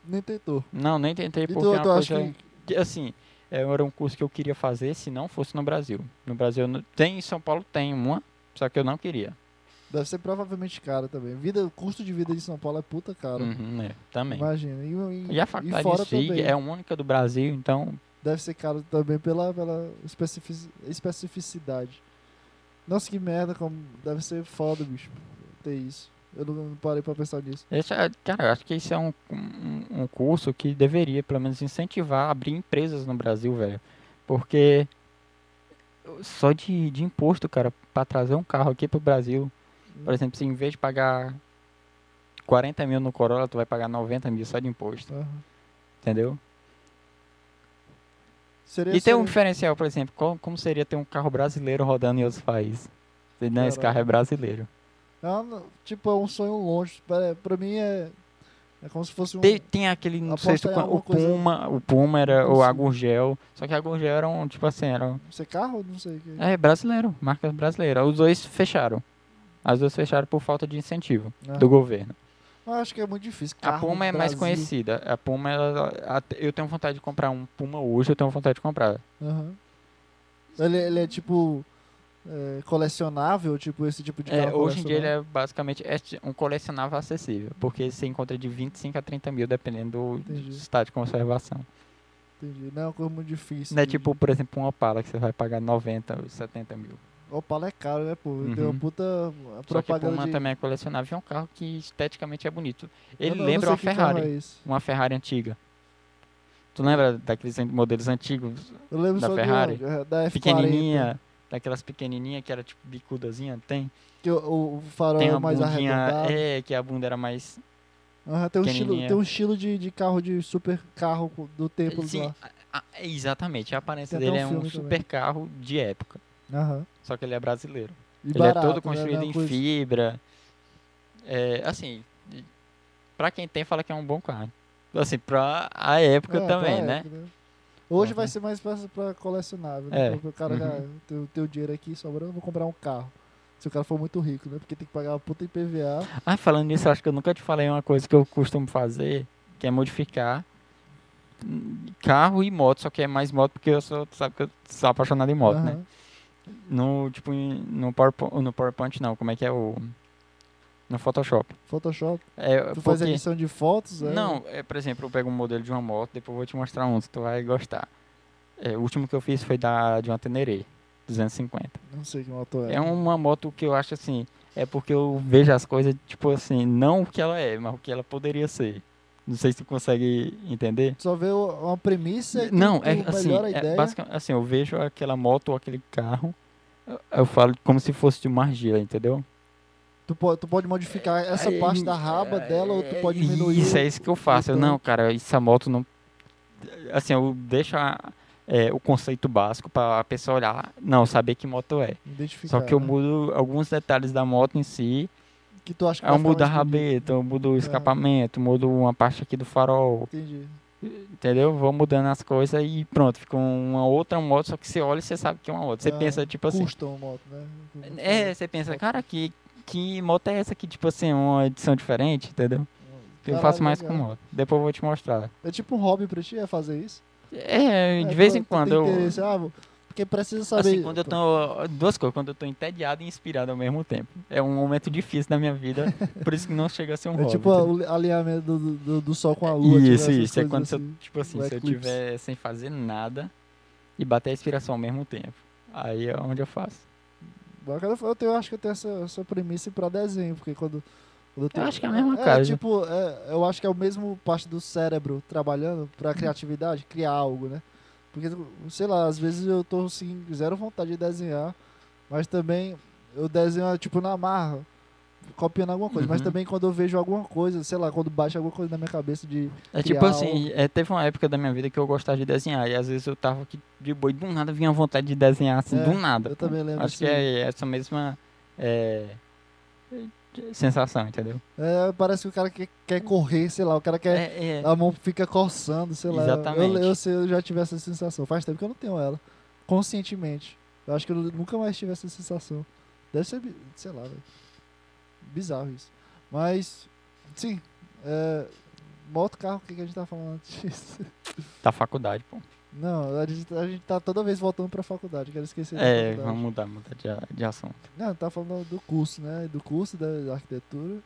[SPEAKER 1] Nem tentou. Então,
[SPEAKER 2] Não, nem tentei
[SPEAKER 1] E
[SPEAKER 2] porque
[SPEAKER 1] tu,
[SPEAKER 2] é uma
[SPEAKER 1] tu acha
[SPEAKER 2] coisa-
[SPEAKER 1] que.
[SPEAKER 2] que, assim, é, era um curso que eu queria fazer se não fosse no Brasil. No Brasil não- tem, em São Paulo tem uma, só que eu não queria.
[SPEAKER 1] Deve ser provavelmente cara também. Vida, o custo de vida de São Paulo é puta cara.
[SPEAKER 2] Uhum, é, também.
[SPEAKER 1] Imagina. E, e,
[SPEAKER 2] E a faculdade
[SPEAKER 1] fora
[SPEAKER 2] em si
[SPEAKER 1] também.
[SPEAKER 2] é a única do Brasil, então
[SPEAKER 1] Deve ser caro também pela, pela especifici- especificidade. Nossa, que merda, como deve ser foda, bicho, ter isso. Eu não não parei pra pensar nisso.
[SPEAKER 2] Esse é- cara, eu acho que isso é um, um, um curso que deveria, pelo menos, incentivar a abrir empresas no Brasil, velho. Porque só de, de imposto, cara, pra trazer um carro aqui pro Brasil, por exemplo, se em vez de pagar 40 mil no Corolla, tu vai pagar 90 mil só de imposto,
[SPEAKER 1] Aham.
[SPEAKER 2] entendeu?
[SPEAKER 1] Seria,
[SPEAKER 2] E tem um
[SPEAKER 1] seria-
[SPEAKER 2] diferencial, por exemplo, qual- como seria ter um carro brasileiro rodando em outros países? Se, Não, esse carro é
[SPEAKER 1] Caralho.
[SPEAKER 2] brasileiro.
[SPEAKER 1] Ah, não, tipo, é um sonho longe. Pra, pra mim é. É como se fosse um.
[SPEAKER 2] Tem, tem aquele, não sei se
[SPEAKER 1] Aposta em
[SPEAKER 2] tu con- o
[SPEAKER 1] alguma coisa-
[SPEAKER 2] Puma, o Puma era o
[SPEAKER 1] Sim.
[SPEAKER 2] Agurgel, só que a Agurgel era um, tipo assim, era um-
[SPEAKER 1] Você carro? é Não sei o que.
[SPEAKER 2] É, brasileiro, marca brasileira. Os dois fecharam. As duas fecharam por falta de incentivo
[SPEAKER 1] Ah.
[SPEAKER 2] do governo.
[SPEAKER 1] Eu acho que é muito difícil.
[SPEAKER 2] A
[SPEAKER 1] Carro no
[SPEAKER 2] Puma é mais
[SPEAKER 1] Brasil.
[SPEAKER 2] conhecida. A Puma, ela- ela- eu tenho vontade de comprar um Puma hoje, eu tenho vontade de comprar.
[SPEAKER 1] Aham. Ele, ele é tipo é, colecionável, tipo esse tipo de
[SPEAKER 2] É,
[SPEAKER 1] carro
[SPEAKER 2] hoje em dia ele
[SPEAKER 1] colecionável?
[SPEAKER 2] é basicamente est- um colecionável acessível, porque você encontra de 25 a 30 mil, dependendo do
[SPEAKER 1] Entendi.
[SPEAKER 2] estado de conservação.
[SPEAKER 1] Entendi. Não é uma coisa muito difícil.
[SPEAKER 2] Não é
[SPEAKER 1] de-
[SPEAKER 2] tipo, por exemplo, um Opala, que você vai pagar 90, 70 mil.
[SPEAKER 1] Opala é caro, né, pô?
[SPEAKER 2] Uhum.
[SPEAKER 1] Tem uma puta
[SPEAKER 2] Só que o
[SPEAKER 1] propaganda
[SPEAKER 2] Puma
[SPEAKER 1] de...
[SPEAKER 2] também é colecionável, é um carro que esteticamente é bonito.
[SPEAKER 1] Eu
[SPEAKER 2] Ele
[SPEAKER 1] não- eu não
[SPEAKER 2] lembra
[SPEAKER 1] sei
[SPEAKER 2] uma
[SPEAKER 1] que carro
[SPEAKER 2] Ferrari,
[SPEAKER 1] é esse.
[SPEAKER 2] uma Ferrari antiga. Tu lembra daqueles an- modelos antigos,
[SPEAKER 1] Eu lembro
[SPEAKER 2] Da
[SPEAKER 1] só
[SPEAKER 2] Ferrari?
[SPEAKER 1] Do, é, da F40.
[SPEAKER 2] pequenininha, daquelas pequenininha que era tipo bicudazinha, tem?
[SPEAKER 1] Que o- o, o farol
[SPEAKER 2] Tem
[SPEAKER 1] é
[SPEAKER 2] uma
[SPEAKER 1] mais
[SPEAKER 2] bundinha,
[SPEAKER 1] arredondado.
[SPEAKER 2] é, que a bunda era mais
[SPEAKER 1] Aham, tem um estilo,
[SPEAKER 2] pequenininha.
[SPEAKER 1] tem um estilo de, de carro, de super carro co- do tempo
[SPEAKER 2] Sim,
[SPEAKER 1] lá.
[SPEAKER 2] a- a- exatamente. A aparência
[SPEAKER 1] Tem até
[SPEAKER 2] dele
[SPEAKER 1] um
[SPEAKER 2] é um
[SPEAKER 1] filme também.
[SPEAKER 2] super carro de época.
[SPEAKER 1] Aham.
[SPEAKER 2] Só que ele é brasileiro.
[SPEAKER 1] E
[SPEAKER 2] ele
[SPEAKER 1] barato,
[SPEAKER 2] é todo
[SPEAKER 1] né?
[SPEAKER 2] construído
[SPEAKER 1] Não é
[SPEAKER 2] em
[SPEAKER 1] coisa-
[SPEAKER 2] fibra. É, assim, e- pra quem tem, fala que é um bom carro. Assim, pra a época
[SPEAKER 1] É, pra
[SPEAKER 2] também, né?
[SPEAKER 1] época, Hoje
[SPEAKER 2] Uhum.
[SPEAKER 1] vai ser mais fácil pra colecionável,
[SPEAKER 2] É,
[SPEAKER 1] né? Pra- O cara,
[SPEAKER 2] uhum.
[SPEAKER 1] cara, teu, teu dinheiro aqui sobrando, eu vou comprar um carro. Se o cara for muito rico, né? Porque tem que pagar uma puta IPVA.
[SPEAKER 2] Ah, falando nisso, acho que eu nunca te falei uma coisa que eu costumo fazer, que é modificar hum, carro e moto, só que é mais moto porque eu sou, tu sabe que eu sou apaixonado em moto, né?
[SPEAKER 1] Aham.
[SPEAKER 2] No, tipo, em- no PowerPoint, no PowerPoint não, como é que é o... No Photoshop.
[SPEAKER 1] Photoshop.
[SPEAKER 2] É,
[SPEAKER 1] Tu
[SPEAKER 2] porque-
[SPEAKER 1] faz a edição de fotos? é?
[SPEAKER 2] Não, é, por exemplo, eu pego um modelo de uma moto, depois eu vou te mostrar um, se tu vai gostar. É, o último que eu fiz foi da, de uma Teneré, 250.
[SPEAKER 1] Não sei que moto é.
[SPEAKER 2] É uma moto que eu acho assim, é porque eu vejo as coisas, tipo assim, não o que ela é, mas o que ela poderia ser. Não sei se tu consegue entender.
[SPEAKER 1] Só vê o- uma premissa e tu-
[SPEAKER 2] Não,
[SPEAKER 1] tu
[SPEAKER 2] é assim,
[SPEAKER 1] melhora tipo a
[SPEAKER 2] é
[SPEAKER 1] ideia.
[SPEAKER 2] basicamente assim, eu vejo aquela moto ou aquele carro, eu, eu falo como se fosse de uma argila, entendeu?
[SPEAKER 1] Tu, po- tu pode modificar essa
[SPEAKER 2] Aí, é,
[SPEAKER 1] parte da raba dela ou tu pode diminuir.
[SPEAKER 2] Isso, é isso que eu faço. Eu,
[SPEAKER 1] então.
[SPEAKER 2] não, cara, essa moto não. Assim, eu deixo a- é, o conceito básico pra a pessoa olhar, não, saber que moto é.
[SPEAKER 1] Identificar.
[SPEAKER 2] Só que eu
[SPEAKER 1] né?
[SPEAKER 2] mudo alguns detalhes da moto em si.
[SPEAKER 1] Que tu acha que
[SPEAKER 2] Eu
[SPEAKER 1] vai ficar
[SPEAKER 2] mudo a
[SPEAKER 1] mais bonito. É.
[SPEAKER 2] rabeta, eu mudo o escapamento, mudo uma parte aqui do farol,
[SPEAKER 1] Entendi.
[SPEAKER 2] entendeu? Vou mudando as coisas e pronto, fica uma outra moto, só que você olha e você sabe que é uma moto. Você
[SPEAKER 1] Ah,
[SPEAKER 2] pensa, tipo assim.
[SPEAKER 1] Custom moto, né?
[SPEAKER 2] É, você pensa, cara, que, que moto é essa aqui, tipo assim, uma edição diferente, entendeu? Eu
[SPEAKER 1] Caralho,
[SPEAKER 2] faço mais com
[SPEAKER 1] legal.
[SPEAKER 2] moto. Depois eu vou te mostrar.
[SPEAKER 1] É tipo um hobby pra ti, é fazer isso?
[SPEAKER 2] É,
[SPEAKER 1] É,
[SPEAKER 2] de vez
[SPEAKER 1] tu-
[SPEAKER 2] em
[SPEAKER 1] tu
[SPEAKER 2] quando
[SPEAKER 1] tem
[SPEAKER 2] eu.
[SPEAKER 1] interesse, ah, vou- porque precisa saber.
[SPEAKER 2] Assim, quando eu tô. Duas coisas, quando eu tô entediado e inspirado ao mesmo tempo. É um momento difícil da minha vida, por isso que não chega a ser um
[SPEAKER 1] É
[SPEAKER 2] hobby.
[SPEAKER 1] tipo
[SPEAKER 2] entendeu?
[SPEAKER 1] o alinhamento do, do- do, do sol com a lua. tipo,
[SPEAKER 2] isso,
[SPEAKER 1] essas
[SPEAKER 2] isso. É
[SPEAKER 1] coisas
[SPEAKER 2] quando se eu,
[SPEAKER 1] assim.
[SPEAKER 2] tipo assim,
[SPEAKER 1] o
[SPEAKER 2] se eu
[SPEAKER 1] eclipse.
[SPEAKER 2] tiver sem fazer nada e bater a inspiração ao mesmo tempo. Aí é onde eu faço.
[SPEAKER 1] Bacana, eu, tenho, eu acho que eu tenho essa, essa premissa pra desenho, porque quando. quando eu tenho-
[SPEAKER 2] acho que é a mesma
[SPEAKER 1] é,
[SPEAKER 2] coisa.
[SPEAKER 1] Tipo, é, eu acho que é o mesmo parte do cérebro trabalhando pra criatividade, criar algo, né? Porque, sei lá, às vezes eu tô assim, zero vontade de desenhar, mas também eu desenho, tipo, na marra, copiando alguma coisa. Mas
[SPEAKER 2] Uhum.
[SPEAKER 1] também quando eu vejo alguma coisa, sei lá, quando baixa alguma coisa na minha cabeça de. Criar
[SPEAKER 2] É tipo assim, é, teve uma época da minha vida que eu gostava de desenhar. E às vezes eu tava aqui de boi, do nada vinha vontade de desenhar assim,
[SPEAKER 1] É,
[SPEAKER 2] do nada.
[SPEAKER 1] Eu
[SPEAKER 2] pô.
[SPEAKER 1] também lembro
[SPEAKER 2] Acho que
[SPEAKER 1] assim.
[SPEAKER 2] é essa mesma é, eh, sensação, entendeu?
[SPEAKER 1] É, parece que o cara que- quer correr, sei lá, o cara quer.
[SPEAKER 2] É, é,
[SPEAKER 1] A mão fica coçando, sei lá.
[SPEAKER 2] Exatamente.
[SPEAKER 1] Eu, eu, sei, eu já tive essa sensação. Faz tempo que eu não tenho ela. Conscientemente. Eu acho que eu nunca mais tive essa sensação. Deve ser, bi- sei lá, velho. Bizarro isso. Mas, sim. É, moto, carro, o que, que a gente tá falando antes disso?
[SPEAKER 2] da faculdade, pô.
[SPEAKER 1] Não, a gente, a gente tá toda vez voltando pra faculdade. Quero esquecer da
[SPEAKER 2] É,
[SPEAKER 1] faculdade.
[SPEAKER 2] vamos mudar, mudar de, a- de assunto.
[SPEAKER 1] Não, tá falando do curso, né? Do curso da, da arquitetura. Não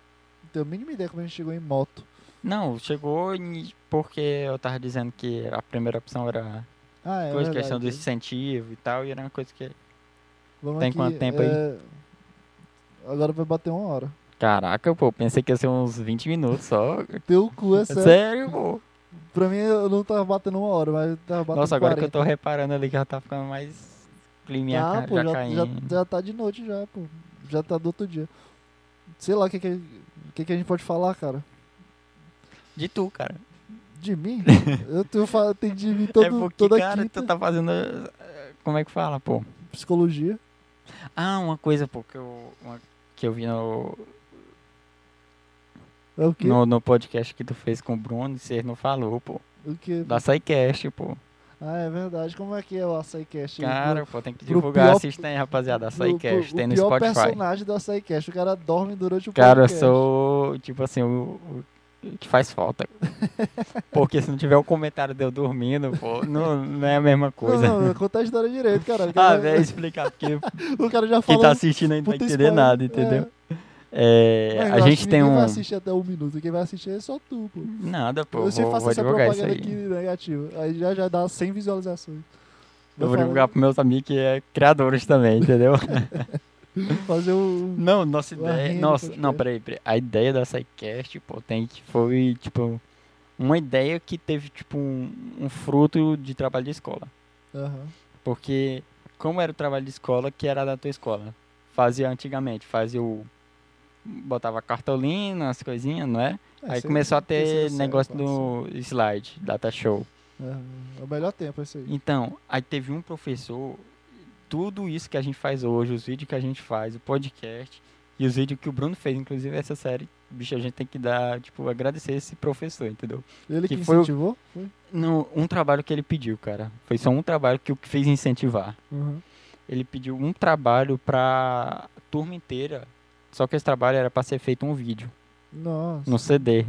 [SPEAKER 1] tenho a mínima ideia como a gente chegou em moto.
[SPEAKER 2] Não, chegou em- porque eu tava dizendo que a primeira opção era
[SPEAKER 1] Ah, é
[SPEAKER 2] coisa,
[SPEAKER 1] verdade.
[SPEAKER 2] questão do incentivo e tal, e era uma coisa que.
[SPEAKER 1] Vamos
[SPEAKER 2] Tem quanto tempo aí?
[SPEAKER 1] é, Agora vai bater uma hora.
[SPEAKER 2] Caraca, pô, pensei que ia ser uns 20 minutos só.
[SPEAKER 1] Teu cu é sério.
[SPEAKER 2] Sério, pô.
[SPEAKER 1] Pra mim eu não tava batendo uma hora, mas eu tava batendo
[SPEAKER 2] Nossa, agora
[SPEAKER 1] 40.
[SPEAKER 2] que eu tô reparando ali que já tá ficando mais climinha
[SPEAKER 1] Tá,
[SPEAKER 2] ca-
[SPEAKER 1] pô,
[SPEAKER 2] já,
[SPEAKER 1] já, já,
[SPEAKER 2] caindo.
[SPEAKER 1] já tá de noite já, pô. Já tá do outro dia. Sei lá o que que, o que, que a gente pode falar, cara.
[SPEAKER 2] De tu, cara.
[SPEAKER 1] De mim? eu tenho, fa- tem de mim
[SPEAKER 2] é
[SPEAKER 1] todo,
[SPEAKER 2] porque,
[SPEAKER 1] toda
[SPEAKER 2] cara,
[SPEAKER 1] quinta.
[SPEAKER 2] tu tá fazendo. eh, Como é que fala, pô?
[SPEAKER 1] Psicologia.
[SPEAKER 2] Ah, uma coisa, pô, que eu, uma- que eu vi no,
[SPEAKER 1] É o que?
[SPEAKER 2] no, no podcast que tu fez com o Bruno, e você não falou, pô.
[SPEAKER 1] O que?
[SPEAKER 2] Da SciCast, pô.
[SPEAKER 1] Ah, é verdade. Como é que é o açaicast?
[SPEAKER 2] Cara, pô, tem que
[SPEAKER 1] pro
[SPEAKER 2] divulgar.
[SPEAKER 1] pior-
[SPEAKER 2] Assistem aí,
[SPEAKER 1] O-
[SPEAKER 2] rapaziada.
[SPEAKER 1] o-
[SPEAKER 2] Açaicast. Tem
[SPEAKER 1] o
[SPEAKER 2] no
[SPEAKER 1] pior
[SPEAKER 2] Spotify.
[SPEAKER 1] personagem do açaicast. O cara dorme durante o
[SPEAKER 2] Cara, eu
[SPEAKER 1] podcast.
[SPEAKER 2] sou, tipo assim, o, o que faz falta. Porque se não tiver o comentário de eu dormindo, pô, não, não é a mesma coisa.
[SPEAKER 1] Não, não, conta a história direito, cara.
[SPEAKER 2] ah, velho, explicar, porque
[SPEAKER 1] o cara já
[SPEAKER 2] quem
[SPEAKER 1] falou.
[SPEAKER 2] tá assistindo aí não vai
[SPEAKER 1] puta
[SPEAKER 2] entender
[SPEAKER 1] spoiler.
[SPEAKER 2] nada,
[SPEAKER 1] É.
[SPEAKER 2] entendeu? É,
[SPEAKER 1] Mas eu
[SPEAKER 2] a
[SPEAKER 1] acho
[SPEAKER 2] gente
[SPEAKER 1] que
[SPEAKER 2] tem
[SPEAKER 1] ninguém
[SPEAKER 2] um...
[SPEAKER 1] vai assistir até um minuto. Quem vai assistir é só tu, pô.
[SPEAKER 2] Nada, pô,
[SPEAKER 1] eu sempre
[SPEAKER 2] vou,
[SPEAKER 1] faço
[SPEAKER 2] vou
[SPEAKER 1] essa
[SPEAKER 2] divulgar isso
[SPEAKER 1] propaganda
[SPEAKER 2] aí.
[SPEAKER 1] aqui negativa. Aí já, já dá 100 visualizações.
[SPEAKER 2] Eu vou
[SPEAKER 1] fazer-
[SPEAKER 2] divulgar pros meus amigos que é criadores também, entendeu?
[SPEAKER 1] Fazer um, o.
[SPEAKER 2] Não, nossa
[SPEAKER 1] O
[SPEAKER 2] ideia.
[SPEAKER 1] arranjo do
[SPEAKER 2] Nossa, não,
[SPEAKER 1] podcast.
[SPEAKER 2] peraí, peraí. A ideia da SciCast, pô, tem que foi, tipo, uma ideia que teve, tipo, um, um fruto de trabalho de escola.
[SPEAKER 1] Aham.
[SPEAKER 2] Porque, como era o trabalho de escola, que era da tua escola? Fazia antigamente, fazia o. Botava cartolina, as coisinhas, não é?
[SPEAKER 1] É,
[SPEAKER 2] Aí
[SPEAKER 1] isso
[SPEAKER 2] começou a
[SPEAKER 1] terceira
[SPEAKER 2] ter
[SPEAKER 1] série,
[SPEAKER 2] negócio
[SPEAKER 1] quarta
[SPEAKER 2] do slide, data show.
[SPEAKER 1] Aham. É o melhor tempo esse aí.
[SPEAKER 2] Então, aí teve um professor, tudo isso que a gente faz hoje, os vídeos que a gente faz, o podcast e os vídeos que o Bruno fez, inclusive essa série, bicho, a gente tem que dar, tipo, agradecer esse professor, entendeu?
[SPEAKER 1] Ele que,
[SPEAKER 2] que foi o-
[SPEAKER 1] incentivou? Foi?
[SPEAKER 2] Não, um trabalho que ele pediu, cara. Foi só um trabalho que o que fez incentivar.
[SPEAKER 1] Uhum.
[SPEAKER 2] Ele pediu um trabalho pra turma inteira. Só que esse trabalho era pra ser feito um vídeo,
[SPEAKER 1] Nossa.
[SPEAKER 2] no CD.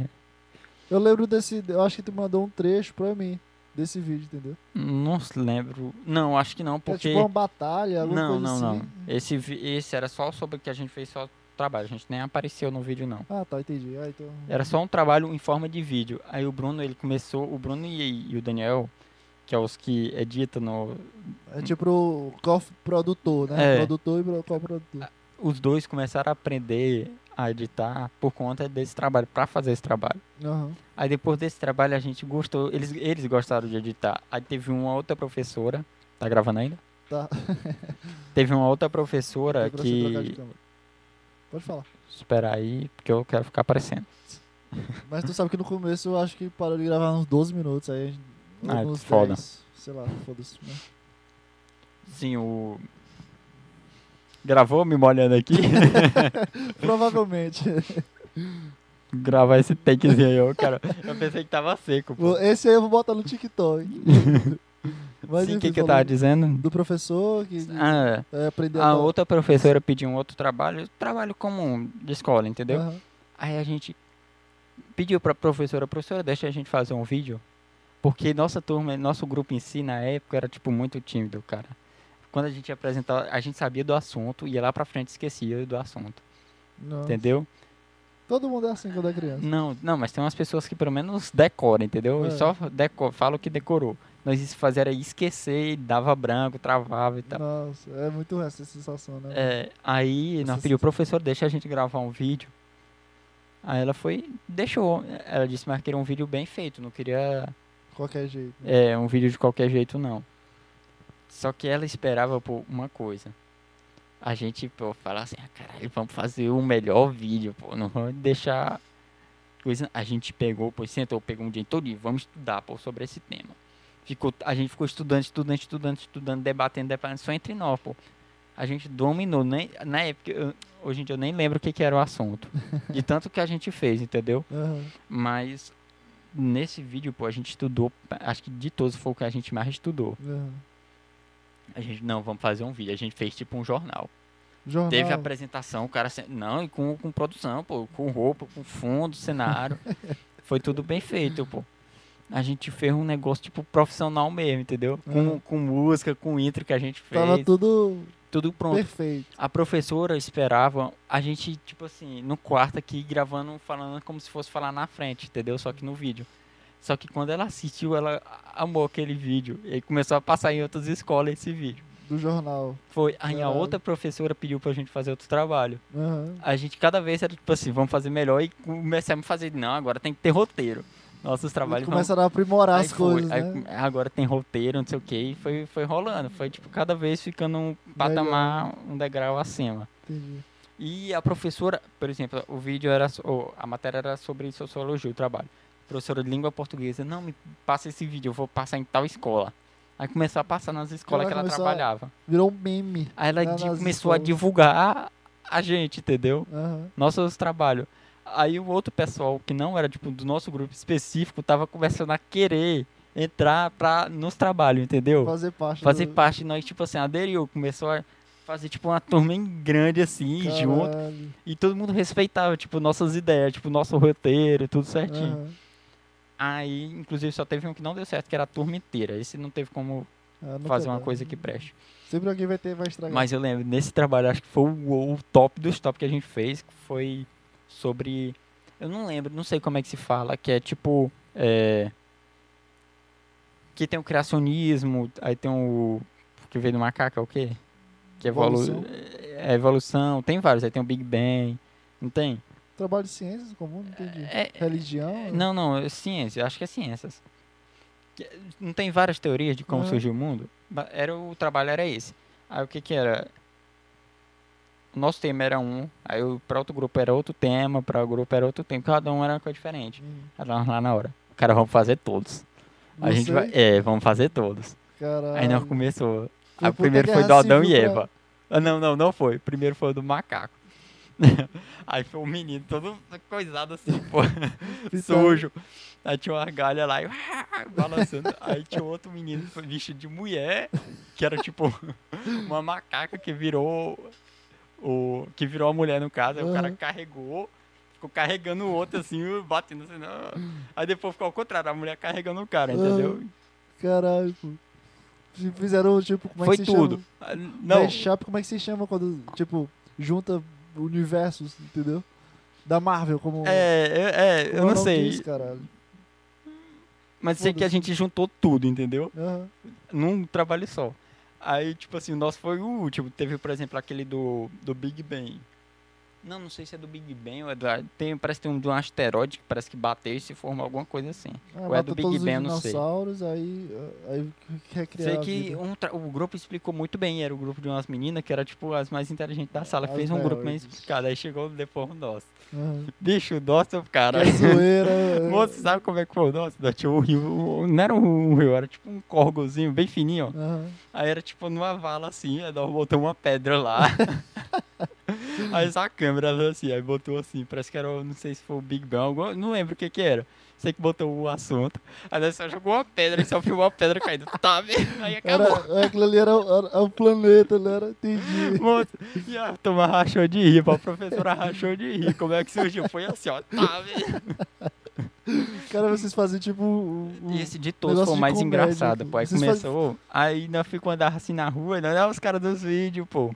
[SPEAKER 1] Eu lembro desse. Eu acho que tu mandou um trecho pra mim desse vídeo, entendeu?
[SPEAKER 2] Não se lembro. Não, acho que não, porque
[SPEAKER 1] É tipo uma batalha, alguma
[SPEAKER 2] Não,
[SPEAKER 1] coisa
[SPEAKER 2] não,
[SPEAKER 1] assim.
[SPEAKER 2] não. Esse, vi- esse era só sobre o que a gente fez só trabalho. A gente nem apareceu no vídeo, não.
[SPEAKER 1] Ah, tá, entendi. Ah, então.
[SPEAKER 2] Era só um trabalho em forma de vídeo. Aí o Bruno, ele começou... O Bruno e, e o Daniel, que é os que edita no...
[SPEAKER 1] É tipo o co-produtor, né?
[SPEAKER 2] É.
[SPEAKER 1] Produtor e pro- co-produtor.
[SPEAKER 2] Os dois começaram a aprender a editar por conta desse trabalho, pra fazer esse trabalho.
[SPEAKER 1] Aham.
[SPEAKER 2] Aí depois desse trabalho a gente gostou, eles, eles gostaram de editar. Aí teve uma outra professora, tá gravando ainda?
[SPEAKER 1] Tá.
[SPEAKER 2] Teve uma outra
[SPEAKER 1] Deu
[SPEAKER 2] professora
[SPEAKER 1] pra você trocar de
[SPEAKER 2] que...
[SPEAKER 1] câmera. Pode falar.
[SPEAKER 2] Espera aí, porque eu quero ficar aparecendo.
[SPEAKER 1] Mas tu sabe que no começo eu acho que parou de gravar uns 12 minutos aí. ou
[SPEAKER 2] Ah,
[SPEAKER 1] uns
[SPEAKER 2] foda.
[SPEAKER 1] 10, sei lá, foda-se. né?
[SPEAKER 2] Sim, o. Gravou me molhando aqui?
[SPEAKER 1] Provavelmente.
[SPEAKER 2] Gravar esse takezinho aí, ô, cara. Eu pensei que tava seco, pô.
[SPEAKER 1] Esse aí eu vou botar no TikTok. Mas
[SPEAKER 2] Sim, o
[SPEAKER 1] enfim,
[SPEAKER 2] que, que eu tava
[SPEAKER 1] falando
[SPEAKER 2] dizendo?
[SPEAKER 1] Do professor que
[SPEAKER 2] Ah,
[SPEAKER 1] é, aprendeu
[SPEAKER 2] a
[SPEAKER 1] dar-
[SPEAKER 2] outra professora pediu um outro trabalho, trabalho comum de escola, entendeu?
[SPEAKER 1] Aham.
[SPEAKER 2] Aí a gente pediu pra professora, professora, deixa a gente fazer um vídeo. Porque nossa turma, nosso grupo em si, na época, era, tipo, muito tímido, cara. Quando a gente ia apresentar, a gente sabia do assunto, ia lá pra frente e esquecia do assunto,
[SPEAKER 1] Não.
[SPEAKER 2] entendeu?
[SPEAKER 1] Todo mundo é assim quando é criança.
[SPEAKER 2] Não, não, mas tem umas pessoas que pelo menos decoram, entendeu?
[SPEAKER 1] É.
[SPEAKER 2] E só deco- fala o que decorou. Nós isso fazia era esquecer, e dava branco, travava e tal.
[SPEAKER 1] Nossa, é muito essa sensação, né?
[SPEAKER 2] tá. É, aí
[SPEAKER 1] Essas-
[SPEAKER 2] nós pediu, professor, deixa a gente gravar um vídeo. Aí ela foi, deixou. Ela disse, mas queria um vídeo bem feito, não queria
[SPEAKER 1] Qualquer jeito.
[SPEAKER 2] é, um vídeo de qualquer jeito, não. Só que ela esperava por uma coisa. A gente, pô, falar assim, ah, caralho, vamos fazer o melhor vídeo, pô, não vamos deixar coisa. A gente pegou, pô, sentou, pegou um dia todo e vamos estudar, pô, sobre esse tema. Ficou, a gente ficou estudando, estudando, estudando, estudando, debatendo, debatendo, só entre nós, pô. A gente dominou, nem, na época, eu- hoje em dia eu nem lembro o que, que era o assunto. De tanto que a gente fez, entendeu?
[SPEAKER 1] Aham.
[SPEAKER 2] Mas nesse vídeo, pô, a gente estudou, acho que de todos foi o que a gente mais estudou.
[SPEAKER 1] aham.
[SPEAKER 2] A gente, não, vamos fazer um vídeo. A gente fez tipo um jornal.
[SPEAKER 1] Jornal.
[SPEAKER 2] Teve apresentação, o cara, se- não, e com, com produção, pô, com roupa, com fundo, cenário. foi tudo bem feito, pô. A gente fez um negócio tipo profissional mesmo, entendeu? Com,
[SPEAKER 1] Uhum.
[SPEAKER 2] com música, com intro que a gente fez,
[SPEAKER 1] Tava tudo
[SPEAKER 2] tudo pronto.
[SPEAKER 1] perfeito.
[SPEAKER 2] A professora esperava a gente, tipo assim, no quarto aqui, gravando, falando como se fosse falar na frente, entendeu? Só que no vídeo. Só que quando ela assistiu, ela amou aquele vídeo. E começou a passar em outras escolas esse vídeo.
[SPEAKER 1] Do jornal.
[SPEAKER 2] Foi. Aí a
[SPEAKER 1] Caralho.
[SPEAKER 2] outra professora pediu pra gente fazer outro trabalho.
[SPEAKER 1] Aham.
[SPEAKER 2] A gente cada vez era tipo assim, vamos fazer melhor e começamos a fazer. Não, agora tem que ter roteiro. Nossos trabalhos
[SPEAKER 1] Eles
[SPEAKER 2] vão-
[SPEAKER 1] começaram a aprimorar
[SPEAKER 2] Aí
[SPEAKER 1] as
[SPEAKER 2] foi,
[SPEAKER 1] coisas,
[SPEAKER 2] aí
[SPEAKER 1] né?
[SPEAKER 2] com- Agora tem roteiro, não sei o que, e foi, foi rolando. Foi, tipo, cada vez ficando um patamar, um degrau acima.
[SPEAKER 1] Entendi.
[SPEAKER 2] E a professora, por exemplo, o vídeo era, so- o- a matéria era sobre sociologia, o trabalho. Professora de língua portuguesa, não, me passa esse vídeo, eu vou passar em tal escola. Aí começou a passar nas escolas
[SPEAKER 1] Ela
[SPEAKER 2] que ela
[SPEAKER 1] começou a-
[SPEAKER 2] trabalhava.
[SPEAKER 1] Virou um meme.
[SPEAKER 2] Aí ela
[SPEAKER 1] na-
[SPEAKER 2] di-
[SPEAKER 1] nas
[SPEAKER 2] começou a
[SPEAKER 1] escolas.
[SPEAKER 2] divulgar a gente, entendeu?
[SPEAKER 1] Aham.
[SPEAKER 2] Nossos trabalhos. Aí o outro pessoal, que não era tipo do nosso grupo específico, tava começando a querer entrar pra, nos trabalhos, entendeu?
[SPEAKER 1] Fazer parte.
[SPEAKER 2] fazer
[SPEAKER 1] do-
[SPEAKER 2] parte, nós, tipo assim, aderiu, começou a fazer, tipo, uma turma em grande, assim, junto,
[SPEAKER 1] Caralho.
[SPEAKER 2] e todo mundo respeitava, tipo, nossas ideias, tipo, nosso roteiro, tudo certinho.
[SPEAKER 1] Aham.
[SPEAKER 2] Aí, inclusive, só teve um que não deu certo, que era a turma inteira, esse não teve como
[SPEAKER 1] Ah, nunca
[SPEAKER 2] fazer uma
[SPEAKER 1] dá.
[SPEAKER 2] coisa que preste.
[SPEAKER 1] Sempre alguém vai ter, vai estragar.
[SPEAKER 2] Mas eu lembro, nesse trabalho, acho que foi o, o top dos top que a gente fez, que foi sobre, eu não lembro, não sei como é que se fala, que é, tipo, é, que tem o criacionismo, aí tem o, que veio do macaco, é o quê? Que é volu-
[SPEAKER 1] Evolução.
[SPEAKER 2] é evolução, tem vários, aí tem o Big Bang, não tem?
[SPEAKER 1] Trabalho de ciências comum, não entendi.
[SPEAKER 2] É,
[SPEAKER 1] Religião?
[SPEAKER 2] não, não, é ciência, eu acho que é ciências. Que- Não tem várias teorias de como
[SPEAKER 1] Aham.
[SPEAKER 2] surgiu o mundo? Ba- Era o trabalho era esse. Aí o que que era? O Nosso tema era um, aí para outro grupo era outro tema, para o grupo era outro tema, cada um era uma coisa diferente.
[SPEAKER 1] Hum,
[SPEAKER 2] Aí nós lá na hora, cara, vamos fazer todos. A
[SPEAKER 1] não
[SPEAKER 2] gente
[SPEAKER 1] sei. Ah.
[SPEAKER 2] vai, é, vamos fazer todos.
[SPEAKER 1] Caralho.
[SPEAKER 2] Aí nós começou. Aí
[SPEAKER 1] Foi
[SPEAKER 2] o
[SPEAKER 1] puta
[SPEAKER 2] primeiro foi
[SPEAKER 1] guerra
[SPEAKER 2] do Adão e
[SPEAKER 1] civil pra-
[SPEAKER 2] Eva. Ah, não, não, não foi. Primeiro foi o do macaco. Aí foi o menino todo coisado assim, pô.
[SPEAKER 1] Fizeram-
[SPEAKER 2] sujo. Aí tinha uma galha lá, e balançando. Aí tinha um outro menino foi vestido de mulher, que era tipo uma macaca que virou o que virou a mulher no caso. Aí o cara
[SPEAKER 1] Aham.
[SPEAKER 2] carregou, ficou carregando o outro assim, batendo assim. "Ah". Aí depois ficou ao contrário, a mulher carregando o
[SPEAKER 1] Ah,
[SPEAKER 2] cara, entendeu?
[SPEAKER 1] é Caralho, pô. Fizeram, tipo, como é
[SPEAKER 2] Foi
[SPEAKER 1] que se
[SPEAKER 2] tudo.
[SPEAKER 1] chama?
[SPEAKER 2] Ah, Não,
[SPEAKER 1] Mashup, como é que se chama quando, tipo, junta universos, entendeu? Da Marvel, como...
[SPEAKER 2] é, é, é,
[SPEAKER 1] como
[SPEAKER 2] eu não
[SPEAKER 1] nome
[SPEAKER 2] sei,
[SPEAKER 1] disso, caralho.
[SPEAKER 2] mas sei que a
[SPEAKER 1] Foda-se.
[SPEAKER 2] gente juntou tudo, entendeu?
[SPEAKER 1] Aham.
[SPEAKER 2] num trabalho só. Aí, tipo assim, o nosso foi o último. Teve, por exemplo, aquele do, do Big Bang. Não, não sei se é do Big Bang ou é do... Tem, parece que tem um de um asteroide que parece que bateu e se formou alguma coisa assim.
[SPEAKER 1] Ah,
[SPEAKER 2] Ou é
[SPEAKER 1] mata
[SPEAKER 2] do Big
[SPEAKER 1] todos os
[SPEAKER 2] Bang, eu não sei.
[SPEAKER 1] dinossauros, aí, ah, aí recriar
[SPEAKER 2] sei
[SPEAKER 1] a
[SPEAKER 2] que
[SPEAKER 1] vida.
[SPEAKER 2] um tra- o grupo explicou muito bem. Era o grupo de umas meninas que era, tipo, as mais inteligentes da sala.
[SPEAKER 1] É, As
[SPEAKER 2] Fez um grupo bem
[SPEAKER 1] maiores.
[SPEAKER 2] explicado. Aí chegou depois o nosso.
[SPEAKER 1] Aham.
[SPEAKER 2] Bicho, o nosso, um cara.
[SPEAKER 1] Que zoeira.
[SPEAKER 2] Moço, sabe como é que foi o nosso? Nós Tinha um rio, um- não era um rio, era tipo um corgozinho bem fininho, ó.
[SPEAKER 1] Aham.
[SPEAKER 2] Aí era tipo numa vala assim, aí nós botamos uma pedra lá. aí só a câmera veio assim, aí botou assim, parece que era, o- não sei se foi o Big Bang, alguma- não lembro o que que era. Sei que botou o assunto. Aí nós só jogou uma pedra e só filmou a pedra caindo. Tá, mesmo? aí acabou.
[SPEAKER 1] Era, é aquilo ali era, o- era o planeta, né? Era, entendi.
[SPEAKER 2] Moço, e a turma rachou de rir, a professora rachou de rir. Como é que surgiu? Foi assim, ó, tá, mesmo?
[SPEAKER 1] Cara, vocês faziam tipo. Um, um-
[SPEAKER 2] E esse de todos
[SPEAKER 1] Negócio
[SPEAKER 2] foi o
[SPEAKER 1] de
[SPEAKER 2] mais
[SPEAKER 1] comédia,
[SPEAKER 2] engraçado,
[SPEAKER 1] pô.
[SPEAKER 2] pô. Aí
[SPEAKER 1] Vocês
[SPEAKER 2] começou, aí nós ficamos andando assim na rua, e nós olha os caras dos vídeos, pô.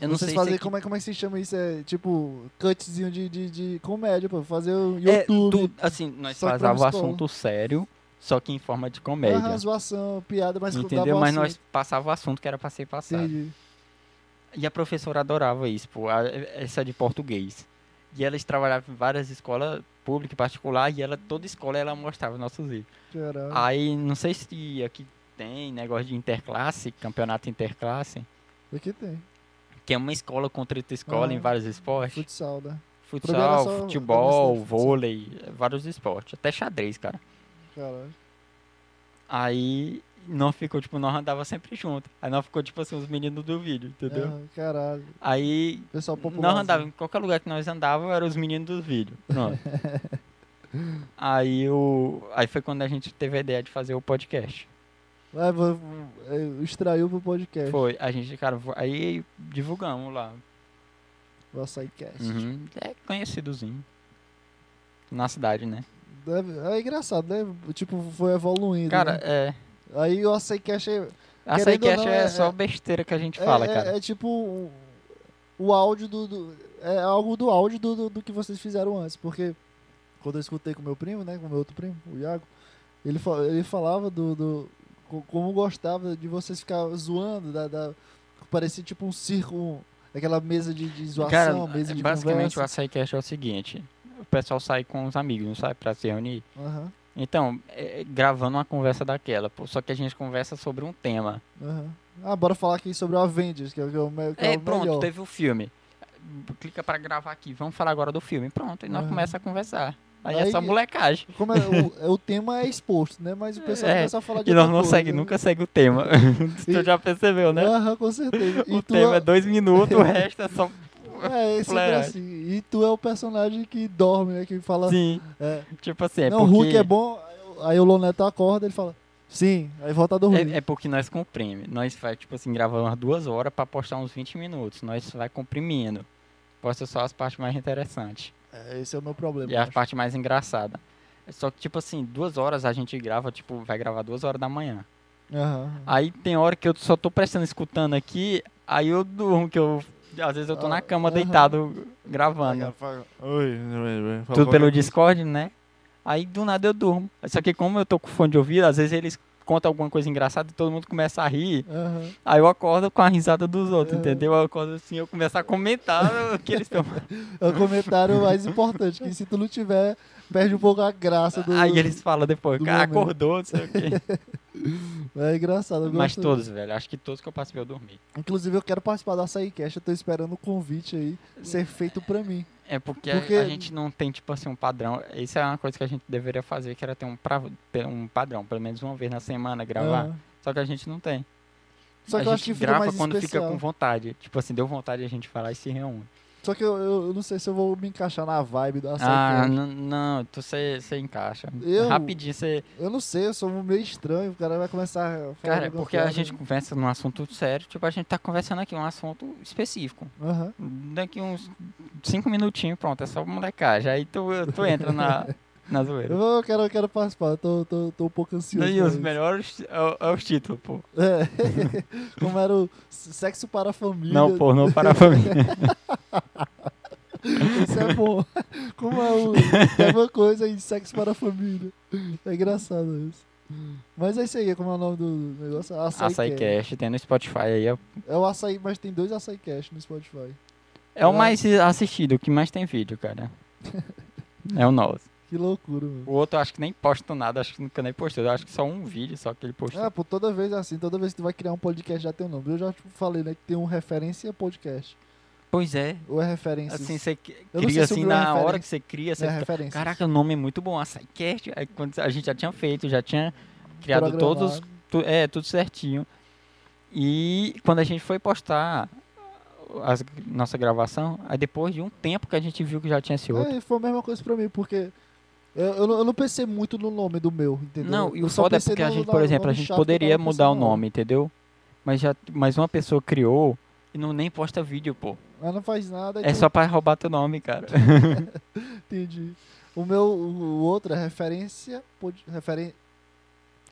[SPEAKER 2] Eu não
[SPEAKER 1] vocês
[SPEAKER 2] sei
[SPEAKER 1] faziam
[SPEAKER 2] se aqui-
[SPEAKER 1] como, é, como é que se chama isso? É tipo cutzinho de, de, de comédia, pô. Fazer o
[SPEAKER 2] É,
[SPEAKER 1] YouTube.
[SPEAKER 2] tu- assim, nós
[SPEAKER 1] Só que pra
[SPEAKER 2] fazíamos o
[SPEAKER 1] escola.
[SPEAKER 2] assunto sério, só que em forma de comédia.
[SPEAKER 1] Aham, zoação, piada, mas
[SPEAKER 2] entendeu?
[SPEAKER 1] dava
[SPEAKER 2] Mas
[SPEAKER 1] um
[SPEAKER 2] nós
[SPEAKER 1] assunto.
[SPEAKER 2] passava o assunto que era pra ser passado.
[SPEAKER 1] Entendi.
[SPEAKER 2] E a professora adorava isso, pô, a- essa de português. E ela trabalhava em várias escolas públicas e particular e ela toda escola ela mostrava nossos vídeos.
[SPEAKER 1] Caralho.
[SPEAKER 2] Aí não sei se aqui tem negócio de interclasse, campeonato interclasse,
[SPEAKER 1] Aqui tem.
[SPEAKER 2] que é uma escola contra outra escola
[SPEAKER 1] Ah,
[SPEAKER 2] em vários esportes.
[SPEAKER 1] Futsal, né? Problema
[SPEAKER 2] Futsal,
[SPEAKER 1] só-
[SPEAKER 2] futebol,
[SPEAKER 1] futsal.
[SPEAKER 2] vôlei, vários esportes, até xadrez, cara.
[SPEAKER 1] Caralho.
[SPEAKER 2] Aí não ficou, tipo, nós andava sempre junto. Aí não ficou, tipo assim, os meninos do vídeo, entendeu?
[SPEAKER 1] Aham, caralho.
[SPEAKER 2] Aí
[SPEAKER 1] Pessoal popular.
[SPEAKER 2] nós andava, em qualquer lugar que nós andava, eram os meninos do vídeo. Pronto. aí o. Aí foi quando a gente teve a ideia de fazer o podcast.
[SPEAKER 1] Vai, vou- é, extraiu pro podcast.
[SPEAKER 2] Foi. A gente, cara, vo- aí divulgamos lá.
[SPEAKER 1] O açaicast.
[SPEAKER 2] Uhum. É conhecidozinho. Na cidade, né?
[SPEAKER 1] Deve- É engraçado, né? Tipo, foi evoluindo.
[SPEAKER 2] Cara,
[SPEAKER 1] né?
[SPEAKER 2] é.
[SPEAKER 1] Aí o açaicast é,
[SPEAKER 2] A
[SPEAKER 1] Querendo
[SPEAKER 2] Saicast
[SPEAKER 1] ou não,
[SPEAKER 2] é,
[SPEAKER 1] é-
[SPEAKER 2] só besteira que a gente fala,
[SPEAKER 1] é, é-
[SPEAKER 2] cara.
[SPEAKER 1] é tipo o, o áudio do, do- É algo do áudio do, do, do que vocês fizeram antes. Porque quando eu escutei com meu primo, né? Com meu outro primo, o Iago, ele, fa- ele falava do, do- co- Como gostava de vocês ficar zoando. Da, da- parecia tipo um circo. um- aquela mesa de, de zoação,
[SPEAKER 2] Cara, é
[SPEAKER 1] mesa de
[SPEAKER 2] basicamente o
[SPEAKER 1] conversa.
[SPEAKER 2] açaí cash é o seguinte: o pessoal sai com os amigos, não sai pra se reunir.
[SPEAKER 1] Aham,
[SPEAKER 2] Então, é, é, gravando uma conversa daquela, pô, só que a gente conversa sobre um tema.
[SPEAKER 1] aham. Ah, bora falar aqui sobre o Avengers, que é o, que é o, me- que é
[SPEAKER 2] É,
[SPEAKER 1] o
[SPEAKER 2] pronto,
[SPEAKER 1] melhor.
[SPEAKER 2] teve o filme. Clica pra gravar aqui, vamos falar agora do filme. Pronto, e nós
[SPEAKER 1] Aham.
[SPEAKER 2] começa a conversar. Aí,
[SPEAKER 1] Aí-
[SPEAKER 2] é só molecagem.
[SPEAKER 1] Como é, o, é- o tema é exposto, né? Mas o pessoal
[SPEAKER 2] É,
[SPEAKER 1] começa a falar de
[SPEAKER 2] E nós
[SPEAKER 1] outra
[SPEAKER 2] não
[SPEAKER 1] coisa,
[SPEAKER 2] segue,
[SPEAKER 1] né?
[SPEAKER 2] nunca segue o tema. tu já percebeu, né?
[SPEAKER 1] Aham, com certeza. E
[SPEAKER 2] O
[SPEAKER 1] tu
[SPEAKER 2] tema
[SPEAKER 1] é-
[SPEAKER 2] é dois minutos, o resto é só.
[SPEAKER 1] É, é sempre
[SPEAKER 2] Flash.
[SPEAKER 1] assim. E tu é o personagem que dorme, né? Que fala.
[SPEAKER 2] Sim.
[SPEAKER 1] é,
[SPEAKER 2] Tipo assim, é
[SPEAKER 1] não, o
[SPEAKER 2] porque.
[SPEAKER 1] Hulk é bom. aí o- aí o Loneto acorda, ele fala, sim, aí volta a dormir.
[SPEAKER 2] É, é porque nós comprime. Nós faz, tipo assim, gravamos umas duas horas pra postar uns 20 minutos. Nós vai comprimindo. Posta só as partes mais interessantes.
[SPEAKER 1] É, esse é o meu problema.
[SPEAKER 2] E
[SPEAKER 1] eu
[SPEAKER 2] a
[SPEAKER 1] acho.
[SPEAKER 2] parte mais engraçada. Só que, tipo assim, duas horas a gente grava, tipo, vai gravar duas horas da manhã.
[SPEAKER 1] Aham.
[SPEAKER 2] Aí tem hora que eu só tô prestando, escutando aqui, aí eu durmo, que eu. Às vezes eu tô na cama
[SPEAKER 1] Ah, Aham.
[SPEAKER 2] deitado gravando.
[SPEAKER 3] Oi, oi, oi, fala
[SPEAKER 2] Tudo
[SPEAKER 3] qualquer
[SPEAKER 2] pelo
[SPEAKER 3] coisa.
[SPEAKER 2] Discord, né? Aí do nada eu durmo. Só que como eu tô com fone de ouvido, às vezes eles contam alguma coisa engraçada e todo mundo começa a rir.
[SPEAKER 1] Aham.
[SPEAKER 2] Aí eu acordo com a risada dos outros,
[SPEAKER 1] É.
[SPEAKER 2] entendeu? Eu acordo assim, eu começo a comentar o que eles estão.
[SPEAKER 1] É o comentário mais importante, que se tu não tiver, perde um pouco a graça do...
[SPEAKER 2] Aí eles falam depois,
[SPEAKER 1] do
[SPEAKER 2] cara,
[SPEAKER 1] momento.
[SPEAKER 2] acordou, não sei o quê.
[SPEAKER 1] É engraçado. Eu
[SPEAKER 2] Mas
[SPEAKER 1] gosto-
[SPEAKER 2] todos, velho. Acho que todos que eu participei eu dormi.
[SPEAKER 1] Inclusive, eu quero participar da Saicast, eu tô esperando o convite aí ser feito pra mim.
[SPEAKER 2] É porque, a-
[SPEAKER 1] Porque-
[SPEAKER 2] a gente não tem, tipo assim, um padrão. Isso é uma coisa que a gente deveria fazer, que era ter um, pra- ter um padrão, pelo menos uma vez na semana, gravar.
[SPEAKER 1] Aham.
[SPEAKER 2] Só que a gente não tem.
[SPEAKER 1] É. Só
[SPEAKER 2] a
[SPEAKER 1] que eu
[SPEAKER 2] gente
[SPEAKER 1] acho que fica
[SPEAKER 2] grava
[SPEAKER 1] mais
[SPEAKER 2] quando
[SPEAKER 1] especial.
[SPEAKER 2] fica com vontade. Tipo assim, deu vontade a gente falar e se reúne.
[SPEAKER 1] Só que eu, eu- eu não sei se eu vou me encaixar na vibe da
[SPEAKER 2] ah,
[SPEAKER 1] Saicast.
[SPEAKER 2] n- não, tu você encaixa.
[SPEAKER 1] Eu-
[SPEAKER 2] Rapidinho você.
[SPEAKER 1] eu não sei, eu sou meio estranho, o cara vai começar a falar
[SPEAKER 2] Cara, é
[SPEAKER 1] alguma
[SPEAKER 2] porque a
[SPEAKER 1] piada. né?
[SPEAKER 2] gente conversa num assunto sério, tipo, a gente tá conversando aqui um assunto específico.
[SPEAKER 1] Aham.
[SPEAKER 2] Daqui uns cinco minutinhos, pronto, é só molecagem. Aí tu, tu entra na, na zoeira.
[SPEAKER 1] Eu, vou- eu quero, eu quero participar, eu tô, tô, tô um pouco ansioso.
[SPEAKER 2] Daí
[SPEAKER 1] pra
[SPEAKER 2] os
[SPEAKER 1] isso.
[SPEAKER 2] melhores é o- é os títulos, pô.
[SPEAKER 1] É. Como era o sexo para a família. né?
[SPEAKER 2] Não, pô, não para a família.
[SPEAKER 1] Isso é bom. Como é o. É uma coisa aí de sexo para a família. É engraçado isso. Mas é isso aí, como é o nome do negócio? Açaí,
[SPEAKER 2] Açaí
[SPEAKER 1] Cast.
[SPEAKER 2] Cash, tem no Spotify aí. É,
[SPEAKER 1] É o açaí, mas tem dois açaí cash no Spotify.
[SPEAKER 2] é
[SPEAKER 1] É.
[SPEAKER 2] o mais assistido, o que mais tem vídeo, cara. É o nosso.
[SPEAKER 1] Que loucura, mano.
[SPEAKER 2] O outro eu acho que nem posta nada, acho que nunca nem postou. Eu acho que só um vídeo só que ele postou.
[SPEAKER 1] É, pô, toda vez é assim, toda vez que tu vai criar um podcast já tem um nome. Eu já tipo, falei, né, que tem um referência podcast.
[SPEAKER 2] Pois é.
[SPEAKER 1] Ou é referência.
[SPEAKER 2] Assim, você cria
[SPEAKER 1] não sei se o
[SPEAKER 2] assim,
[SPEAKER 1] meu é
[SPEAKER 2] na
[SPEAKER 1] referência.
[SPEAKER 2] hora que você cria, você
[SPEAKER 1] é
[SPEAKER 2] fica,
[SPEAKER 1] referência.
[SPEAKER 2] Caraca, o nome é muito bom, açaí Cash. Aí quando a gente já tinha feito, já tinha criado todos os Tu- é, tudo certinho. E quando a gente foi postar as, nossa gravação, aí depois de um tempo que a gente viu que já tinha esse outro.
[SPEAKER 1] É, foi a mesma coisa pra mim, porque eu, eu, não- eu não pensei muito no nome do meu, entendeu?
[SPEAKER 2] não, e
[SPEAKER 1] Eu
[SPEAKER 2] o
[SPEAKER 1] só
[SPEAKER 2] foda é
[SPEAKER 1] pensei
[SPEAKER 2] porque a
[SPEAKER 1] no-
[SPEAKER 2] gente,
[SPEAKER 1] no
[SPEAKER 2] por exemplo, a
[SPEAKER 1] nome
[SPEAKER 2] gente
[SPEAKER 1] chato que eu
[SPEAKER 2] poderia
[SPEAKER 1] tava
[SPEAKER 2] mudar o
[SPEAKER 1] pensando, não.
[SPEAKER 2] nome, entendeu? Mas já mas uma pessoa criou e não nem posta vídeo, pô.
[SPEAKER 1] Mas não faz nada,
[SPEAKER 2] É
[SPEAKER 1] então
[SPEAKER 2] só pra roubar teu nome, cara.
[SPEAKER 1] entendi. O meu, o o outro é referência, pod, referen...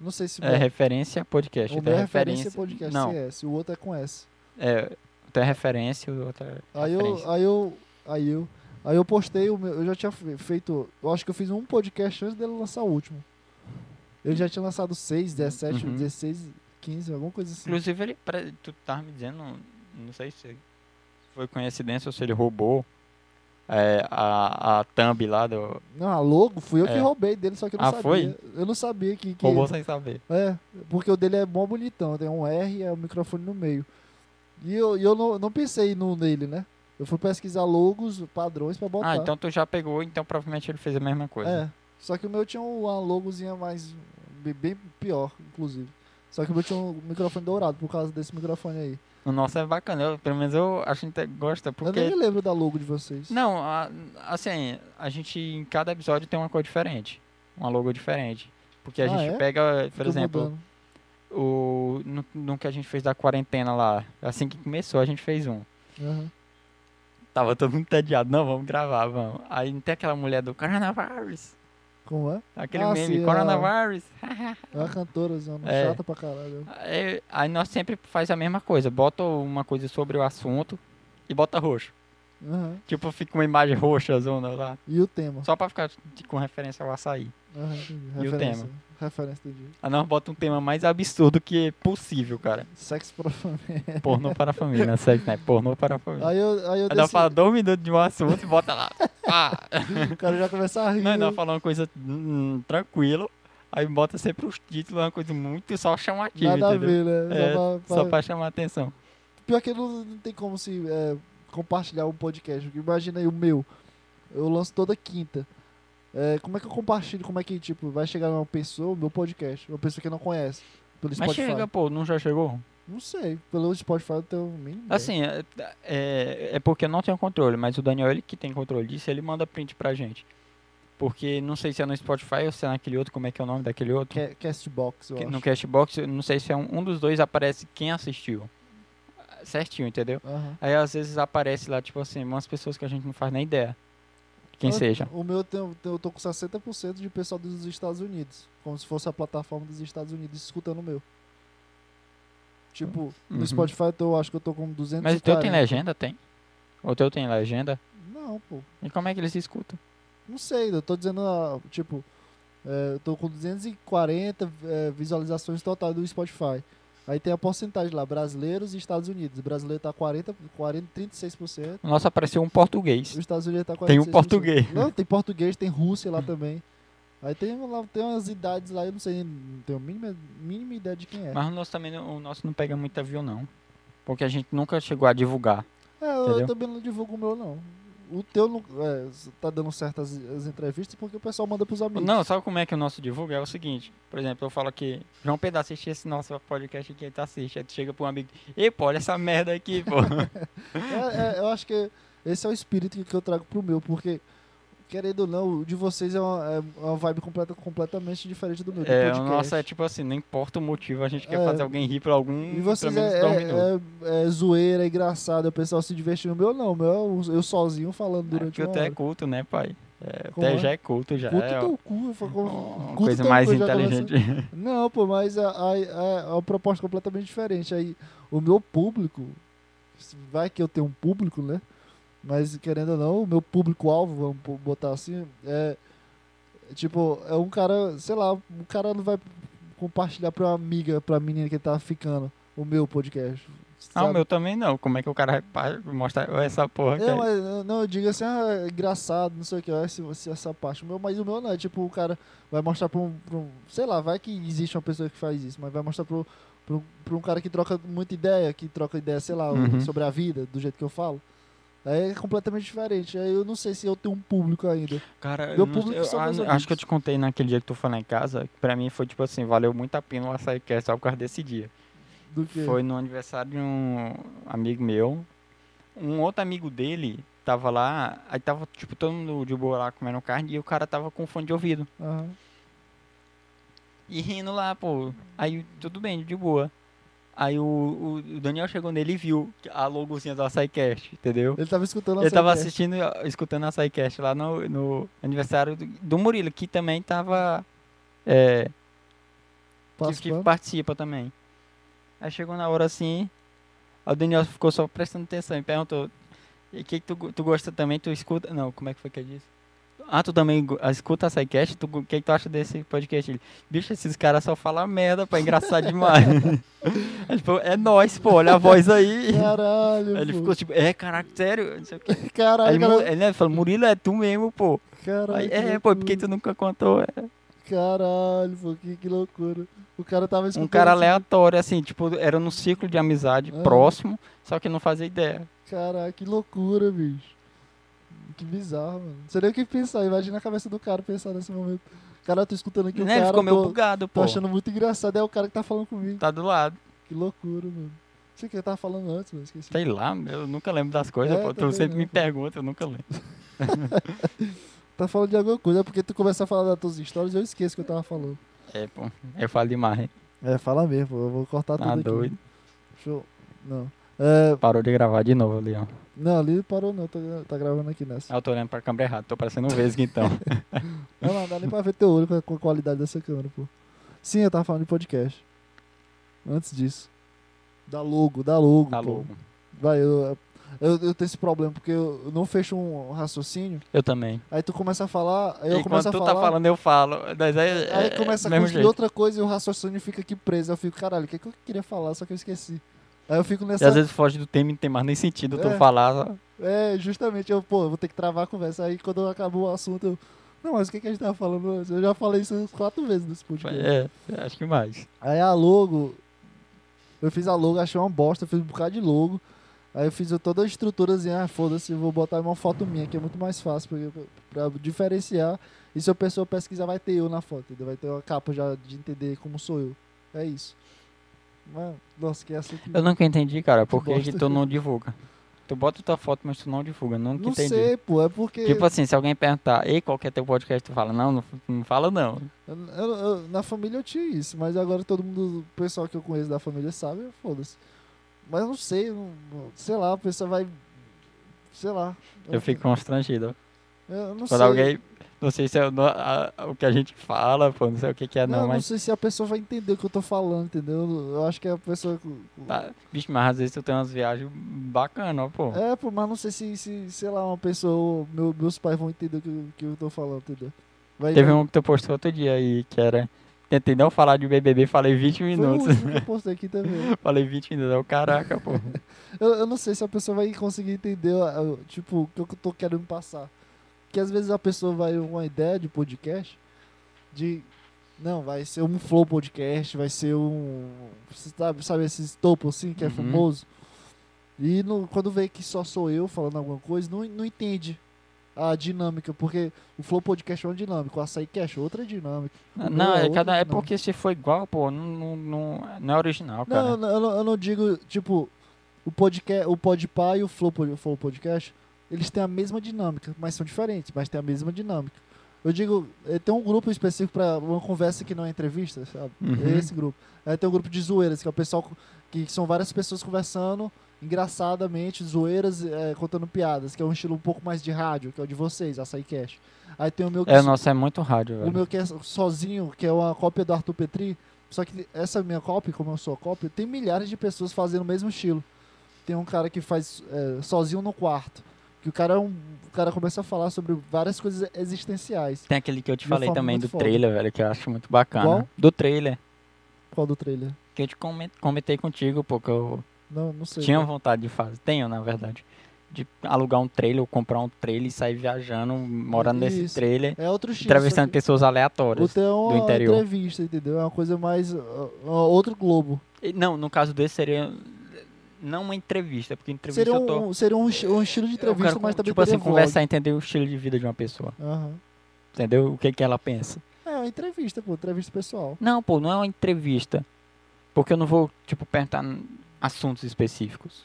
[SPEAKER 1] não sei se o
[SPEAKER 2] É
[SPEAKER 1] meu-
[SPEAKER 2] referência podcast.
[SPEAKER 1] o
[SPEAKER 2] então
[SPEAKER 1] meu
[SPEAKER 2] é
[SPEAKER 1] é referência é podcast
[SPEAKER 2] Não,
[SPEAKER 1] CS, o outro é com S.
[SPEAKER 2] é, tem referência, o outro é
[SPEAKER 1] Aí eu,
[SPEAKER 2] referência.
[SPEAKER 1] aí eu, aí eu, aí eu postei o meu, eu já tinha fe- feito, eu acho que eu fiz um podcast antes dele lançar o último. Ele já tinha lançado 6, 17,
[SPEAKER 2] Uhum.
[SPEAKER 1] 16, 15, alguma coisa assim.
[SPEAKER 2] Inclusive, ele, pare- tu tava me dizendo, não sei se foi coincidência ou se ele roubou é, a, a thumb lá do.
[SPEAKER 1] Não, a logo fui eu que
[SPEAKER 2] É.
[SPEAKER 1] roubei dele, só que eu não
[SPEAKER 2] Ah,
[SPEAKER 1] sabia.
[SPEAKER 2] foi?
[SPEAKER 1] Eu não sabia que, que
[SPEAKER 2] Roubou sem saber.
[SPEAKER 1] É, porque o dele é mó bonitão, tem um R e é o microfone no meio. E eu, e eu não, não pensei no nele, né? Eu fui pesquisar logos, padrões pra botar.
[SPEAKER 2] Ah, então tu já pegou, então provavelmente ele fez a mesma coisa.
[SPEAKER 1] É. Só que o meu tinha uma logozinha mais. be- bem pior, inclusive. Só que o meu tinha um microfone dourado por causa desse microfone aí.
[SPEAKER 2] O nosso é bacana, eu- pelo menos eu acho que a gente gosta,
[SPEAKER 1] Eu
[SPEAKER 2] porque.
[SPEAKER 1] nem me lembro da logo de vocês.
[SPEAKER 2] Não, a- assim, a gente em cada episódio tem uma cor diferente. Uma logo diferente. Porque a
[SPEAKER 1] Ah,
[SPEAKER 2] gente
[SPEAKER 1] é?
[SPEAKER 2] pega, por
[SPEAKER 1] Fica
[SPEAKER 2] exemplo,
[SPEAKER 1] mudando.
[SPEAKER 2] o, no, no que a gente fez da quarentena lá. Assim que começou, a gente fez um.
[SPEAKER 1] Aham.
[SPEAKER 2] Tava todo mundo entediado. Não, vamos gravar, vamos. Aí não tem aquela mulher do coronavírus.
[SPEAKER 1] Como é?
[SPEAKER 2] Aquele
[SPEAKER 1] Ah,
[SPEAKER 2] meme,
[SPEAKER 1] sim,
[SPEAKER 2] coronavírus.
[SPEAKER 1] É uma cantora, zona,
[SPEAKER 2] Ah. É.
[SPEAKER 1] chata pra caralho.
[SPEAKER 2] Aí, É, aí nós sempre faz a mesma coisa. Bota uma coisa sobre o assunto e bota roxo.
[SPEAKER 1] Aham.
[SPEAKER 2] Tipo, fica uma imagem roxa, zona lá.
[SPEAKER 1] E o tema.
[SPEAKER 2] Só pra ficar t- com referência ao açaí.
[SPEAKER 1] Aham, entendi.
[SPEAKER 2] E o
[SPEAKER 1] Referência. Referência do dia.
[SPEAKER 2] Aí nós bota um tema mais absurdo que possível, cara.
[SPEAKER 1] Sexo pra família.
[SPEAKER 2] Pornô para a família, né? Sério, né? Pornô para a família. Aí,
[SPEAKER 1] Aí eu, aí eu
[SPEAKER 2] nós
[SPEAKER 1] desci,
[SPEAKER 2] fala dois minutos de um assunto e bota lá. Pá!
[SPEAKER 1] o cara já começa a rir.
[SPEAKER 2] Não, não, fala uma coisa hum, tranquilo. Aí bota sempre os títulos, é uma coisa muito só chamativa,
[SPEAKER 1] Nada
[SPEAKER 2] entendeu?
[SPEAKER 1] a ver, né?
[SPEAKER 2] É,
[SPEAKER 1] Só pra-
[SPEAKER 2] Só
[SPEAKER 1] pra-
[SPEAKER 2] pra chamar a atenção.
[SPEAKER 1] Pior que não, não tem como se é, compartilhar um podcast. porque Imagina aí o meu. Eu lanço toda quinta. É, como é que eu compartilho? Como é que, tipo, vai chegar uma pessoa, o meu podcast, uma pessoa que não conhece, pelo
[SPEAKER 2] Mas
[SPEAKER 1] Spotify?
[SPEAKER 2] chega, pô, não já chegou?
[SPEAKER 1] Não sei, pelo Spotify eu tenho mínimo.
[SPEAKER 2] Assim, é, é, é porque eu não tenho controle, mas o Daniel, ele que tem controle disso, ele manda print pra gente. Porque não sei se é no Spotify ou se é naquele outro, como é que é o nome daquele outro?
[SPEAKER 1] Ca- Castbox, eu
[SPEAKER 2] Que-
[SPEAKER 1] acho.
[SPEAKER 2] no Cashbox, não sei se é um, um dos dois, aparece quem assistiu. Certinho, entendeu?
[SPEAKER 1] Aham.
[SPEAKER 2] Aí às vezes aparece lá, tipo assim, umas pessoas que a gente não faz nem ideia. Quem
[SPEAKER 1] Eu-
[SPEAKER 2] seja.
[SPEAKER 1] O meu tem, tem- eu tô com 60% de pessoal dos Estados Unidos. Como se fosse a plataforma dos Estados Unidos escutando o meu. Tipo,
[SPEAKER 2] Uhum.
[SPEAKER 1] no Spotify eu tô- acho que eu tô com 240.
[SPEAKER 2] Mas o teu tem legenda, tem? O teu tem legenda?
[SPEAKER 1] Não, pô.
[SPEAKER 2] E como é que eles escutam?
[SPEAKER 1] Não sei, eu tô dizendo, ah, tipo, é, eu tô com 240 é, visualizações totais do Spotify. Aí tem a porcentagem lá, brasileiros e Estados Unidos. O brasileiro tá 40, 40 36%,
[SPEAKER 2] O nosso apareceu um português.
[SPEAKER 1] os Estados Unidos tá 46%.
[SPEAKER 2] Tem um português.
[SPEAKER 1] Não, tem português, tem Rússia lá também. Aí tem, um lá, tem umas idades lá, eu não sei, não tenho a mínima, mínima ideia de quem é.
[SPEAKER 2] Mas o nosso também não- o nosso não pega muita view, não. Porque a gente nunca chegou a divulgar.
[SPEAKER 1] É, eu,
[SPEAKER 2] entendeu?
[SPEAKER 1] também não divulgo o meu, não. O teu não, é, tá dando certas as entrevistas porque o pessoal manda pros amigos.
[SPEAKER 2] Não, sabe como é que o nosso divulga? É o seguinte, por exemplo, eu falo que João Pedro assiste esse nosso podcast aqui, ele tá assistindo, aí tu chega pra um amigo, ei, pô, olha essa merda aqui, pô.
[SPEAKER 1] É, é, eu acho que esse é o espírito que eu trago pro meu, porque, querendo ou não, o de vocês é uma, é uma vibe completa, completamente diferente do meu. do
[SPEAKER 2] é, o
[SPEAKER 1] podcast.
[SPEAKER 2] nosso é tipo assim, não importa o motivo, a gente quer
[SPEAKER 1] É.
[SPEAKER 2] fazer alguém rir por algum,
[SPEAKER 1] E vocês
[SPEAKER 2] pelo
[SPEAKER 1] é,
[SPEAKER 2] menos por um minuto.
[SPEAKER 1] é, é, é zoeira, é engraçado, é o pessoal se divertindo. O meu não, o meu é eu- eu sozinho falando
[SPEAKER 2] É,
[SPEAKER 1] durante
[SPEAKER 2] porque
[SPEAKER 1] uma
[SPEAKER 2] o teu é
[SPEAKER 1] hora.
[SPEAKER 2] culto, né, pai? É, o
[SPEAKER 1] Como
[SPEAKER 2] teu
[SPEAKER 1] é?
[SPEAKER 2] já é culto, já
[SPEAKER 1] Culto
[SPEAKER 2] é
[SPEAKER 1] teu cu, eu falo, como-
[SPEAKER 2] uma
[SPEAKER 1] culto
[SPEAKER 2] coisa
[SPEAKER 1] teu
[SPEAKER 2] mais
[SPEAKER 1] cu, já começa-
[SPEAKER 2] inteligente.
[SPEAKER 1] Não, pô, mas a, a, a, a proposta é completamente diferente. Aí, o meu público, se vai que eu tenho um público, né? Mas querendo ou não, o meu público-alvo, vamos po- botar assim, é. Tipo, é um cara, sei lá, um cara não vai compartilhar pra uma amiga, pra menina que tá ficando, o meu podcast.
[SPEAKER 2] Ah, o
[SPEAKER 1] sabe?
[SPEAKER 2] meu também não, como é que o cara vai pa- mostrar "Olha essa porra aqui?
[SPEAKER 1] É, mas, eu- não, eu digo assim, ah, é engraçado, não sei o que, ó, esse, esse- essa parte. O meu, mas o meu não é, tipo, o cara vai mostrar pra um, pra um- Sei lá, vai que existe uma pessoa que faz isso, mas vai mostrar pro, pro, pra um cara que troca muita ideia, que troca ideia, sei lá,
[SPEAKER 2] Uhum.
[SPEAKER 1] sobre a vida, do jeito que eu falo. Aí é completamente diferente. Aí eu não sei se eu tenho um público ainda.
[SPEAKER 2] Cara,
[SPEAKER 1] Meu
[SPEAKER 2] eu não-
[SPEAKER 1] público
[SPEAKER 2] eu
[SPEAKER 1] são meus
[SPEAKER 2] a-
[SPEAKER 1] amigos.
[SPEAKER 2] acho que eu te contei naquele dia que tu foi lá em casa, que pra mim foi tipo assim, valeu muito a pena o açaí que é só por causa desse dia.
[SPEAKER 1] Do que.
[SPEAKER 2] Foi no aniversário de um amigo meu, um outro amigo dele tava lá, aí tava tipo todo mundo de boa lá comendo carne e o cara tava com fone de ouvido
[SPEAKER 1] Aham.
[SPEAKER 2] e rindo lá, pô. Aí tudo bem, de boa. Aí o, o- o Daniel chegou nele e viu a logozinha do Açaicast, entendeu?
[SPEAKER 1] Ele tava escutando a
[SPEAKER 2] Eu tava
[SPEAKER 1] série, né?
[SPEAKER 2] assistindo, escutando a SciCast lá no, no aniversário do, do Murilo, que também tava. É, que, que
[SPEAKER 1] Participando.
[SPEAKER 2] participa também. Aí chegou na hora assim, aí o Daniel ficou só prestando atenção e perguntou: E o que, que tu, go- tu gosta também? Tu escuta. Não, como é que foi que ele disse? Ah, tu também go- ah, escuta a SciCast? Tu go- O que, que tu acha desse podcast? Ele, Bicho, esses caras só falam merda, pô, é engraçado demais. Aí, tipo, é nóis, pô, olha a voz aí.
[SPEAKER 1] Caralho,
[SPEAKER 2] Aí ele
[SPEAKER 1] É, pô.
[SPEAKER 2] ficou tipo: É, caraca, sério? Não sei o que. Aí
[SPEAKER 1] Caralho,
[SPEAKER 2] ele, mu-
[SPEAKER 1] cara-
[SPEAKER 2] ele falou, Murilo, é tu mesmo, pô.
[SPEAKER 1] caralho.
[SPEAKER 2] Aí,
[SPEAKER 1] que
[SPEAKER 2] é, pô,
[SPEAKER 1] loucura.
[SPEAKER 2] porque tu nunca contou. é.
[SPEAKER 1] Caralho, pô, que, que loucura. O cara tava escutando.
[SPEAKER 2] Um cara
[SPEAKER 1] assim,
[SPEAKER 2] aleatório, assim, tipo, era num ciclo de amizade
[SPEAKER 1] Ah.
[SPEAKER 2] próximo, só que não fazia ideia.
[SPEAKER 1] Caraca, que loucura, bicho. Que bizarro, mano. Não sei nem o que pensar. Imagina a cabeça do cara pensar nesse momento. Cara, eu tô escutando aqui o
[SPEAKER 2] Né? Ele
[SPEAKER 1] cara.
[SPEAKER 2] ficou meio
[SPEAKER 1] tô,
[SPEAKER 2] bugado,
[SPEAKER 1] tô
[SPEAKER 2] pô.
[SPEAKER 1] achando muito engraçado. É o cara que tá falando comigo.
[SPEAKER 2] Tá do lado.
[SPEAKER 1] Que loucura, mano. Não sei o que eu tava falando antes, mano. Esqueci.
[SPEAKER 2] Sei lá, eu nunca lembro das coisas,
[SPEAKER 1] É,
[SPEAKER 2] pô.
[SPEAKER 1] também
[SPEAKER 2] Tu sempre
[SPEAKER 1] não,
[SPEAKER 2] me
[SPEAKER 1] pô.
[SPEAKER 2] pergunta, eu nunca lembro.
[SPEAKER 1] Tá falando de alguma coisa. É porque tu começa a falar das tuas histórias e eu esqueço o que eu tava falando.
[SPEAKER 2] É, pô. Eu falo demais, hein?
[SPEAKER 1] É, fala mesmo. pô. Eu vou cortar
[SPEAKER 2] Tá
[SPEAKER 1] tudo aqui.
[SPEAKER 2] doido.
[SPEAKER 1] Deixa eu... Não. É,
[SPEAKER 2] Parou de gravar de novo ali, ó.
[SPEAKER 1] não, ali parou não. Tá, tá gravando aqui nessa.
[SPEAKER 2] Ah, Eu tô olhando pra câmera errada, tô parecendo um Vesga então.
[SPEAKER 1] Não, não dá nem pra ver teu olho com a, com a qualidade dessa câmera, pô. Sim, eu tava falando de podcast. Antes disso. Da logo, da logo.
[SPEAKER 2] Tá
[SPEAKER 1] pô.
[SPEAKER 2] louco.
[SPEAKER 1] Vai, eu, eu, eu tenho esse problema, porque eu eu não fecho um raciocínio,
[SPEAKER 2] Eu também.
[SPEAKER 1] aí tu começa a falar, aí eu
[SPEAKER 2] e
[SPEAKER 1] começo
[SPEAKER 2] quando
[SPEAKER 1] a
[SPEAKER 2] tu
[SPEAKER 1] falar.
[SPEAKER 2] tá falando, eu falo. Mas aí,
[SPEAKER 1] Aí começa a
[SPEAKER 2] mesmo
[SPEAKER 1] construir
[SPEAKER 2] jeito.
[SPEAKER 1] outra coisa e o raciocínio fica aqui preso. Eu fico, caralho, o que, é que eu queria falar, só que eu esqueci. Aí eu fico
[SPEAKER 2] E
[SPEAKER 1] nessa.
[SPEAKER 2] às vezes foge do tema e não tem mais nem sentido tu
[SPEAKER 1] É.
[SPEAKER 2] falar.
[SPEAKER 1] É, justamente, eu, pô, eu vou ter que travar a conversa. Aí quando acabou o assunto, eu. Não, mas o que, que a gente tava falando? antes? Eu já falei isso umas quatro vezes nesse podcast.
[SPEAKER 2] É, acho que mais.
[SPEAKER 1] Aí a logo. Eu fiz a logo, achei uma bosta, fiz um bocado de logo. Aí eu fiz toda a estrutura assim, ah, foda-se, vou botar uma foto minha, que é muito mais fácil pra, pra diferenciar. E se a pessoa pesquisar, vai ter eu na foto, entendeu? Vai ter uma capa já de entender como sou eu. É isso. Mas, nossa, que assunto.
[SPEAKER 2] Eu nunca entendi, cara, por que
[SPEAKER 1] bosta.
[SPEAKER 2] que tu não divulga. Tu bota tua foto, mas tu não divulga. Nunca
[SPEAKER 1] Não
[SPEAKER 2] entendi.
[SPEAKER 1] sei, pô, é porque.
[SPEAKER 2] Tipo assim, se alguém perguntar, ei, qual que é teu podcast? Tu fala, não, não, não fala não.
[SPEAKER 1] eu- eu- eu- na família eu tinha isso, mas agora todo mundo, o pessoal que eu conheço da família sabe, foda-se. Mas eu não sei, eu não- não- sei lá, a pessoa vai. Sei lá.
[SPEAKER 2] Eu fico constrangido.
[SPEAKER 1] Eu não
[SPEAKER 2] Quando
[SPEAKER 1] sei.
[SPEAKER 2] alguém, não sei se é o no- a- o que a gente fala, pô, não sei o que que é
[SPEAKER 1] Não,
[SPEAKER 2] não,
[SPEAKER 1] eu não
[SPEAKER 2] mas...
[SPEAKER 1] sei se a pessoa vai entender o que eu tô falando, entendeu? Eu acho que a pessoa.
[SPEAKER 2] Tá, bicho, mas às vezes tu tem umas viagens bacanas, ó, pô.
[SPEAKER 1] É, pô, mas não sei se, se sei lá, uma pessoa, meu- meus pais vão entender o que, eu- que eu tô falando, entendeu? Vai,
[SPEAKER 2] Teve
[SPEAKER 1] vai-
[SPEAKER 2] um que tu postou outro dia aí, que era... Tentei não falar de BBB, falei 20
[SPEAKER 1] Foi o
[SPEAKER 2] minutos.
[SPEAKER 1] último que eu postei aqui também.
[SPEAKER 2] falei 20 minutos, eu, caraca, pô.
[SPEAKER 1] Eu, eu não sei se a pessoa vai conseguir entender, a- a- tipo, o que eu tô querendo passar. Porque às vezes a pessoa vai uma ideia de podcast, de. Não, vai ser um flow podcast, vai ser um. você Sabe, sabe esses topo assim que é
[SPEAKER 2] Uhum.
[SPEAKER 1] famoso? E não- quando vê que só sou eu falando alguma coisa, não, não entende a dinâmica, porque o Flow Podcast é uma dinâmica, o Açaí Cash é outra dinâmica.
[SPEAKER 2] Não,
[SPEAKER 1] Não,
[SPEAKER 2] é,
[SPEAKER 1] outro
[SPEAKER 2] cada, é
[SPEAKER 1] não.
[SPEAKER 2] porque se for igual, pô, não, não, não, não é original, cara.
[SPEAKER 1] Não, eu não- eu não, eu não digo, tipo, o podcast, o Podpah e o Flow, Pod- Flow Podcast, eles têm a mesma dinâmica, mas são diferentes, mas têm a mesma dinâmica. Eu digo, eh, tem um grupo específico pra uma conversa que não é entrevista, sabe?
[SPEAKER 2] Uhum.
[SPEAKER 1] É esse grupo. Aí tem um grupo de zoeiras, que é o pessoal co- que são várias pessoas conversando engraçadamente, zoeiras, eh, contando piadas, que é um estilo um pouco mais de rádio, que é o de vocês, Açaí Cash. Aí tem o meu que
[SPEAKER 2] É, nossa, é muito rádio,
[SPEAKER 1] o
[SPEAKER 2] velho.
[SPEAKER 1] meu que é sozinho, que é uma cópia do Arthur Petri. Só que essa minha cópia, como eu sou a cópia, tem milhares de pessoas fazendo o mesmo estilo. Tem um cara que faz é, sozinho no quarto. Que o cara, é um, o cara começa a falar sobre várias coisas existenciais.
[SPEAKER 2] Tem aquele que eu te
[SPEAKER 1] Meu
[SPEAKER 2] falei
[SPEAKER 1] foco
[SPEAKER 2] também
[SPEAKER 1] muito
[SPEAKER 2] do
[SPEAKER 1] foda.
[SPEAKER 2] trailer, velho, que eu acho muito bacana.
[SPEAKER 1] Qual?
[SPEAKER 2] Do trailer,
[SPEAKER 1] Qual do trailer?
[SPEAKER 2] que eu te comen- comentei contigo, pô, que eu
[SPEAKER 1] Não, não sei. né?
[SPEAKER 2] tinha vontade de fazer, tenho na verdade, de alugar um trailer, ou comprar um trailer e sair viajando, morando nesse
[SPEAKER 1] Isso.
[SPEAKER 2] trailer,
[SPEAKER 1] É outro estilo.
[SPEAKER 2] atravessando
[SPEAKER 1] só
[SPEAKER 2] pessoas
[SPEAKER 1] que O
[SPEAKER 2] aleatórias.
[SPEAKER 1] teu é uma
[SPEAKER 2] interior.
[SPEAKER 1] entrevista, entendeu? É uma coisa mais. ó, ó, outro globo.
[SPEAKER 2] E, Não, no caso desse seria não uma entrevista, porque entrevista
[SPEAKER 1] Seria,
[SPEAKER 2] eu tô...
[SPEAKER 1] um, seria um, esti- um estilo de
[SPEAKER 2] eu
[SPEAKER 1] entrevista,
[SPEAKER 2] quero,
[SPEAKER 1] mas também
[SPEAKER 2] tipo assim,
[SPEAKER 1] teria vlog.
[SPEAKER 2] conversar e entender o estilo de vida de uma pessoa.
[SPEAKER 1] Aham.
[SPEAKER 2] Entendeu? O que, que ela pensa.
[SPEAKER 1] É uma entrevista, pô, entrevista pessoal.
[SPEAKER 2] Não, pô, não é uma entrevista. Porque eu não vou, tipo, perguntar n- assuntos específicos.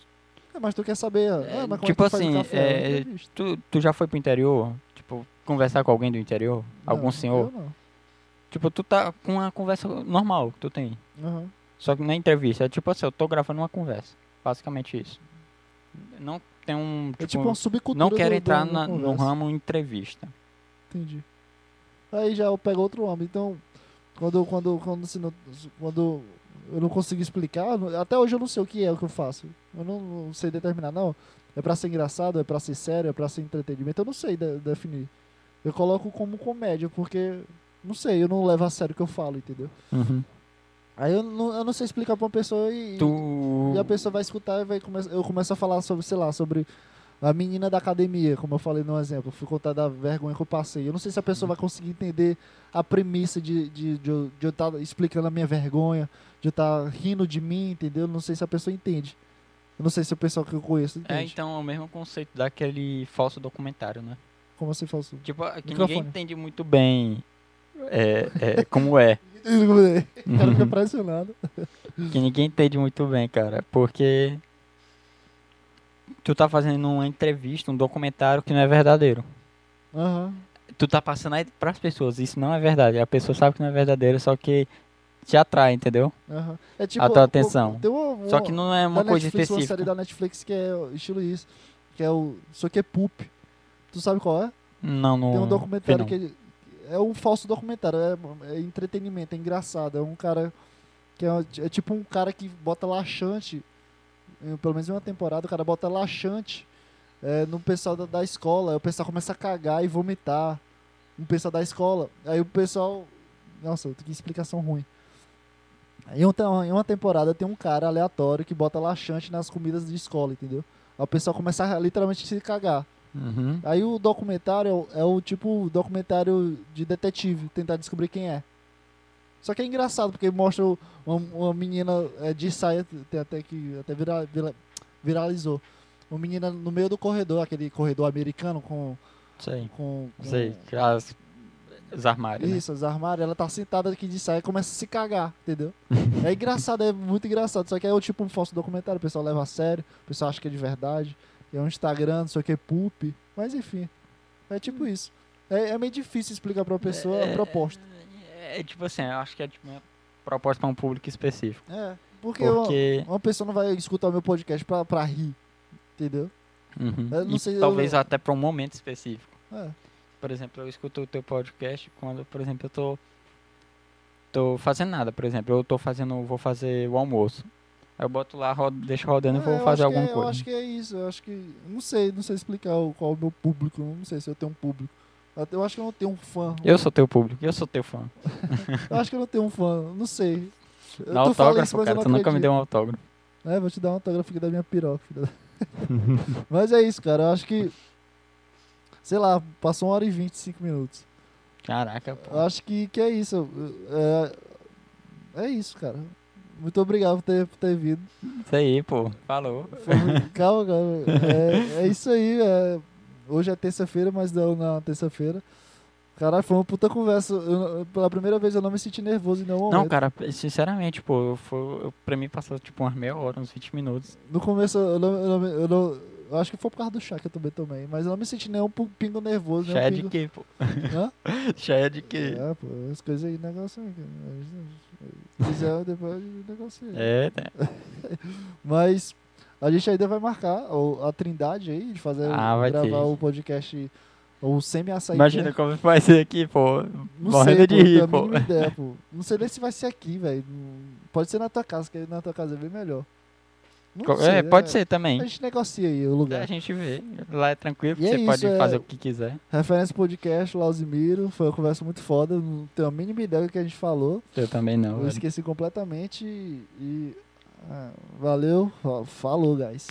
[SPEAKER 1] É, mas tu quer saber.
[SPEAKER 2] É,
[SPEAKER 1] ah, mas como
[SPEAKER 2] tipo
[SPEAKER 1] é que tu faz o
[SPEAKER 2] assim,
[SPEAKER 1] café? uma
[SPEAKER 2] é,
[SPEAKER 1] entrevista.
[SPEAKER 2] Tu, tu já foi pro interior? Tipo, conversar com alguém do interior? algum
[SPEAKER 1] Não,
[SPEAKER 2] senhor?
[SPEAKER 1] eu não.
[SPEAKER 2] Tipo, tu tá com uma conversa normal que tu tem.
[SPEAKER 1] Aham.
[SPEAKER 2] Só que na entrevista, é tipo assim, eu tô gravando uma conversa. Basicamente isso. Não tem um. Tipo,
[SPEAKER 1] é tipo uma subcultura.
[SPEAKER 2] não quero
[SPEAKER 1] do- do-
[SPEAKER 2] entrar
[SPEAKER 1] da
[SPEAKER 2] na- no
[SPEAKER 1] conversa.
[SPEAKER 2] ramo entrevista.
[SPEAKER 1] Entendi. Aí já eu pego outro homem. Então, quando, quando, quando, se não- quando eu não consigo explicar, eu não- até hoje eu não sei o que é o que eu faço. Eu não, não sei determinar, não. É pra ser engraçado, é pra ser sério, é pra ser entretenimento. Eu não sei de- definir. Eu coloco como comédia, porque, não sei, eu não levo a sério o que eu falo, entendeu? Aí eu não, eu não sei explicar pra uma pessoa e.
[SPEAKER 2] Tu.
[SPEAKER 1] E a pessoa vai escutar e vai começar. Eu começo a falar sobre, sei lá, sobre a menina da academia, como eu falei no exemplo. Fui contar da vergonha que eu passei. Eu não sei se a pessoa vai conseguir entender a premissa de, de, de, eu- de eu estar explicando a minha vergonha, de eu estar rindo de mim, entendeu? Eu Não sei se a pessoa entende. Eu não sei se o pessoal que eu conheço entende.
[SPEAKER 2] É, então, é o mesmo conceito daquele falso documentário, né?
[SPEAKER 1] Como assim falso?
[SPEAKER 2] Tipo, que
[SPEAKER 1] Microfone.
[SPEAKER 2] ninguém entende muito bem é, é, como é.
[SPEAKER 1] O cara
[SPEAKER 2] Uhum.
[SPEAKER 1] fica impressionado.
[SPEAKER 2] Que ninguém entende muito bem, cara, porque tu tá fazendo uma entrevista, um documentário que não é verdadeiro.
[SPEAKER 1] Aham.
[SPEAKER 2] Tu tá passando aí pras pessoas, isso não é verdade. A pessoa sabe que não é verdadeiro, só que te atrai, entendeu?
[SPEAKER 1] aham. É tipo.
[SPEAKER 2] A tua
[SPEAKER 1] o-
[SPEAKER 2] atenção.
[SPEAKER 1] tem uma-
[SPEAKER 2] Só
[SPEAKER 1] uma-
[SPEAKER 2] que não é uma
[SPEAKER 1] da
[SPEAKER 2] coisa
[SPEAKER 1] Netflix, uma série
[SPEAKER 2] específica.
[SPEAKER 1] da Netflix que é o estilo isso, que é o Só que é Poop. Tu sabe qual é?
[SPEAKER 2] Não, não.
[SPEAKER 1] Tem um
[SPEAKER 2] vi
[SPEAKER 1] documentário
[SPEAKER 2] não.
[SPEAKER 1] que ele- é um falso documentário, é, é entretenimento, é engraçado, é um cara que é, é tipo um cara que bota laxante, eh, pelo menos em uma temporada, o cara bota laxante eh, no pessoal da, da escola, aí o pessoal começa a cagar e vomitar no pessoal da escola, aí o pessoal, nossa, que explicação ruim. Em uma, em uma temporada tem um cara aleatório que bota laxante nas comidas de escola, entendeu? Aí o pessoal começa a literalmente se cagar.
[SPEAKER 2] Uhum.
[SPEAKER 1] Aí o documentário é o- é o tipo documentário de detetive, tentar descobrir quem é. Só que é engraçado, porque mostra o- uma, uma menina é, de saia, tem até que até vira- vira- viralizou. Uma menina no meio do corredor, aquele corredor americano com.
[SPEAKER 2] Sei.
[SPEAKER 1] com, com
[SPEAKER 2] Sei. As, os armários. né?
[SPEAKER 1] Isso, os armários, ela tá sentada aqui de saia e começa a se cagar, entendeu? é engraçado, é muito engraçado. Só que é o tipo um falso documentário, o pessoal leva a sério, o pessoal acha que é de verdade. é um Instagram, não sei o que, poop. Mas enfim, é
[SPEAKER 2] Hum.
[SPEAKER 1] tipo isso. É, é meio difícil explicar pra uma pessoa a proposta.
[SPEAKER 2] É, é tipo assim, eu acho que é tipo, uma proposta pra um público específico.
[SPEAKER 1] É, porque, uma-
[SPEAKER 2] Porque.
[SPEAKER 1] uma pessoa não vai escutar o meu podcast pra, pra rir, entendeu?
[SPEAKER 2] Uhum.
[SPEAKER 1] eu não
[SPEAKER 2] E
[SPEAKER 1] sei, eu-
[SPEAKER 2] talvez até pra um momento específico.
[SPEAKER 1] É.
[SPEAKER 2] Por exemplo, eu escuto o teu podcast quando, por exemplo, eu tô tô fazendo nada, por exemplo, eu tô fazendo, vou fazer o almoço. Aí eu boto lá, rodo, deixo rodando e
[SPEAKER 1] É,
[SPEAKER 2] vou
[SPEAKER 1] eu
[SPEAKER 2] fazer
[SPEAKER 1] acho que
[SPEAKER 2] alguma
[SPEAKER 1] é- Eu
[SPEAKER 2] coisa.
[SPEAKER 1] acho que é isso, eu acho que. Não sei, não sei explicar o- qual é o meu público, não sei se eu tenho um público. Eu- Eu acho que eu não tenho um fã.
[SPEAKER 2] Eu sou teu público, eu sou teu fã.
[SPEAKER 1] Eu acho que eu não tenho um fã, não sei. Eu-
[SPEAKER 2] Dá
[SPEAKER 1] tu fala
[SPEAKER 2] autógrafo,
[SPEAKER 1] isso, mas eu
[SPEAKER 2] cara,
[SPEAKER 1] não
[SPEAKER 2] tu nunca me
[SPEAKER 1] acredito.
[SPEAKER 2] deu um autógrafo.
[SPEAKER 1] É, vou te dar um autógrafo aqui da minha piroca. filha da- Mas é isso, cara. Eu acho que. Sei lá, passou uma hora e vinte e cinco minutos.
[SPEAKER 2] Caraca, pô.
[SPEAKER 1] Eu acho que, que é isso. eu- É, é isso, cara. Muito obrigado por ter, por ter vindo.
[SPEAKER 2] Isso aí, pô. Falou.
[SPEAKER 1] Foi muito- Calma, calma. É, é isso aí. é. Hoje é terça-feira, mas não na terça-feira. Caralho, foi uma puta conversa. Eu- eu- pela primeira vez eu não me senti nervoso em nenhum
[SPEAKER 2] Não,
[SPEAKER 1] momento.
[SPEAKER 2] cara, sinceramente, pô, eu foi, eu, pra mim passou tipo umas meia hora, uns 20 minutos.
[SPEAKER 1] No começo eu não, eu não- eu não- eu acho que foi por causa do chá que eu também tomei, mas eu não me senti nenhum pu- pingo nervoso.
[SPEAKER 2] Já
[SPEAKER 1] Nenhum
[SPEAKER 2] é de
[SPEAKER 1] pingo...
[SPEAKER 2] quê, pô?
[SPEAKER 1] Hã?
[SPEAKER 2] Já é de quê?
[SPEAKER 1] É, pô, as coisas aí, negócio aí. cara. né, Se quiser, depois negócio aí.
[SPEAKER 2] É, né?
[SPEAKER 1] Mas a gente ainda vai marcar o- a trindade aí, de fazer
[SPEAKER 2] Ah, vai
[SPEAKER 1] gravar
[SPEAKER 2] ter.
[SPEAKER 1] o podcast, o semi-açaí.
[SPEAKER 2] Imagina como vai ser aqui, pô.
[SPEAKER 1] né? Não
[SPEAKER 2] morrendo
[SPEAKER 1] sei,
[SPEAKER 2] de
[SPEAKER 1] pô, não
[SPEAKER 2] rir,
[SPEAKER 1] tenho a
[SPEAKER 2] pô.
[SPEAKER 1] mínima ideia, pô. Não sei nem se vai ser aqui, velho. Não- Pode ser na tua casa, que aí na tua casa é bem melhor. Não
[SPEAKER 2] Co-
[SPEAKER 1] sei,
[SPEAKER 2] é,
[SPEAKER 1] né?
[SPEAKER 2] pode ser também.
[SPEAKER 1] A gente negocia aí o
[SPEAKER 2] É, A
[SPEAKER 1] lugar.
[SPEAKER 2] gente vê. Lá é tranquilo,
[SPEAKER 1] E é
[SPEAKER 2] você
[SPEAKER 1] isso,
[SPEAKER 2] pode
[SPEAKER 1] é-
[SPEAKER 2] fazer o que quiser.
[SPEAKER 1] Referência Podcast, Lauzimiro. Foi uma conversa muito foda. Não tenho a mínima ideia do que a gente falou.
[SPEAKER 2] Eu também não. é.
[SPEAKER 1] Eu
[SPEAKER 2] velho.
[SPEAKER 1] esqueci completamente e. e, ah, valeu, Fa- é, falou, guys.